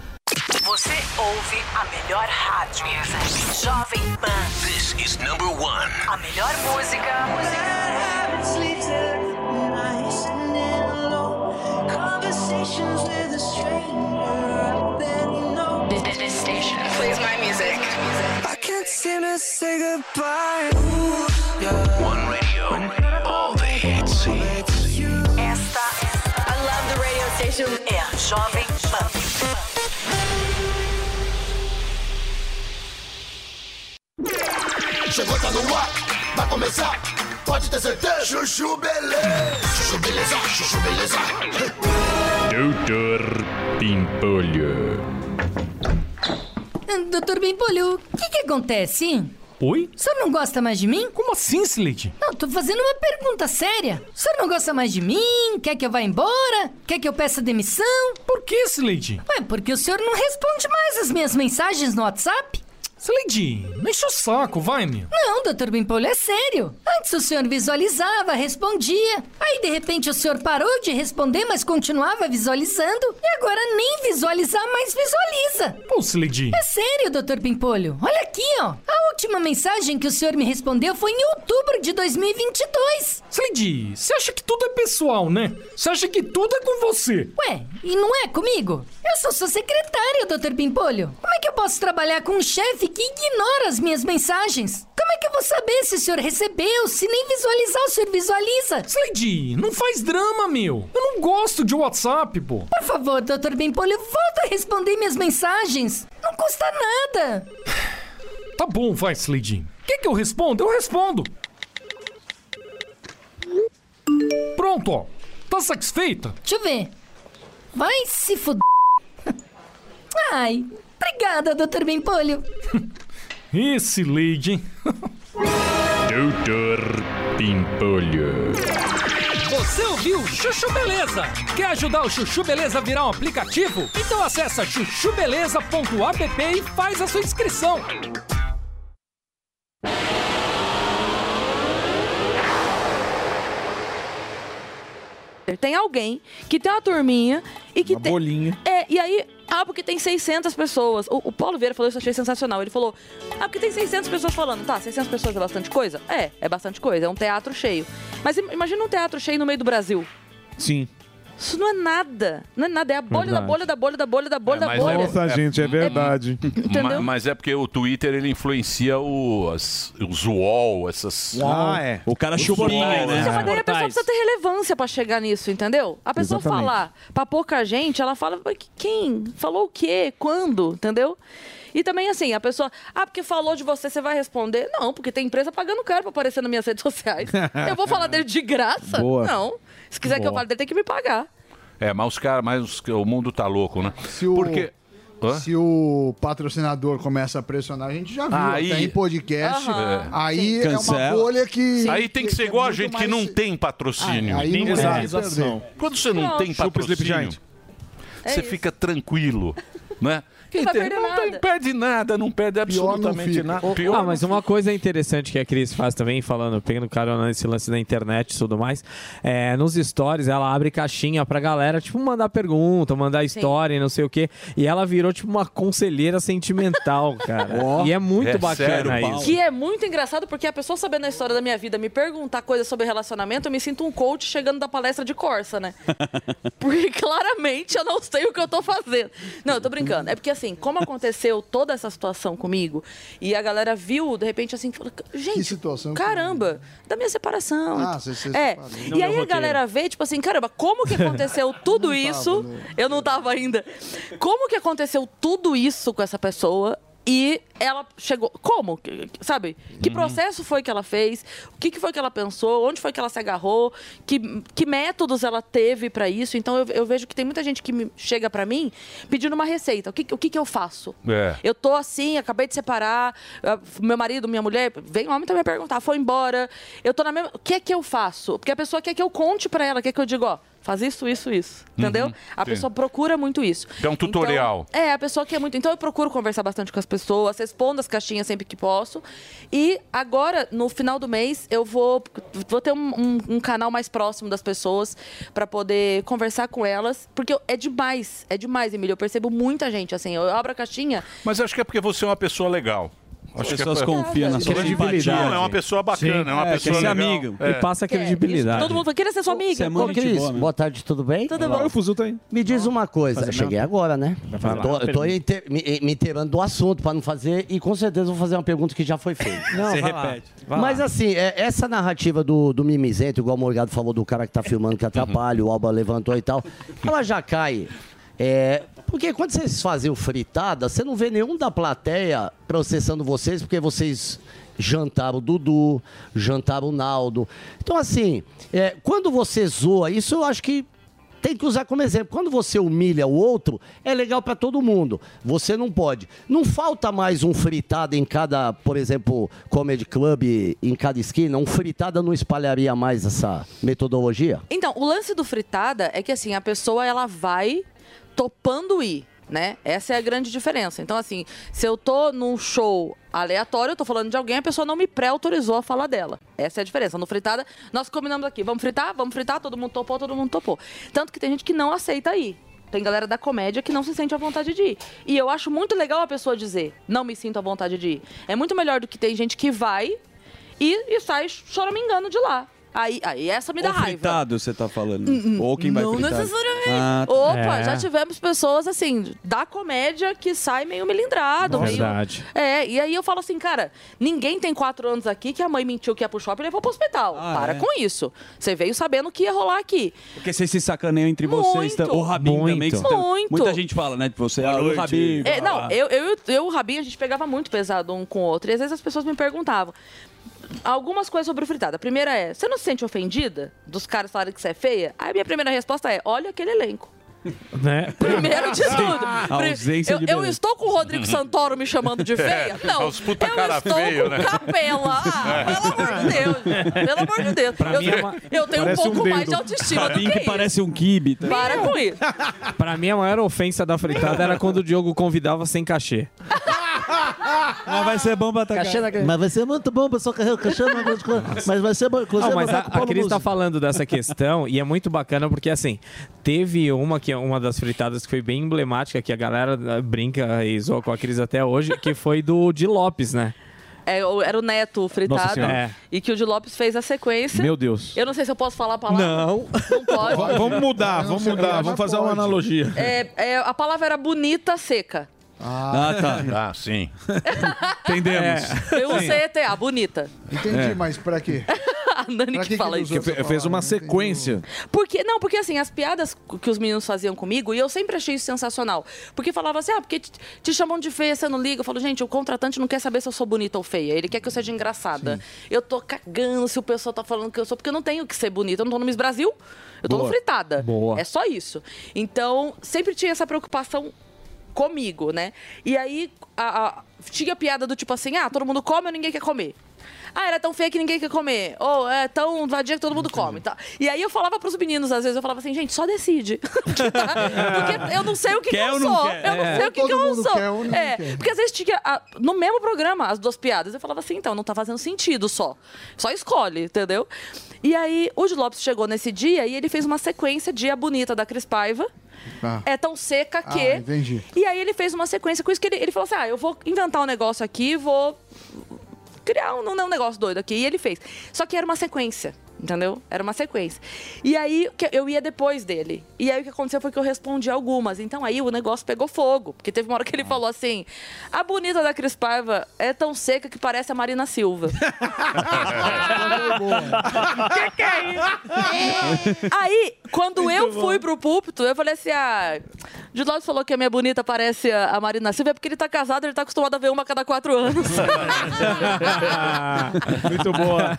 [SPEAKER 2] Você ouve a melhor rádio. Jovem Pan. This is number one. A melhor música. This- this station. Plays my music.
[SPEAKER 22] I can't seem to say goodbye. Ooh, yeah. One radio, all the hits.
[SPEAKER 2] Esta. I é love the radio station. É a Jovem Pan.
[SPEAKER 22] Chegou, tá no ar, vai começar. Pode ter certeza. Chuchu beleza. Chuchu beleza, chuchu beleza.
[SPEAKER 33] Doutor Pimpolho.
[SPEAKER 25] Hum, Doutor Bimpolho, o que que acontece?
[SPEAKER 33] Oi?
[SPEAKER 25] O senhor não gosta mais de mim?
[SPEAKER 33] Como assim, Slade?
[SPEAKER 25] Não, tô fazendo uma pergunta séria. O senhor não gosta mais de mim? Quer que eu vá embora? Quer que eu peça demissão?
[SPEAKER 33] Por que, Slade?
[SPEAKER 25] Ué, porque o senhor não responde mais as minhas mensagens no WhatsApp?
[SPEAKER 33] Slade, não enche o saco, vai, meu.
[SPEAKER 25] Não, doutor Bimpolho, é sério. Antes o senhor visualizava, respondia. Aí, de repente, o senhor parou de responder, mas continuava visualizando. E agora nem visualizar mais visualiza.
[SPEAKER 33] Pô, Slade.
[SPEAKER 25] É sério, doutor Pimpolho. Olha aqui, ó. A última mensagem que o senhor me respondeu foi em outubro de 2022.
[SPEAKER 33] Slade, você acha que tudo é pessoal, né? Você acha que tudo é com você.
[SPEAKER 25] Ué, e não é comigo? Eu sou sua secretária, doutor Pimpolho. Como é que eu posso trabalhar com um chefe que ignora as minhas mensagens? Como é que eu vou saber se o senhor recebeu, se nem visualizar o senhor visualiza?
[SPEAKER 33] Slade, não faz drama,
[SPEAKER 34] é
[SPEAKER 33] meu. Eu não gosto de WhatsApp, pô.
[SPEAKER 25] Por favor, doutor Bimpolho, volta a responder minhas mensagens. Não custa nada.
[SPEAKER 33] Tá bom, vai, Slade. O que, que eu respondo? Eu respondo. Pronto, ó. Tá satisfeita?
[SPEAKER 25] Deixa eu ver. Vai se fuder. Ai, obrigada, doutor Bimpolho.
[SPEAKER 33] Esse Slade, hein? Doutor Pimpolho.
[SPEAKER 34] Você ouviu Chuchu Beleza? Quer ajudar o Chuchu Beleza a virar um aplicativo? Então acessa chuchubeleza.app e faz a sua inscrição.
[SPEAKER 31] Tem alguém que tem uma turminha e que
[SPEAKER 35] Uma
[SPEAKER 31] tem.
[SPEAKER 35] bolinha.
[SPEAKER 31] É, e aí. Ah, porque tem 600 pessoas. O, o Paulo Vieira falou isso, eu achei sensacional. Ele falou: Ah, porque tem 600 pessoas falando. Tá, 600 pessoas é bastante coisa? É, é bastante coisa. É um teatro cheio. Mas im- imagina um teatro cheio no meio do Brasil.
[SPEAKER 35] Sim.
[SPEAKER 31] Isso não é nada. Não é nada. É a bolha da
[SPEAKER 7] Verdade.
[SPEAKER 31] bolha da bolha da bolha da bolha da bolha.
[SPEAKER 7] Nossa, gente, é
[SPEAKER 31] verdade.
[SPEAKER 7] Ma- Mas, é porque o Twitter ele influencia o, as, os UOL, essas.
[SPEAKER 31] Ah,
[SPEAKER 9] é. O cara
[SPEAKER 7] Os
[SPEAKER 9] chuportai,
[SPEAKER 7] UOL,
[SPEAKER 9] né?
[SPEAKER 7] essas-
[SPEAKER 9] Mas
[SPEAKER 31] Daí a pessoa precisa ter relevância pra chegar nisso, entendeu? A pessoa
[SPEAKER 9] Exatamente.
[SPEAKER 31] falar pra pouca gente, ela fala "Mas que- quem? Falou o quê? Quando? Entendeu? E também assim, a pessoa, ah, porque falou de você, você vai responder? Não, porque tem empresa pagando caro pra aparecer nas minhas redes sociais. Eu vou falar dele de graça?
[SPEAKER 7] Boa.
[SPEAKER 31] Não. Se quiser que eu
[SPEAKER 7] Boa.
[SPEAKER 31] fale dele, tem que me pagar.
[SPEAKER 7] É, mas os caras, mas os- o mundo tá louco, né? Porque. Hã?
[SPEAKER 18] Se o patrocinador começa a pressionar, a gente já viu
[SPEAKER 7] Aí-
[SPEAKER 18] até em podcast.
[SPEAKER 7] Aham.
[SPEAKER 18] Aí
[SPEAKER 7] Sim.
[SPEAKER 18] é uma
[SPEAKER 7] Cancela.
[SPEAKER 18] bolha que. é
[SPEAKER 7] Aí tem que ser igual a gente que não tem patrocínio.
[SPEAKER 18] Aí- aí não
[SPEAKER 7] é.
[SPEAKER 18] vai perder.
[SPEAKER 7] Quando você não
[SPEAKER 18] Não.
[SPEAKER 7] tem
[SPEAKER 18] Chupa o Sleep
[SPEAKER 7] patrocínio,
[SPEAKER 18] Giant.
[SPEAKER 7] você fica tranquilo, né?
[SPEAKER 31] É Não vai perder
[SPEAKER 7] não
[SPEAKER 31] nada.
[SPEAKER 7] tem- perde nada, não perde absolutamente
[SPEAKER 12] né?
[SPEAKER 7] nada. Pior é um
[SPEAKER 5] ah, mas uma coisa interessante que a Cris faz também, falando, pegando carona nesse lance da internet e tudo mais, é, nos stories ela abre caixinha pra galera, tipo, mandar pergunta, mandar história e não sei o quê. E ela virou, tipo, uma conselheira sentimental, cara. e é muito
[SPEAKER 7] É
[SPEAKER 5] bacana
[SPEAKER 7] sério,
[SPEAKER 5] isso.
[SPEAKER 31] Que é muito engraçado porque a pessoa sabendo a história da minha vida me perguntar coisas sobre relacionamento, eu me sinto um coach chegando da palestra de Corsa, né? Porque claramente eu não sei o que eu tô fazendo. Não, eu tô brincando. É porque assim, como aconteceu toda essa situação comigo e a galera viu, de repente, assim, falou, gente, caramba, da minha separação.
[SPEAKER 21] Ah, você se
[SPEAKER 31] É.
[SPEAKER 21] separou.
[SPEAKER 31] E
[SPEAKER 21] Não leu o
[SPEAKER 31] aí a
[SPEAKER 21] roteiro.
[SPEAKER 31] galera vê, tipo assim, caramba, como que aconteceu tudo
[SPEAKER 21] Não tava,
[SPEAKER 31] isso?
[SPEAKER 21] né?
[SPEAKER 31] Eu não tava ainda. Como que aconteceu tudo isso com essa pessoa? E ela chegou. Como? Que- que- Sabe? Que
[SPEAKER 2] Uhum.
[SPEAKER 31] processo foi que ela fez? O que, que foi que ela pensou? Onde foi que ela se agarrou? Que, que métodos ela teve pra isso? Então eu, eu vejo que tem muita gente que me- chega pra mim pedindo uma receita. O que, o que, que eu faço?
[SPEAKER 7] É.
[SPEAKER 31] Eu tô assim, acabei de separar, ah, meu marido, minha mulher, vem um homem também perguntar, foi embora. Eu tô na mesma. O que é que eu faço? Porque a pessoa quer que eu conte pra ela, quer que eu diga, ó, faz isso, isso, isso. Entendeu?
[SPEAKER 7] Uhum,
[SPEAKER 31] A
[SPEAKER 7] sim.
[SPEAKER 31] pessoa procura muito isso.
[SPEAKER 7] Dá um tutorial.
[SPEAKER 31] Então, é, a pessoa quer muito. Então eu procuro conversar bastante com as pessoas, respondo as caixinhas sempre que posso. E agora, no final do mês, eu vou, vou ter um, um- um canal mais próximo das pessoas pra poder conversar com elas. Porque eu- é demais, é demais, Emílio. Eu percebo muita gente, assim. Eu abro a caixinha,
[SPEAKER 7] Mas acho que é porque você é uma pessoa legal. Acho que é
[SPEAKER 6] pessoas
[SPEAKER 7] pra-
[SPEAKER 6] confiam na sua
[SPEAKER 7] Credibilidade.
[SPEAKER 6] simpatia.
[SPEAKER 7] Não, é uma pessoa bacana,
[SPEAKER 6] Sim.
[SPEAKER 7] é uma
[SPEAKER 6] É,
[SPEAKER 7] pessoa
[SPEAKER 6] quer ser
[SPEAKER 7] legal.
[SPEAKER 6] amigo.
[SPEAKER 7] É.
[SPEAKER 6] E passa credibilidade.
[SPEAKER 31] Todo mundo fala, queria ser sua amiga.
[SPEAKER 4] Ô, Cris, é boa tarde, tudo bem?
[SPEAKER 31] Tudo bom. Olha, o
[SPEAKER 4] Fuzu tá aí. Me diz uma coisa, eu cheguei agora, né?
[SPEAKER 36] falar.
[SPEAKER 4] Eu tô, eu tô inte- me, me inteirando do assunto para não fazer, e com certeza vou fazer uma pergunta que já foi feita.
[SPEAKER 36] Não, Você vai lá. repete. Vai
[SPEAKER 4] Mas assim, é, essa narrativa do, do mimizento, igual o Morgado falou do cara que tá filmando que
[SPEAKER 36] Uhum.
[SPEAKER 4] atrapalha, o Alba levantou e tal, ela já cai. é, porque quando vocês faziam fritada, você não vê nenhum da plateia processando vocês, porque vocês jantaram o Dudu, jantaram o Naldo. Então, assim, é, quando você zoa isso, eu acho que tem que usar como exemplo. Quando você humilha o outro, é legal para todo mundo. Você não pode. Não falta mais um fritado em cada, por exemplo, comedy club em cada esquina. Um fritada não espalharia mais essa metodologia?
[SPEAKER 31] Então, o lance do fritada é que assim, a pessoa ela vai topando ir, né? Essa é a grande diferença. Então, assim, se eu tô num show aleatório, eu tô falando de alguém, a pessoa não me pré-autorizou a falar dela. Essa é a diferença. No fritada, nós combinamos aqui, vamos fritar, vamos fritar, todo mundo topou, todo mundo topou. Tanto que tem gente que não aceita ir. Tem galera da comédia que não se sente à vontade de ir. E eu acho muito legal a pessoa dizer, não me sinto à vontade de ir. É muito melhor do que tem gente que vai e, e sai choramingando de lá. Aí, aí essa me dá
[SPEAKER 6] Ou
[SPEAKER 31] raiva.
[SPEAKER 6] fritado, você tá falando.
[SPEAKER 31] Hum, hum.
[SPEAKER 6] Ou quem vai
[SPEAKER 31] Não
[SPEAKER 6] fritar.
[SPEAKER 31] necessariamente.
[SPEAKER 6] Ah, tá.
[SPEAKER 31] Opa,
[SPEAKER 6] É.
[SPEAKER 31] já tivemos pessoas assim, da comédia que sai meio melindrado. meio-
[SPEAKER 6] Verdade.
[SPEAKER 31] É, e aí eu falo assim, cara, ninguém tem quatro anos aqui que a mãe mentiu que ia pro shopping e levou pro hospital. Para
[SPEAKER 6] é?
[SPEAKER 31] com isso. Você veio sabendo que ia rolar aqui.
[SPEAKER 6] Porque vocês se sacaneiam entre vocês. tá- O Rabinho também. que
[SPEAKER 31] Muito.
[SPEAKER 6] tá-
[SPEAKER 31] Muito.
[SPEAKER 6] Muita gente fala, né? De você, ah, o
[SPEAKER 37] noite.
[SPEAKER 6] Rabinho.
[SPEAKER 31] É, não,
[SPEAKER 6] ah.
[SPEAKER 31] eu, eu, eu e o Rabinho, a gente pegava muito pesado um com o outro. E às vezes as pessoas me perguntavam algumas coisas sobre o fritada. A primeira é, você não se sente ofendida dos caras falarem que você é feia? Aí a minha primeira resposta é, olha aquele elenco.
[SPEAKER 5] Né?
[SPEAKER 31] Primeiro de tudo.
[SPEAKER 5] A
[SPEAKER 31] Pri-
[SPEAKER 5] ausência
[SPEAKER 31] eu,
[SPEAKER 5] de
[SPEAKER 31] eu
[SPEAKER 5] beleza.
[SPEAKER 31] estou com o Rodrigo Santoro me chamando de feia?
[SPEAKER 7] É,
[SPEAKER 31] Não.
[SPEAKER 7] Os puta
[SPEAKER 31] eu
[SPEAKER 7] cara
[SPEAKER 31] estou
[SPEAKER 7] feio,
[SPEAKER 31] com
[SPEAKER 7] né?
[SPEAKER 31] capela. Ah,
[SPEAKER 6] É.
[SPEAKER 31] Pelo amor de Deus.
[SPEAKER 6] Pra
[SPEAKER 31] eu,
[SPEAKER 6] mim é uma-
[SPEAKER 31] eu tenho um
[SPEAKER 5] parece um
[SPEAKER 31] pouco mais de
[SPEAKER 5] dedo.
[SPEAKER 31] autoestima do
[SPEAKER 6] Rabinho
[SPEAKER 31] que
[SPEAKER 6] que
[SPEAKER 31] isso.
[SPEAKER 6] parece um kibe. tá?
[SPEAKER 31] Para com isso.
[SPEAKER 5] Pra mim, a maior ofensa da fritada era quando o Diogo convidava sem cachê. Mas vai ser bom pra atacar.
[SPEAKER 36] Mas vai ser muito bom pra sua carreira. Cachê não é grande coisa. Mas vai ser bom. Inclusive,
[SPEAKER 5] Não,
[SPEAKER 36] eu vou
[SPEAKER 5] mas a,
[SPEAKER 36] estar com o
[SPEAKER 5] a
[SPEAKER 36] Paulo
[SPEAKER 5] Cris tá
[SPEAKER 36] Musi.
[SPEAKER 5] falando dessa questão e é muito bacana porque, assim, teve uma que é uma das fritadas que foi bem emblemática, que a galera eh, brinca e zoa com a Cris até hoje, que foi do de Lopes, né?
[SPEAKER 31] É, o- era o Neto o
[SPEAKER 5] Nossa
[SPEAKER 31] fritado.
[SPEAKER 5] Senhora. É.
[SPEAKER 31] E que o de Lopes fez a sequência.
[SPEAKER 5] Meu Deus.
[SPEAKER 31] Eu não sei se eu posso falar a palavra.
[SPEAKER 5] Não.
[SPEAKER 31] Não pode.
[SPEAKER 12] V- vamos mudar, vamos mudar, vamos fazer uma analogia.
[SPEAKER 31] É, é, a palavra era bonita seca.
[SPEAKER 7] Ah, tá. Ah, sim.
[SPEAKER 12] É.
[SPEAKER 7] É.
[SPEAKER 6] Entendemos.
[SPEAKER 31] É. Eu usei ETA, bonita.
[SPEAKER 12] Entendi, É.
[SPEAKER 21] mas pra quê?
[SPEAKER 31] a Nani que, fala isso. Tá
[SPEAKER 12] Fe- fez uma sequência.
[SPEAKER 31] Porque, não, porque assim, as piadas que os meninos faziam comigo, e eu sempre achei isso sensacional. Porque falava assim, ah, porque te, te chamam de feia, você não liga. Eu falo, gente, o contratante não quer saber se eu sou bonita ou feia. Ele quer que eu seja engraçada. Eu tô cagando se o pessoal tá falando que eu sou, porque eu não tenho que ser bonita. Eu não tô no Miss Brasil, eu tô
[SPEAKER 2] Boa.
[SPEAKER 31] no Fritada.
[SPEAKER 2] Boa.
[SPEAKER 31] É só isso. Então, sempre tinha essa preocupação comigo, né? E aí, a, a- tinha piada do tipo assim, ah, todo mundo come ou ninguém quer comer? Ah, era tão feia que ninguém quer comer. Ou é tão vadia que todo mundo come. Tá? E aí eu falava pros meninos, às vezes, eu falava assim, gente, só decide. porque eu não sei o que, que
[SPEAKER 2] Quer
[SPEAKER 31] eu
[SPEAKER 2] ou não
[SPEAKER 31] sou.
[SPEAKER 2] quer?
[SPEAKER 31] Eu não
[SPEAKER 2] É.
[SPEAKER 31] sei o que,
[SPEAKER 2] Todo
[SPEAKER 31] que eu
[SPEAKER 2] mundo
[SPEAKER 31] sou.
[SPEAKER 2] quer ou não
[SPEAKER 31] é,
[SPEAKER 2] quer.
[SPEAKER 31] porque às vezes tinha, ah, no mesmo programa, as duas piadas, eu falava assim, então, não tá fazendo sentido só. Só escolhe, entendeu? E aí, o de Lopes chegou nesse dia e ele fez uma sequência de A Bonita da Cris Paiva.
[SPEAKER 2] Ah.
[SPEAKER 21] Tá.
[SPEAKER 31] É tão seca que.
[SPEAKER 21] Ah, entendi.
[SPEAKER 31] E aí ele fez uma sequência com isso que ele, ele falou assim: ah, eu vou inventar um negócio aqui, vou criar um, um negócio doido aqui. E ele fez. Só que era uma sequência, entendeu? Era uma sequência. E aí que eu ia depois dele. E aí o que aconteceu foi que eu respondi algumas. Então aí o negócio pegou fogo. Porque teve uma hora que ele falou assim: a bonita da Cris Paiva é tão seca que parece a Marina Silva. que que é isso? aí, quando eu fui pro púlpito, eu falei assim: ah, de lado falou que a minha bonita parece a a Marina Silva, é porque ele tá casado, ele tá acostumado a ver uma a cada quatro anos.
[SPEAKER 5] Muito boa.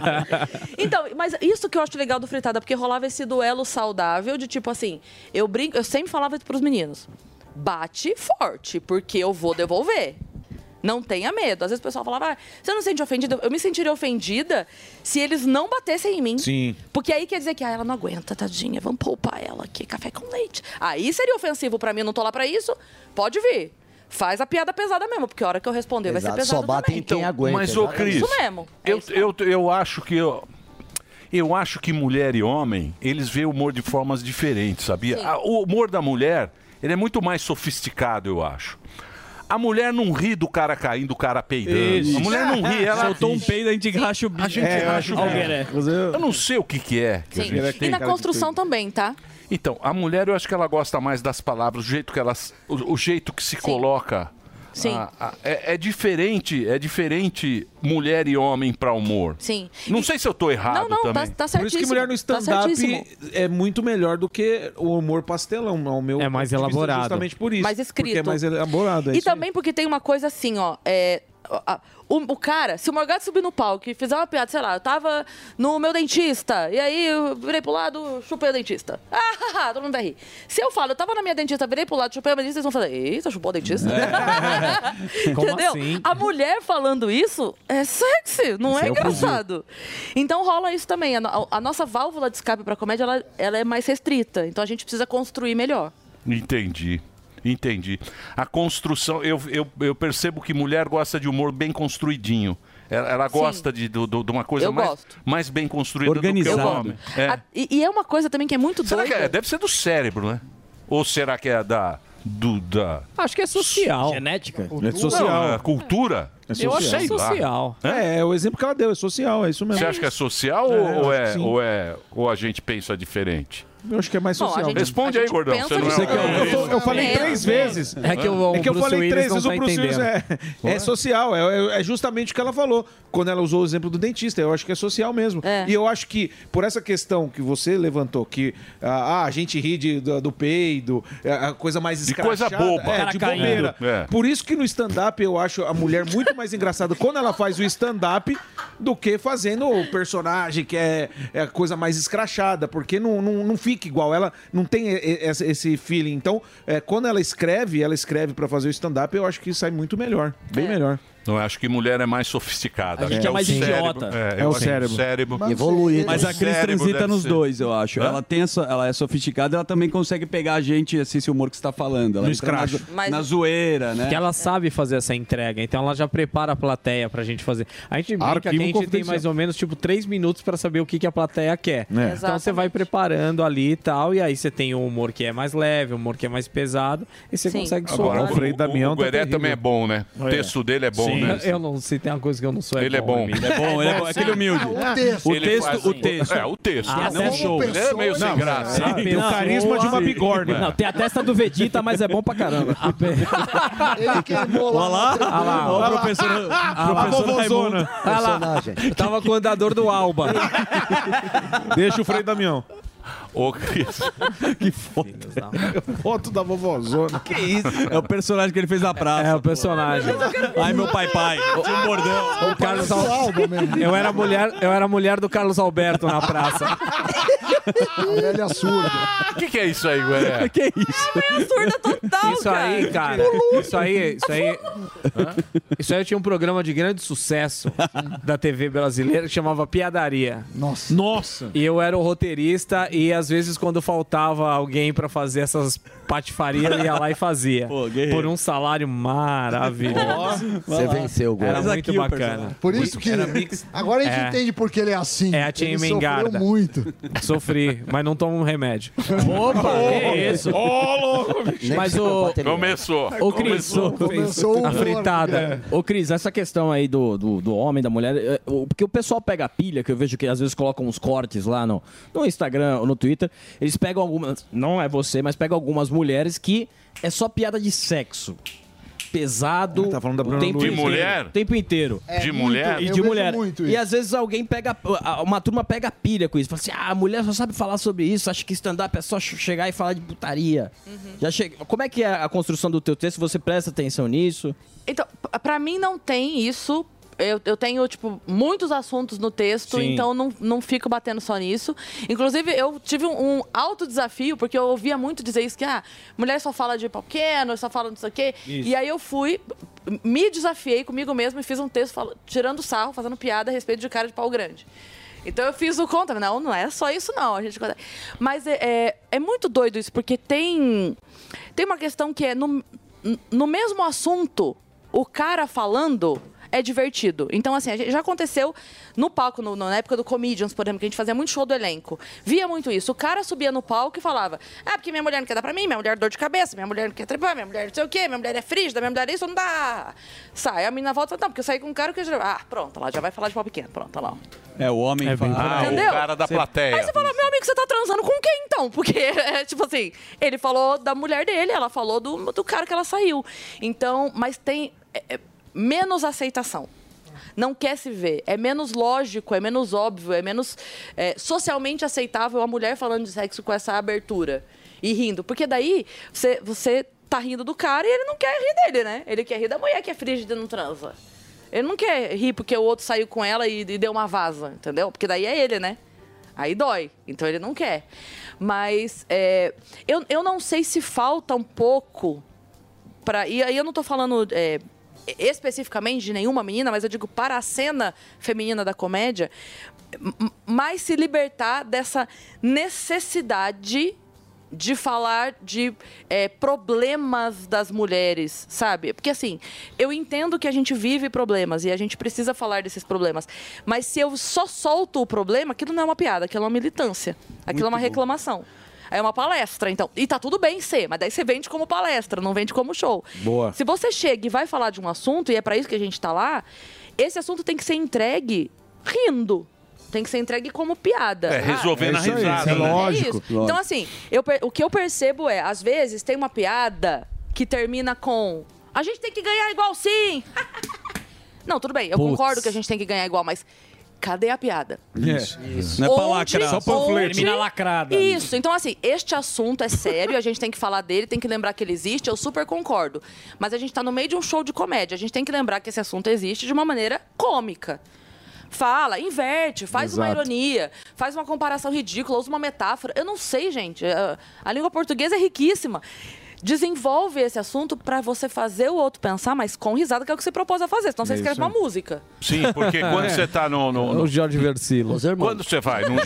[SPEAKER 31] Então, mas isso que eu acho legal do Fritada, porque rolava esse duelo saudável de tipo assim, eu brinco, eu sempre falava pros meninos, bate forte, porque eu vou devolver. Não tenha medo. Às vezes o pessoal falava, ah, você não se sente ofendida? Eu me sentiria ofendida se eles não batessem em mim.
[SPEAKER 12] Sim.
[SPEAKER 31] Porque aí quer dizer que ah, ela não aguenta, tadinha, vamos poupar ela aqui, café com leite. Aí seria ofensivo pra mim, eu não tô lá pra isso. Pode vir. Faz a piada pesada mesmo, porque a hora que eu responder vai ser
[SPEAKER 10] Exato,
[SPEAKER 31] pesada
[SPEAKER 10] só batem
[SPEAKER 31] também.
[SPEAKER 10] quem aguenta,
[SPEAKER 7] Mas, ô, Cris,
[SPEAKER 31] Isso mesmo.
[SPEAKER 7] Eu, eu, eu acho que. Eu, eu acho que mulher e homem, eles veem o humor de formas diferentes, sabia? A- o humor da mulher, ele é muito mais sofisticado, eu acho. A mulher não ri do cara caindo, do cara peidando.
[SPEAKER 20] Isso.
[SPEAKER 7] A mulher não ri, ela.
[SPEAKER 20] Soltou um peido, a gente racha o bico.
[SPEAKER 7] A gente
[SPEAKER 20] É,
[SPEAKER 7] racha o bico.
[SPEAKER 20] alguém, né?
[SPEAKER 7] Eu não sei o que, que é que a
[SPEAKER 31] Sim.
[SPEAKER 7] gente tem.
[SPEAKER 31] E na construção também, tá?
[SPEAKER 7] Então, a mulher, eu acho que ela gosta mais das palavras, o jeito que elas, o, o jeito que se coloca.
[SPEAKER 31] Sim.
[SPEAKER 7] Ah, ah, é, é diferente, é diferente mulher e homem para humor.
[SPEAKER 31] Sim.
[SPEAKER 7] Não sei se eu tô errado
[SPEAKER 31] Não, não, tá-
[SPEAKER 7] também.
[SPEAKER 31] tá
[SPEAKER 12] Por isso que
[SPEAKER 31] certíssimo,
[SPEAKER 12] mulher no
[SPEAKER 31] tá
[SPEAKER 12] stand-up
[SPEAKER 31] certíssimo.
[SPEAKER 12] é muito melhor do que o humor pastelão, ao meu É mais
[SPEAKER 5] elaborado.
[SPEAKER 12] Justamente por isso.
[SPEAKER 31] Mais escrito.
[SPEAKER 12] Porque é mais elaborado. é
[SPEAKER 31] E
[SPEAKER 12] isso aí.
[SPEAKER 31] também porque tem uma coisa assim, ó. É, a- a- o, o cara, se o Morgado subir no palco e fizer uma piada, sei lá, eu tava no meu dentista, e aí eu virei pro lado, chupei o dentista. Ah, ha, ha, todo mundo vai rir. Se eu falo, eu tava na minha dentista, virei pro lado, chupei o meu dentista, eles vão falar, eita, chupou o dentista?
[SPEAKER 7] É.
[SPEAKER 2] Como
[SPEAKER 31] Entendeu?
[SPEAKER 2] assim?
[SPEAKER 31] A mulher falando isso é sexy, não
[SPEAKER 2] Isso
[SPEAKER 31] é
[SPEAKER 2] é o Brasil.
[SPEAKER 31] engraçado. Então rola isso também. A, no- a nossa válvula de escape pra comédia, ela, ela é mais restrita. Então a gente precisa construir melhor.
[SPEAKER 7] Entendi. Entendi. A construção, eu, eu, eu percebo que mulher gosta de humor bem construidinho. Ela, ela
[SPEAKER 31] Sim.
[SPEAKER 7] gosta de, do- do- de uma coisa
[SPEAKER 31] Eu
[SPEAKER 7] mais,
[SPEAKER 31] gosto.
[SPEAKER 7] mais bem construída do que o
[SPEAKER 31] Organizado.
[SPEAKER 7] homem. É.
[SPEAKER 31] A- e, e é uma coisa também que é muito
[SPEAKER 7] Será que
[SPEAKER 31] doida.
[SPEAKER 7] é? Deve ser do cérebro, né? Ou será que é da. Do, da...
[SPEAKER 5] Acho que é social.
[SPEAKER 9] Genética?
[SPEAKER 12] É social.
[SPEAKER 7] Não, é cultura?
[SPEAKER 12] social.
[SPEAKER 7] Sei lá. É?
[SPEAKER 12] É, é o exemplo que ela deu, é social, é isso mesmo.
[SPEAKER 7] Você acha que é social ou-
[SPEAKER 12] É, eu acho
[SPEAKER 7] ou,
[SPEAKER 12] que
[SPEAKER 7] é,
[SPEAKER 12] sim.
[SPEAKER 7] ou é ou a gente pensa diferente?
[SPEAKER 12] Eu acho que é mais
[SPEAKER 7] Bom, a
[SPEAKER 12] social.
[SPEAKER 7] gente- Responde a aí, gente gordão, pensa você não é
[SPEAKER 12] Você
[SPEAKER 7] um-
[SPEAKER 12] que é o- eu, tô- eu falei
[SPEAKER 7] É.
[SPEAKER 12] três vezes.
[SPEAKER 7] É que o- o
[SPEAKER 12] eu
[SPEAKER 7] Bruce
[SPEAKER 12] falei
[SPEAKER 7] Willis
[SPEAKER 12] três
[SPEAKER 7] não
[SPEAKER 12] vezes, o
[SPEAKER 7] tá
[SPEAKER 12] Bruce Willis é,
[SPEAKER 7] entendendo.
[SPEAKER 12] é social. É, é- é justamente o que ela falou quando ela usou o exemplo do dentista. Eu acho que é social mesmo. E eu acho que, por essa questão que você levantou, que ah, ah, a gente ri de- do, do peido, é, a coisa mais
[SPEAKER 7] De
[SPEAKER 12] escrachada.
[SPEAKER 7] coisa boba.
[SPEAKER 12] É,
[SPEAKER 7] Cara
[SPEAKER 12] de
[SPEAKER 7] caindo.
[SPEAKER 12] bobeira.
[SPEAKER 7] É.
[SPEAKER 12] Por isso que no stand-up eu acho a mulher muito mais engraçada quando ela faz o stand-up do que fazendo o personagem que é, é a coisa mais escrachada, porque não, não, não fica igual. Ela não tem e- e- essa- esse feeling. Então, é, quando ela escreve, ela escreve pra fazer o stand-up, eu acho que sai muito melhor. Bem melhor.
[SPEAKER 7] Não, eu acho que mulher é mais sofisticada.
[SPEAKER 12] A gente
[SPEAKER 7] Acho que
[SPEAKER 12] é mais
[SPEAKER 7] o cérebro.
[SPEAKER 12] idiota.
[SPEAKER 7] É,
[SPEAKER 12] É
[SPEAKER 7] eu
[SPEAKER 12] o
[SPEAKER 7] acho que
[SPEAKER 12] cérebro.
[SPEAKER 7] O cérebro. né?
[SPEAKER 20] Mas a Cris transita nos dois, eu acho.
[SPEAKER 7] Hã?
[SPEAKER 20] Ela, tem essa, ela é sofisticada, ela também consegue pegar a gente, assim, esse humor que você tá falando. Ela
[SPEAKER 5] No
[SPEAKER 20] entra na,
[SPEAKER 5] escracho.
[SPEAKER 20] zo-
[SPEAKER 5] Mas-
[SPEAKER 20] na zoeira, né?
[SPEAKER 5] Porque ela sabe fazer essa entrega, então ela já prepara a plateia pra gente fazer. A gente brinca que
[SPEAKER 20] Arquivo
[SPEAKER 5] a gente tem
[SPEAKER 20] confidencial.
[SPEAKER 5] mais ou menos, tipo, três minutos pra saber o que, que a plateia quer.
[SPEAKER 20] É.
[SPEAKER 5] Então você vai preparando ali e tal, e aí você tem um humor que é mais leve, um humor que é mais pesado, e você
[SPEAKER 31] Sim.
[SPEAKER 5] consegue
[SPEAKER 7] Agora,
[SPEAKER 5] soltar.
[SPEAKER 7] o, Frei Damião
[SPEAKER 20] tá
[SPEAKER 7] o, o Gueré também é bom, né? O
[SPEAKER 5] É.
[SPEAKER 7] texto dele é bom, né?
[SPEAKER 5] Eu não sei, tem uma coisa que eu não sou.
[SPEAKER 7] Ele é bom.
[SPEAKER 5] em mim.
[SPEAKER 7] É bom, ele é bom. É que ele é humilde. Ah, o texto. Ele faz- É, o texto. Ah, não o show. Ele é meio sem
[SPEAKER 5] Não,
[SPEAKER 7] graça.
[SPEAKER 5] a
[SPEAKER 7] Tem o
[SPEAKER 9] um
[SPEAKER 5] pessoa-
[SPEAKER 7] carisma de uma bigorna.
[SPEAKER 9] Não, tem a testa do Vegeta, mas é bom pra caramba.
[SPEAKER 18] Ele queimou
[SPEAKER 9] Olha lá,
[SPEAKER 5] olha lá, olha o professor,
[SPEAKER 12] Ah,
[SPEAKER 9] Ah,
[SPEAKER 5] professor Raimundo. Ah, Olha lá, tava com o andador do Alba.
[SPEAKER 12] Deixa o freio Damião.
[SPEAKER 7] Ô, Cris.
[SPEAKER 12] que foto. foto da vovozona. Que
[SPEAKER 20] isso? É o personagem que ele fez na praça. É, o
[SPEAKER 5] personagem.
[SPEAKER 20] Ai, meu pai, pai. Tinha um bordão.
[SPEAKER 5] O Carlos Al... eu era mulher, eu era mulher do Carlos Alberto na praça.
[SPEAKER 18] Velha surda.
[SPEAKER 7] O que, que é isso aí, Gueré?
[SPEAKER 5] que isso? Isso aí, cara. Isso aí, isso aí. Isso aí eu tinha um programa de grande sucesso da TV brasileira que chamava Piadaria.
[SPEAKER 18] Nossa.
[SPEAKER 12] Nossa.
[SPEAKER 5] E eu era o roteirista e às vezes quando faltava alguém pra fazer essas patifarias, eu ia lá e fazia. por um salário maravilhoso.
[SPEAKER 10] Você venceu, Guerra.
[SPEAKER 5] Era
[SPEAKER 10] Mas
[SPEAKER 5] muito
[SPEAKER 10] aqui o
[SPEAKER 5] bacana.
[SPEAKER 10] personagem.
[SPEAKER 18] Por isso que. Agora a gente
[SPEAKER 5] É.
[SPEAKER 18] entende por que ele é assim.
[SPEAKER 5] É a tia
[SPEAKER 18] Ele sofreu
[SPEAKER 5] Mengarda.
[SPEAKER 18] muito.
[SPEAKER 5] Sofri, mas não tomo um remédio.
[SPEAKER 18] Opa,
[SPEAKER 5] que isso?
[SPEAKER 7] Ô, louco, bicho.
[SPEAKER 5] Mas o-
[SPEAKER 7] Começou.
[SPEAKER 9] Ô, Cris,
[SPEAKER 5] a fritada.
[SPEAKER 9] Ô, Cris, essa questão aí do, do, do homem, da mulher, é, o- porque o pessoal pega a pilha, que eu vejo que às vezes colocam uns cortes lá no, no Instagram ou no Twitter. Twitter, eles pegam algumas. Não é você, mas pegam algumas mulheres que é só piada de sexo. Pesado. Tá falando da
[SPEAKER 7] Bruna
[SPEAKER 9] tempo
[SPEAKER 7] Luiz. De
[SPEAKER 9] inteiro,
[SPEAKER 7] mulher?
[SPEAKER 9] O tempo inteiro.
[SPEAKER 7] É, De muito, mulher?
[SPEAKER 9] E
[SPEAKER 7] eu
[SPEAKER 9] de
[SPEAKER 7] vejo
[SPEAKER 9] mulher.
[SPEAKER 7] muito
[SPEAKER 9] E às vezes alguém pega. a- Uma turma pega pilha com isso. Fala assim: ah, a mulher só sabe falar sobre isso, acha que stand-up é só ch- chegar e falar de putaria. Já chega. Como é que é a construção do teu texto? Você presta atenção nisso?
[SPEAKER 31] Então, p- pra mim não tem isso. Eu, eu tenho, tipo, muitos assuntos no texto,
[SPEAKER 9] Sim.
[SPEAKER 31] então não, não fico batendo só nisso. Inclusive, eu tive um, um alto desafio, porque eu ouvia muito dizer isso, que, ah, mulher só fala de pau pequeno, só fala não sei o quê.
[SPEAKER 15] Isso.
[SPEAKER 31] E aí eu fui, me desafiei comigo mesma e fiz um texto fal- tirando sarro, fazendo piada a respeito de cara de pau grande. Então eu fiz o conta, não, não é só isso não, a gente conta. Mas é, é, é muito doido isso, porque tem, tem uma questão que é, no, no mesmo assunto, o cara falando é divertido. Então, assim, a gente- já aconteceu no palco, no- no- na época do Comedians, por exemplo, que a gente fazia muito show do elenco. Via muito isso. O cara subia no palco e falava: Ah, porque minha mulher não quer dar pra mim, minha mulher é dor de cabeça, minha mulher não quer trepar, minha mulher não sei o quê, minha mulher é frígida, minha mulher é isso, não dá. Sai, a menina volta, não, porque eu saí com um cara que eu já. Ah, pronto, lá, já vai falar de pau pequeno, pronto, tá lá. ó.
[SPEAKER 20] É, o homem fala.
[SPEAKER 7] Ah,
[SPEAKER 31] Entendeu?
[SPEAKER 7] o cara da plateia.
[SPEAKER 31] Aí você fala, meu amigo, você tá transando com quem então? Porque, é, tipo assim, ele falou da mulher dele, ela falou do, do cara que ela saiu. Então, mas tem é, é, menos aceitação. Não quer se ver. É menos lógico, é menos óbvio, é menos é, socialmente aceitável a mulher falando de sexo com essa abertura e rindo. Porque daí você, você tá rindo do cara e ele não quer rir dele, né? Ele quer rir da mulher que é frígida e não transa. Ele não quer rir porque o outro saiu com ela e, e deu uma vaza, entendeu? Porque daí é ele, né? Aí dói. Então ele não quer. Mas é, eu, eu não sei se falta um pouco para e aí eu não tô falando é, especificamente de nenhuma menina, mas eu digo para a cena feminina da comédia, m- m- mais se libertar dessa necessidade de falar de é, problemas das mulheres, sabe? Porque assim, eu entendo que a gente vive problemas e a gente precisa falar desses problemas. Mas se eu só solto o problema, aquilo não é uma piada, aquilo é uma militância, aquilo é uma reclamação. É uma palestra, então. E tá tudo bem ser, mas daí você vende como palestra, não vende como show.
[SPEAKER 15] Boa.
[SPEAKER 31] Se você chega e vai falar de um assunto, e é pra isso que a gente tá lá, esse assunto tem que ser entregue rindo. Tem que ser entregue como piada.
[SPEAKER 7] É, resolvendo
[SPEAKER 31] Ah,
[SPEAKER 7] a risada,
[SPEAKER 31] isso.
[SPEAKER 7] né?
[SPEAKER 31] É isso.
[SPEAKER 7] Lógico, lógico.
[SPEAKER 31] Então, assim, eu per- o que eu percebo é, às vezes, tem uma piada que termina com a gente tem que ganhar igual sim. Não, tudo bem, eu
[SPEAKER 15] Putz.
[SPEAKER 31] concordo que a gente tem que ganhar igual, mas cadê a piada?
[SPEAKER 20] Isso.
[SPEAKER 31] Isso.
[SPEAKER 20] Não é pra
[SPEAKER 31] Onde-
[SPEAKER 20] lacrar.
[SPEAKER 31] onde- Isso. Então, assim, este assunto é sério, a gente tem que falar dele, tem que lembrar que ele existe, eu super concordo. Mas a gente tá no meio de um show de comédia, a gente tem que lembrar que esse assunto existe de uma maneira cômica. Fala, inverte, faz uma
[SPEAKER 15] Exato.
[SPEAKER 31] ironia, faz uma comparação ridícula, usa uma metáfora. Eu não sei, gente. é, A língua portuguesa é riquíssima. Desenvolve esse assunto pra você fazer o outro pensar, mas com risada, que é o que você propôs a fazer. Senão você
[SPEAKER 5] É
[SPEAKER 31] escreve
[SPEAKER 5] isso
[SPEAKER 31] uma
[SPEAKER 5] aí.
[SPEAKER 31] música.
[SPEAKER 7] Sim, porque quando
[SPEAKER 5] É.
[SPEAKER 7] você tá no. no, no-
[SPEAKER 5] O Jorge Versilo.
[SPEAKER 7] Quando você vai no.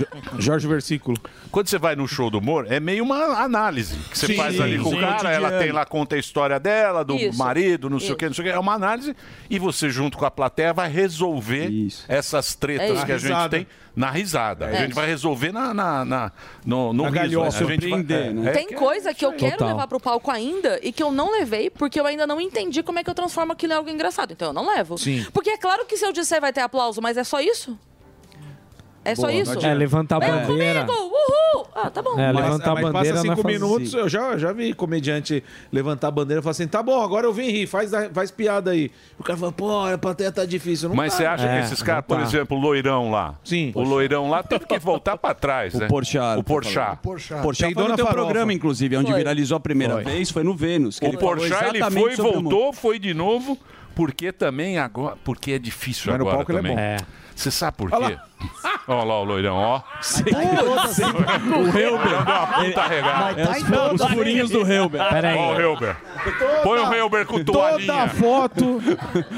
[SPEAKER 12] Jorge Versículo.
[SPEAKER 7] Quando você vai no show do humor, é meio uma análise que você
[SPEAKER 12] Sim,
[SPEAKER 7] faz ali com
[SPEAKER 12] sim,
[SPEAKER 7] o cara, ela
[SPEAKER 12] cotidiano.
[SPEAKER 7] tem lá, conta a história dela, do
[SPEAKER 12] Isso,
[SPEAKER 7] marido, não sei o quê, não sei o quê. É uma análise e você, junto com a plateia, vai resolver essas
[SPEAKER 31] É
[SPEAKER 7] tretas
[SPEAKER 31] isso.
[SPEAKER 7] que a
[SPEAKER 31] Na
[SPEAKER 7] gente
[SPEAKER 31] risada.
[SPEAKER 7] tem na risada.
[SPEAKER 31] É
[SPEAKER 7] A gente
[SPEAKER 31] isso.
[SPEAKER 7] vai resolver na, na, na- no, no
[SPEAKER 12] Na
[SPEAKER 7] riso. né?
[SPEAKER 12] galhofa.
[SPEAKER 7] A gente vai,
[SPEAKER 12] Surpreender, né?
[SPEAKER 7] é,
[SPEAKER 31] Tem coisa que eu quero
[SPEAKER 7] Total.
[SPEAKER 31] levar pro palco ainda e que eu não levei porque eu ainda não entendi como é que eu transformo aquilo em algo engraçado. Então eu não levo.
[SPEAKER 5] Sim.
[SPEAKER 31] Porque é claro que se eu disser vai ter aplauso, mas é só isso? É só
[SPEAKER 5] Boa, não
[SPEAKER 31] isso?
[SPEAKER 5] adianta. É, levantar a
[SPEAKER 31] Vem
[SPEAKER 5] bandeira.
[SPEAKER 31] comigo! Uhul! Ah, tá bom.
[SPEAKER 5] É,
[SPEAKER 12] Mas-
[SPEAKER 5] levantar a
[SPEAKER 12] mas
[SPEAKER 5] bandeira
[SPEAKER 12] Passa
[SPEAKER 5] não é
[SPEAKER 12] cinco
[SPEAKER 5] fácil.
[SPEAKER 12] minutos, eu já, já vi comediante levantar a bandeira e falar assim: tá bom, agora eu vim rir, faz, da- faz piada aí. O cara fala: pô, a plateia tá difícil. Não
[SPEAKER 7] Mas
[SPEAKER 12] tá.
[SPEAKER 7] você acha
[SPEAKER 5] É,
[SPEAKER 20] né?
[SPEAKER 7] que esses caras, por exemplo, o loirão lá. Sim. O loirão lá teve que voltar pra trás,
[SPEAKER 20] O
[SPEAKER 7] né?
[SPEAKER 20] Porchat.
[SPEAKER 7] O Porchat. Tá
[SPEAKER 20] Porchat. Porchat foi no teu programa, inclusive, onde
[SPEAKER 7] Foi.
[SPEAKER 20] viralizou a primeira
[SPEAKER 7] Foi.
[SPEAKER 20] vez, foi no Vênus. que
[SPEAKER 7] O
[SPEAKER 20] ele falou
[SPEAKER 7] Porchat, ele
[SPEAKER 20] exatamente
[SPEAKER 7] foi,
[SPEAKER 20] sobre o mundo.
[SPEAKER 7] voltou, foi de novo, porque também agora... Porque é difícil
[SPEAKER 20] Mas no
[SPEAKER 7] agora
[SPEAKER 20] palco ele é
[SPEAKER 7] também.
[SPEAKER 20] bom. É.
[SPEAKER 7] Você sabe por
[SPEAKER 20] Olha
[SPEAKER 7] quê? Olha lá o loirão, ó.
[SPEAKER 20] O Helber.
[SPEAKER 7] Deu uma puta regada.
[SPEAKER 20] É os fu- os furinhos do Helber.
[SPEAKER 7] Pera aí. Ó o Helber. Põe o Helber com toalhinha.
[SPEAKER 12] Toda foto.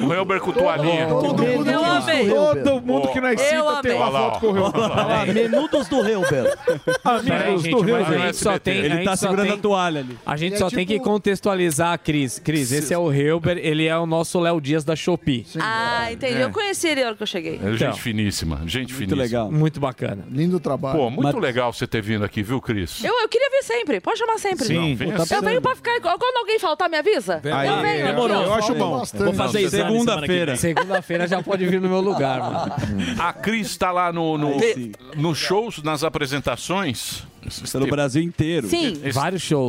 [SPEAKER 7] O Helber com toalhinha.
[SPEAKER 12] Todo mundo,
[SPEAKER 7] Eu amei.
[SPEAKER 12] todo mundo que nós
[SPEAKER 7] Eu
[SPEAKER 12] cita tem uma
[SPEAKER 7] amei.
[SPEAKER 12] foto com o Rio.
[SPEAKER 7] Olha lá, olha lá.
[SPEAKER 10] Menudos do Helber.
[SPEAKER 12] Amigos
[SPEAKER 5] gente,
[SPEAKER 12] do Rio.
[SPEAKER 5] mas é a gente só tem, a
[SPEAKER 20] Ele
[SPEAKER 5] gente
[SPEAKER 20] tá
[SPEAKER 5] só
[SPEAKER 20] segurando
[SPEAKER 5] tem-
[SPEAKER 20] a toalha ali.
[SPEAKER 5] A gente
[SPEAKER 20] Ele é
[SPEAKER 5] só
[SPEAKER 20] tipo-
[SPEAKER 5] tem que contextualizar a Cris. Cris, esse é o Helber, ele é o nosso Léo Dias da Shopee.
[SPEAKER 31] Ah, entendi.
[SPEAKER 5] É.
[SPEAKER 31] Eu conheci ele na hora que eu cheguei.
[SPEAKER 7] É
[SPEAKER 5] Então.
[SPEAKER 7] gente finíssima, gente
[SPEAKER 5] Muito
[SPEAKER 7] finíssima.
[SPEAKER 5] legal. Muito bacana.
[SPEAKER 18] Lindo trabalho.
[SPEAKER 7] Pô, muito legal você ter vindo aqui, viu, Cris?
[SPEAKER 31] Eu, eu queria vir sempre. Pode chamar sempre.
[SPEAKER 7] Sim, Não, venha
[SPEAKER 31] eu
[SPEAKER 7] sempre.
[SPEAKER 31] venho pra ficar igual. Quando alguém faltar, me avisa.
[SPEAKER 7] Aí,
[SPEAKER 31] eu venho.
[SPEAKER 7] demorou. Eu acho bom. Vou fazer exame
[SPEAKER 5] Segunda-feira.
[SPEAKER 7] semana que vem.
[SPEAKER 5] Segunda-feira já pode vir no meu lugar, mano.
[SPEAKER 7] A Cris tá lá no, no, nos shows, nas apresentações.
[SPEAKER 6] Pelo Brasil inteiro.
[SPEAKER 7] Esse-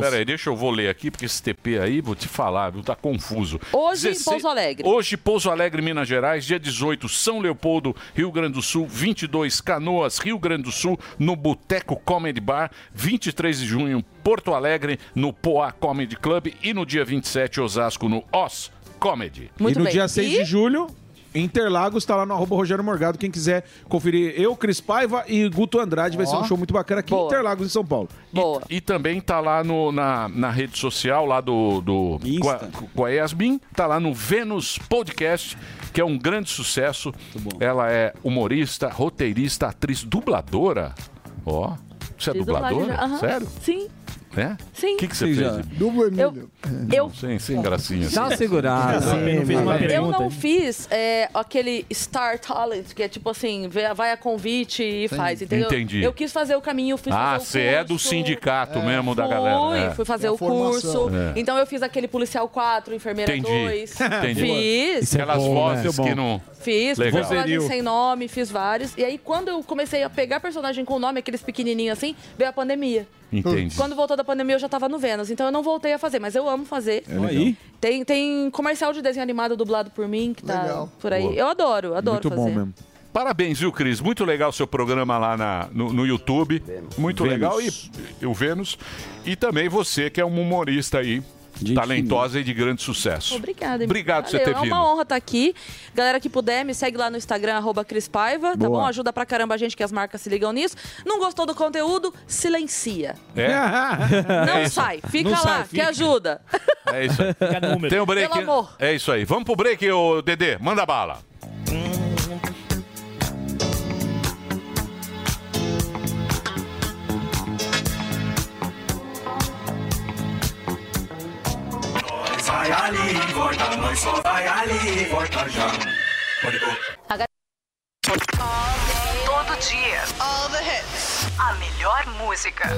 [SPEAKER 7] Peraí, deixa eu vou ler aqui, porque esse TP aí, vou te falar, viu? Tá confuso.
[SPEAKER 31] Hoje em
[SPEAKER 7] 16
[SPEAKER 31] Pouso Alegre.
[SPEAKER 7] Hoje, Pouso Alegre, Minas Gerais, dia 18, São Leopoldo, Rio Grande do Sul, 22, Canoas, Rio Grande do Sul, no Boteco Comedy Bar, 23 de junho, Porto Alegre, no Poá Comedy Club e no dia 27, Osasco, no Os Comedy.
[SPEAKER 12] e no dia 6 de julho, Interlagos tá lá no arroba Rogério Morgado. Quem quiser conferir eu, Cris Paiva e Guto Andrade, vai
[SPEAKER 7] Ó.
[SPEAKER 12] ser um show muito bacana aqui em Interlagos, em São Paulo.
[SPEAKER 7] E, e também tá lá no- na, na rede social, lá do, do com a Yasmin, tá lá no Vênus Podcast, que é um grande sucesso. Ela é humorista, roteirista, atriz, dubladora. Ó, você é
[SPEAKER 31] Fiz dublagem
[SPEAKER 7] dubladora?
[SPEAKER 31] já. Aham.
[SPEAKER 7] Sério?
[SPEAKER 31] Sim.
[SPEAKER 7] É?
[SPEAKER 31] Sim.
[SPEAKER 7] O que, que você
[SPEAKER 31] Sim,
[SPEAKER 7] fez?
[SPEAKER 31] já. Eu, eu,
[SPEAKER 7] Sim, sim, gracinha. assim.
[SPEAKER 5] Dá uma segurada.
[SPEAKER 7] Sim,
[SPEAKER 5] Sim,
[SPEAKER 7] mas-
[SPEAKER 5] mas-
[SPEAKER 31] eu
[SPEAKER 5] pergunta
[SPEAKER 31] não
[SPEAKER 5] aí.
[SPEAKER 31] fiz é, aquele Star Talent, que é tipo assim, vê- vai a convite e faz, entendeu?
[SPEAKER 7] Entendi.
[SPEAKER 31] Eu quis fazer o caminho, fiz
[SPEAKER 7] Ah,
[SPEAKER 31] fazer o
[SPEAKER 7] você é do sindicato mesmo da galera.
[SPEAKER 31] Fui,
[SPEAKER 7] é.
[SPEAKER 31] fui fazer
[SPEAKER 7] É a
[SPEAKER 31] o
[SPEAKER 7] formação.
[SPEAKER 31] curso.
[SPEAKER 7] É.
[SPEAKER 31] Então eu fiz aquele policial 4, enfermeira
[SPEAKER 7] Entendi.
[SPEAKER 31] 2.
[SPEAKER 7] Entendi.
[SPEAKER 31] Fiz.
[SPEAKER 7] Isso é Aquelas bom, vozes né? Isso é que bom. não-
[SPEAKER 31] Fiz,
[SPEAKER 7] Legal.
[SPEAKER 31] personagem
[SPEAKER 7] Vozerio.
[SPEAKER 31] sem nome, fiz vários. E aí, quando eu comecei a pegar personagem com nome, aqueles pequenininhos assim, veio a pandemia.
[SPEAKER 7] Entendi.
[SPEAKER 31] Quando voltou da pandemia, eu já tava no Vênus. Então eu não voltei a fazer, mas eu amo fazer.
[SPEAKER 7] É legal.
[SPEAKER 31] Tem, tem comercial de desenho animado dublado por mim, que tá por aí. Eu adoro, adoro fazer.
[SPEAKER 7] Parabéns, viu, Cris? Muito legal o seu programa lá na- no, no YouTube. Muito
[SPEAKER 6] Vênus.
[SPEAKER 7] legal. E, e o Vênus. E também você, que é um humorista aí, talentosa e de grande sucesso.
[SPEAKER 31] Obrigada, Emílio.
[SPEAKER 7] Obrigado por você
[SPEAKER 31] Valeu,
[SPEAKER 7] ter
[SPEAKER 31] É
[SPEAKER 7] vindo.
[SPEAKER 31] uma honra estar aqui. Galera que puder, me segue lá no Instagram, arroba Cris Paiva, tá
[SPEAKER 7] Boa.
[SPEAKER 31] bom? Ajuda pra caramba a gente que as marcas se ligam nisso. Não gostou do conteúdo? Silencia.
[SPEAKER 7] É.
[SPEAKER 31] Não
[SPEAKER 7] É isso.
[SPEAKER 31] sai, fica
[SPEAKER 7] Não
[SPEAKER 31] lá,
[SPEAKER 7] sai,
[SPEAKER 31] que
[SPEAKER 7] fica.
[SPEAKER 31] ajuda.
[SPEAKER 7] É isso aí.
[SPEAKER 31] número.
[SPEAKER 7] Tem um break.
[SPEAKER 31] Pelo amor.
[SPEAKER 7] É isso aí. Vamos pro break, ô Dedê. Manda bala.
[SPEAKER 22] Vai ali e volta, mãe, só vai ali e volta já.
[SPEAKER 2] Todo dia. All the hits. A melhor música.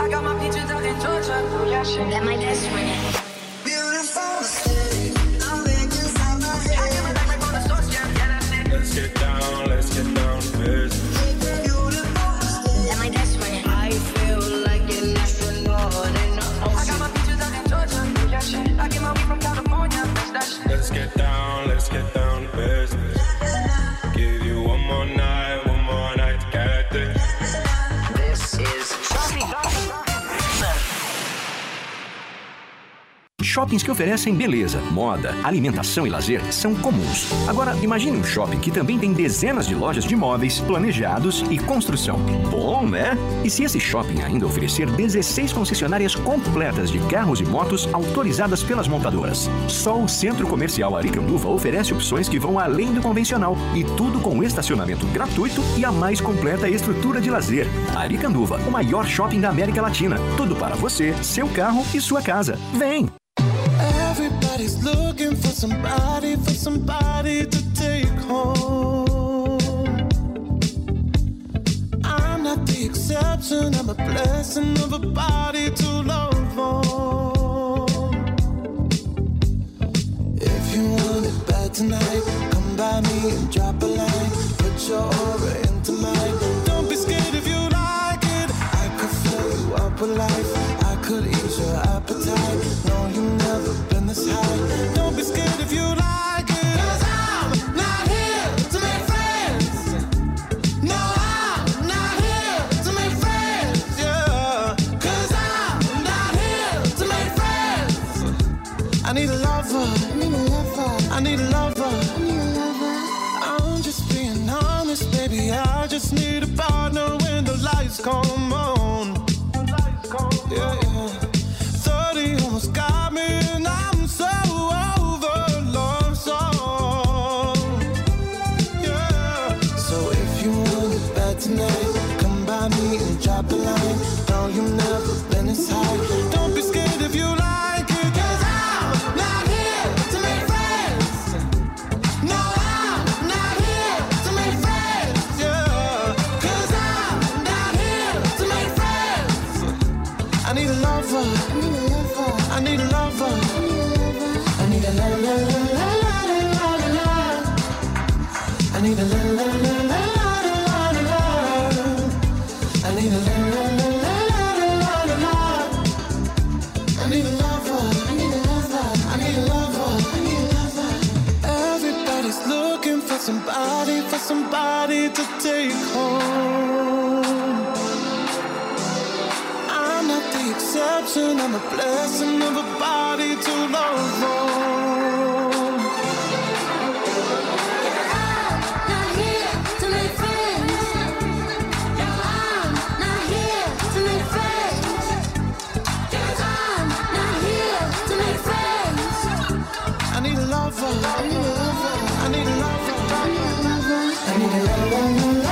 [SPEAKER 2] I got my peaches out in Georgia. Yeah, shit. Let my dance with it. Beautiful city. I'm in just out my head. I give it back, like on the source, yeah, yeah, that's it.
[SPEAKER 32] Let's get down, let's get down to business.
[SPEAKER 2] Let my dance with it. I feel like an astronaut in the ocean. I got my peaches out in Georgia. Yeah, shit. I get my weed from California. That's that shit.
[SPEAKER 32] Let's get down, let's get down to business. Give you one more night, one more night to get it.
[SPEAKER 2] This is Shopping.
[SPEAKER 15] Shoppings que oferecem beleza, moda, alimentação e lazer são comuns. Agora, imagine um shopping que também tem dezenas de lojas de móveis, planejados e construção. Bom, né? E se esse shopping ainda oferecer 16 concessionárias completas de carros e motos autorizadas pelas montadoras? Só o Centro Comercial Aricanduva oferece opções que vão além do convencional e tudo com estacionamento gratuito e a mais completa estrutura de lazer. Aricanduva, o maior shopping da América Latina. Tudo para você, seu carro e sua casa. Vem!
[SPEAKER 36] Everybody's looking for somebody, for somebody to take home. I'm not the exception, I'm a blessing of a body to love for. If you want it bad tonight, come by me and drop a line. Put your aura into mine. Don't be scared if you like it. I could fill you up with life. I could ease your appetite. No, you've never been this high. Don't be scared if you like it. Cause I'm not here to make friends. No, I'm not here to make friends. Yeah. Cause I'm not here to make friends. I need a lover. I need a lover. I need a lover. I need a lover. I'm just being honest, baby. I just need a partner when the lights come on. Yeah, yeah. 30 almost got me, and I'm so over love song. Yeah. So if you want it bad tonight, come by me and drop a line. No, you've never been this high. Don't be scared if you like it, cause I'm not here to make friends. No, I'm not here to make friends. Yeah. Cause I'm not here to make friends. I need a lover. I need a lover. I need a lover. I need a la la la la la la la la. I need a la la la la la la la la. option. I'm a blessing of a body to love on.
[SPEAKER 38] Not here to make friends. No, I'm not here to make friends. Yes, I'm not here to make friends.
[SPEAKER 36] I need a lover. I need a lover. I need a lover. I need a lover.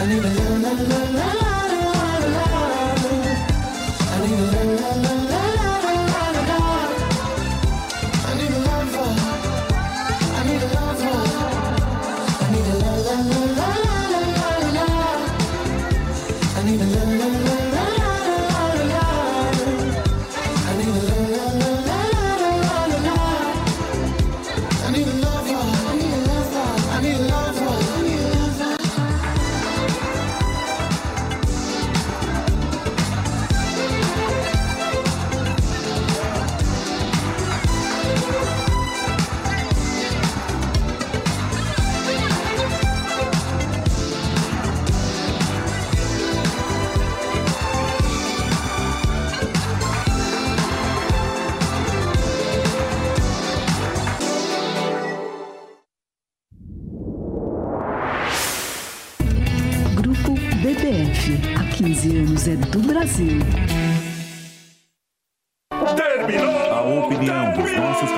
[SPEAKER 36] I need a lover. La, la, la, la, la, la. I need a la, la, la, la, la, la, la, la. I need a la, la, la, la, la, la, la, la, la. I need a lover. I need a lover. I need a la, la, la, la, la, la, la, la. I need a la, la, la, la, la, la, la, la, la. I need a la la la la la la la la. I need a lover. I need a lover. I need a lover. I need a lover.
[SPEAKER 39] Grupo BBF. Há 15 anos é do Brasil.
[SPEAKER 23] A opinião dos nossos